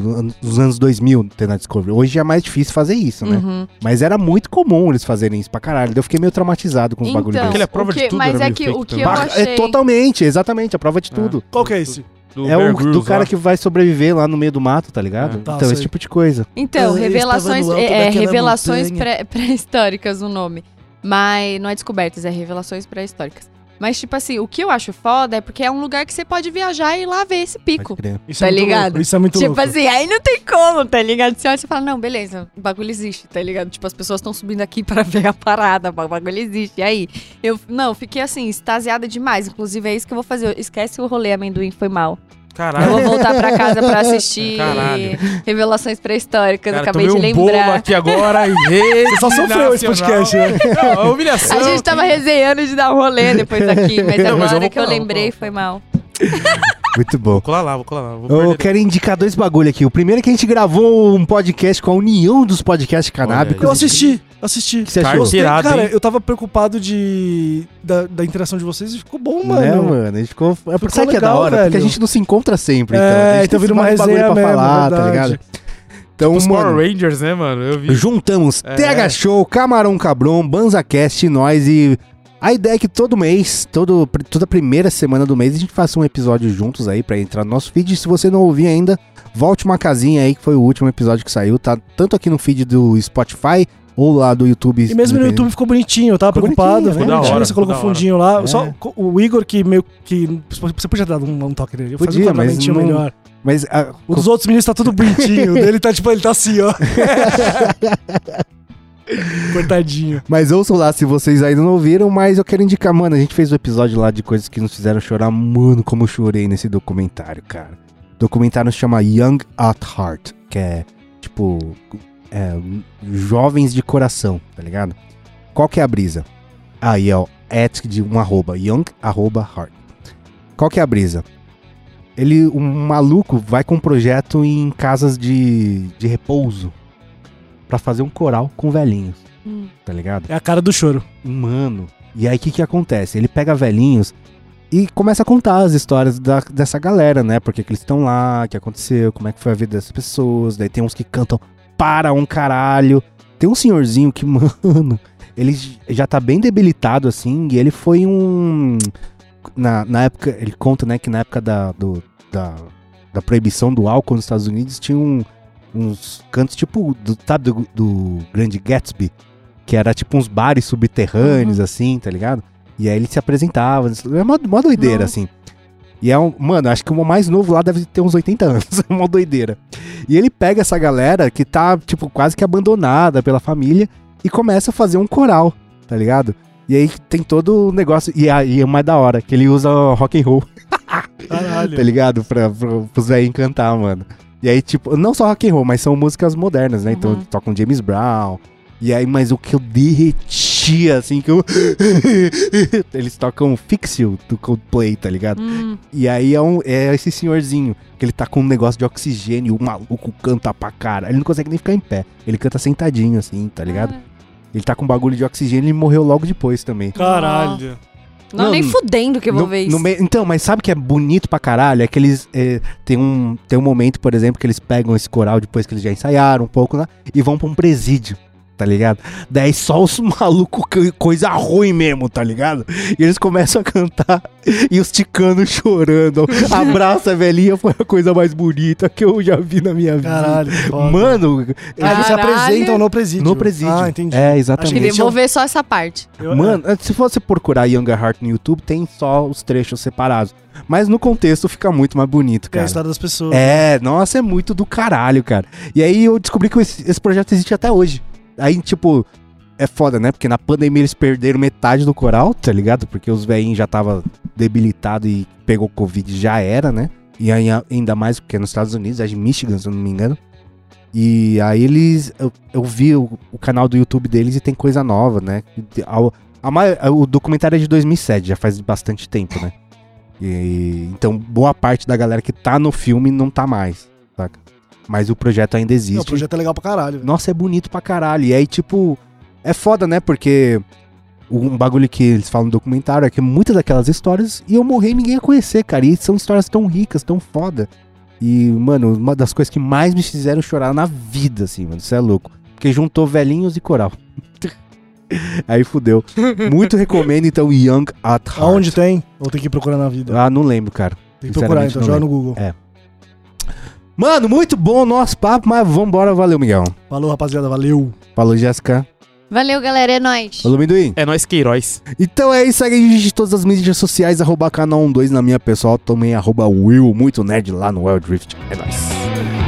A: no- nos anos 2000 ter na Discovery. Hoje é mais difícil fazer isso, né?
D: Uhum.
A: Mas era muito comum eles fazerem isso pra caralho. Daí Eu fiquei meio traumatizado com um os
D: Então,
A: bagulhos
C: Aquele
A: deles.
C: é prova
D: o
C: de
D: que-
C: tudo,
D: mas
C: era
D: é
C: meio
D: que
C: fake
D: o que
C: também.
D: eu
A: Ba- É
D: achei-
A: totalmente, exatamente, a prova de
C: Ah.
A: tudo.
B: Qual que é esse?
C: Do
A: É
C: Bear
A: o
C: Grylls
A: do cara
C: lá.
A: que vai sobreviver lá no meio do mato, tá ligado?
C: É.
B: Tá,
A: Então, esse
B: sei.
A: tipo de coisa.
D: Então,
B: Ah, ele
D: revelações,
B: estava no alto
D: é, é,
B: daquela
D: revelações
B: montanha.
D: pré- pré-históricas o nome. Mas não é descobertas, é revelações pré-históricas. Mas, tipo assim, o que eu acho foda é porque é um lugar que você pode viajar e ir lá ver esse pico.
A: Pode crer.
B: Isso
D: Tá
B: é muito
D: ligado?
B: louco, Isso é muito
D: Tipo
B: louco.
D: assim, aí não tem como, tá ligado? Você olha e você fala, não, beleza, o bagulho existe, tá ligado? Tipo, as pessoas estão subindo aqui pra ver a parada, o bagulho existe. E aí, eu, não, fiquei assim, extasiada demais. Inclusive, é isso que eu vou fazer. Esquece o rolê amendoim, foi mal. Eu vou
C: Caralho.
D: voltar pra casa pra assistir
C: Caralho.
D: Revelações Pré-Históricas,
C: Cara,
D: acabei de
C: tomei um bolo
D: lembrar.
C: aqui agora e Você
B: Só sofreu esse podcast, né?
C: Não, é humilhação.
D: A gente tava resenhando de dar um rolê depois aqui, mas
C: Não,
D: agora
C: mas eu vou
D: que eu
C: colar, vou
D: lembrei
C: colar.
D: foi mal.
A: Muito bom.
C: Vou colar lá, vou colar lá. Vou
A: Eu
C: perder.
A: quero indicar dois bagulho aqui. O primeiro é que a gente gravou um podcast com a União dos Podcasts Canábicos.
B: Eu assisti, assisti.
A: O que você achou?
C: Carteira. Irado,
B: cara,
C: hein?
B: eu tava preocupado de da, da interação de vocês e ficou bom, mano.
A: Né, mano? A gente ficou. É porque sabe que é da
B: legal,
A: hora? Porque a
B: velho.
A: gente não se encontra sempre. Então.
B: É,
A: a gente tem
B: então vira uma
A: vários bagulho
B: resenha
A: pra
B: mesmo,
A: falar, tá
B: verdade.
A: ligado? Então,
C: Tipo Os Power
A: mano.
C: Rangers, né, mano? Eu vi.
A: Juntamos
C: É.
A: TH Show, Camarão Cabron, Banzacast, nós e. A ideia é que todo mês, todo, toda primeira semana do mês, a gente faça um episódio juntos aí pra entrar no nosso feed. E se você não ouvir ainda, volte uma casinha aí, que foi o último episódio que saiu. Tá tanto aqui no feed do Spotify ou lá do YouTube.
B: E mesmo no
A: independente.
B: YouTube ficou bonitinho, eu tava
A: Ficou
B: preocupado.
A: bonitinho, ficou da
B: né?
C: hora,
B: você
C: ficou
B: colocou
C: da
B: um fundinho lá.
A: É.
B: Só co- o Igor que meio que. Você podia dar um, um toque nele. Eu fazia
A: Podia,
B: um
A: mas
B: parlamentinho
A: não-
B: melhor.
A: Mas ah, a-
B: O dos outros meninos tá tudo bonitinho. o dele tá tipo, ele tá assim, ó. Coitadinho.
A: Mas ouçam lá se vocês ainda não ouviram, mas eu quero indicar, mano, a gente fez o episódio lá de coisas que nos fizeram chorar, mano, como eu chorei nesse documentário, cara. O documentário se chama Young at Heart, que é, tipo, é, jovens de coração, tá ligado? Qual que é a brisa? Aí, ó, at de um arroba, young arroba heart. Qual que é a brisa? Ele, um maluco, vai com um projeto em casas de, de repouso pra fazer um coral com velhinhos,
D: Hum.
A: tá ligado?
B: É a cara do choro.
A: Mano, E aí o que, que acontece? Ele pega velhinhos e começa a contar as histórias da- dessa galera, né? Porque que eles estão lá, o que aconteceu, como é que foi a vida dessas pessoas. Daí tem uns que cantam para um caralho. Tem um senhorzinho que, mano, ele j- já tá bem debilitado, assim, e ele foi um. Na, na época, ele conta, né, que na época da, do- da, da proibição do álcool nos Estados Unidos tinha um- uns cantos tipo, do, sabe, do, do Grande Gatsby? Que era tipo uns bares subterrâneos, assim, tá ligado? E aí ele se apresentava, é uma, uma doideira,
D: Nossa.
A: assim. E é um. Mano, acho que o mais novo lá deve ter uns 80 anos. É uma doideira. E ele pega essa galera que tá, tipo, quase que abandonada pela família e começa a fazer um coral, tá ligado? E aí tem todo o negócio. E aí é mais da hora, que ele usa rock and roll
B: Caralho.
A: tá ligado? Pra, pra, pros velhos encantar, mano. E aí, tipo, não só rock and roll, mas são músicas modernas, né? Então
D: Uhum.
A: tocam James Brown. E aí, mas o que eu derretia, assim, que eu. Eles tocam Fix You do Coldplay, tá ligado?
D: Hum,
A: E aí é, um, é esse senhorzinho, que ele tá com um negócio de oxigênio, o maluco canta pra cara. Ele não consegue nem ficar em pé. Ele canta sentadinho, assim, tá ligado?
D: cara.
A: Ele tá com bagulho de oxigênio e morreu logo depois também.
B: Caralho.
H: Não,
A: Não,
H: nem fudendo que eu vou
A: No-
H: ver
A: no
H: isso.
A: meio- então, mas sabe que é bonito pra caralho? É que eles. é, tem, um, tem um momento, por exemplo, que eles pegam esse coral depois que eles já ensaiaram um pouco lá e vão pra um presídio, tá ligado? Daí só os malucos, que- coisa ruim mesmo, tá ligado? E eles começam a cantar e os ticanos chorando. Abraça a velhinha foi a coisa mais bonita que eu já vi na minha vida.
B: Caralho. foda.
A: Mano,
B: Ah, eles se
D: Caralho.
B: apresentam no presídio.
A: no presídio.
B: Ah, entendi.
A: É,
B: Acho
A: exatamente.
D: Queria- Vou ver só essa parte.
B: Eu- é.
A: Mano, se você procurar Younger Heart no YouTube, tem só os trechos separados. Mas no contexto fica muito mais bonito,
B: é a
A: cara.
B: história das pessoas.
A: É, nossa, é muito do caralho, cara. E aí eu descobri que esse, esse projeto existe até hoje. Aí, tipo, é foda, né? Porque na pandemia eles perderam metade do coral, tá ligado? Porque os velhinhos já tava debilitado e pegou Covid já era, né? E aí, a- ainda mais porque é nos Estados Unidos, é de Michigan, se eu não me engano. E aí eles. Eu, eu vi o, o canal do YouTube deles e tem coisa nova, né? A- a mai- o documentário é de 2007, já faz bastante tempo, né? E- então, boa parte da galera que tá no filme não tá mais, saca? Mas o projeto ainda existe.
B: Não, o projeto é legal pra caralho. velho.
A: Nossa, é bonito pra caralho. E aí, tipo, é foda, né? Porque um bagulho que eles falam no documentário é que muitas daquelas histórias e eu morrer e ninguém ia conhecer, cara. E são histórias tão ricas, tão foda. E, mano, uma das coisas que mais me fizeram chorar na vida, assim, mano. Isso é louco. Porque juntou velhinhos e coral. aí fudeu. Muito recomendo, então, Young at Heart.
B: Aonde tem? Ou tem que procurar na vida?
A: Ah, não lembro, cara.
B: Tem que procurar,
A: Sinceramente,
B: então.
A: não
B: Joga no Google.
A: Mano, muito bom o nosso papo, mas vambora. Valeu, Miguel.
B: Falou, rapaziada. Valeu.
A: Falou, Jéssica.
D: Valeu, galera. É nóis.
A: Falou, Minduim.
C: É nós Queiroz.
A: Então é isso, segue a gente em todas as mídias sociais, um arroba canal 12 na minha pessoal, também arroba Will, muito nerd lá no Wild Rift. É nóis.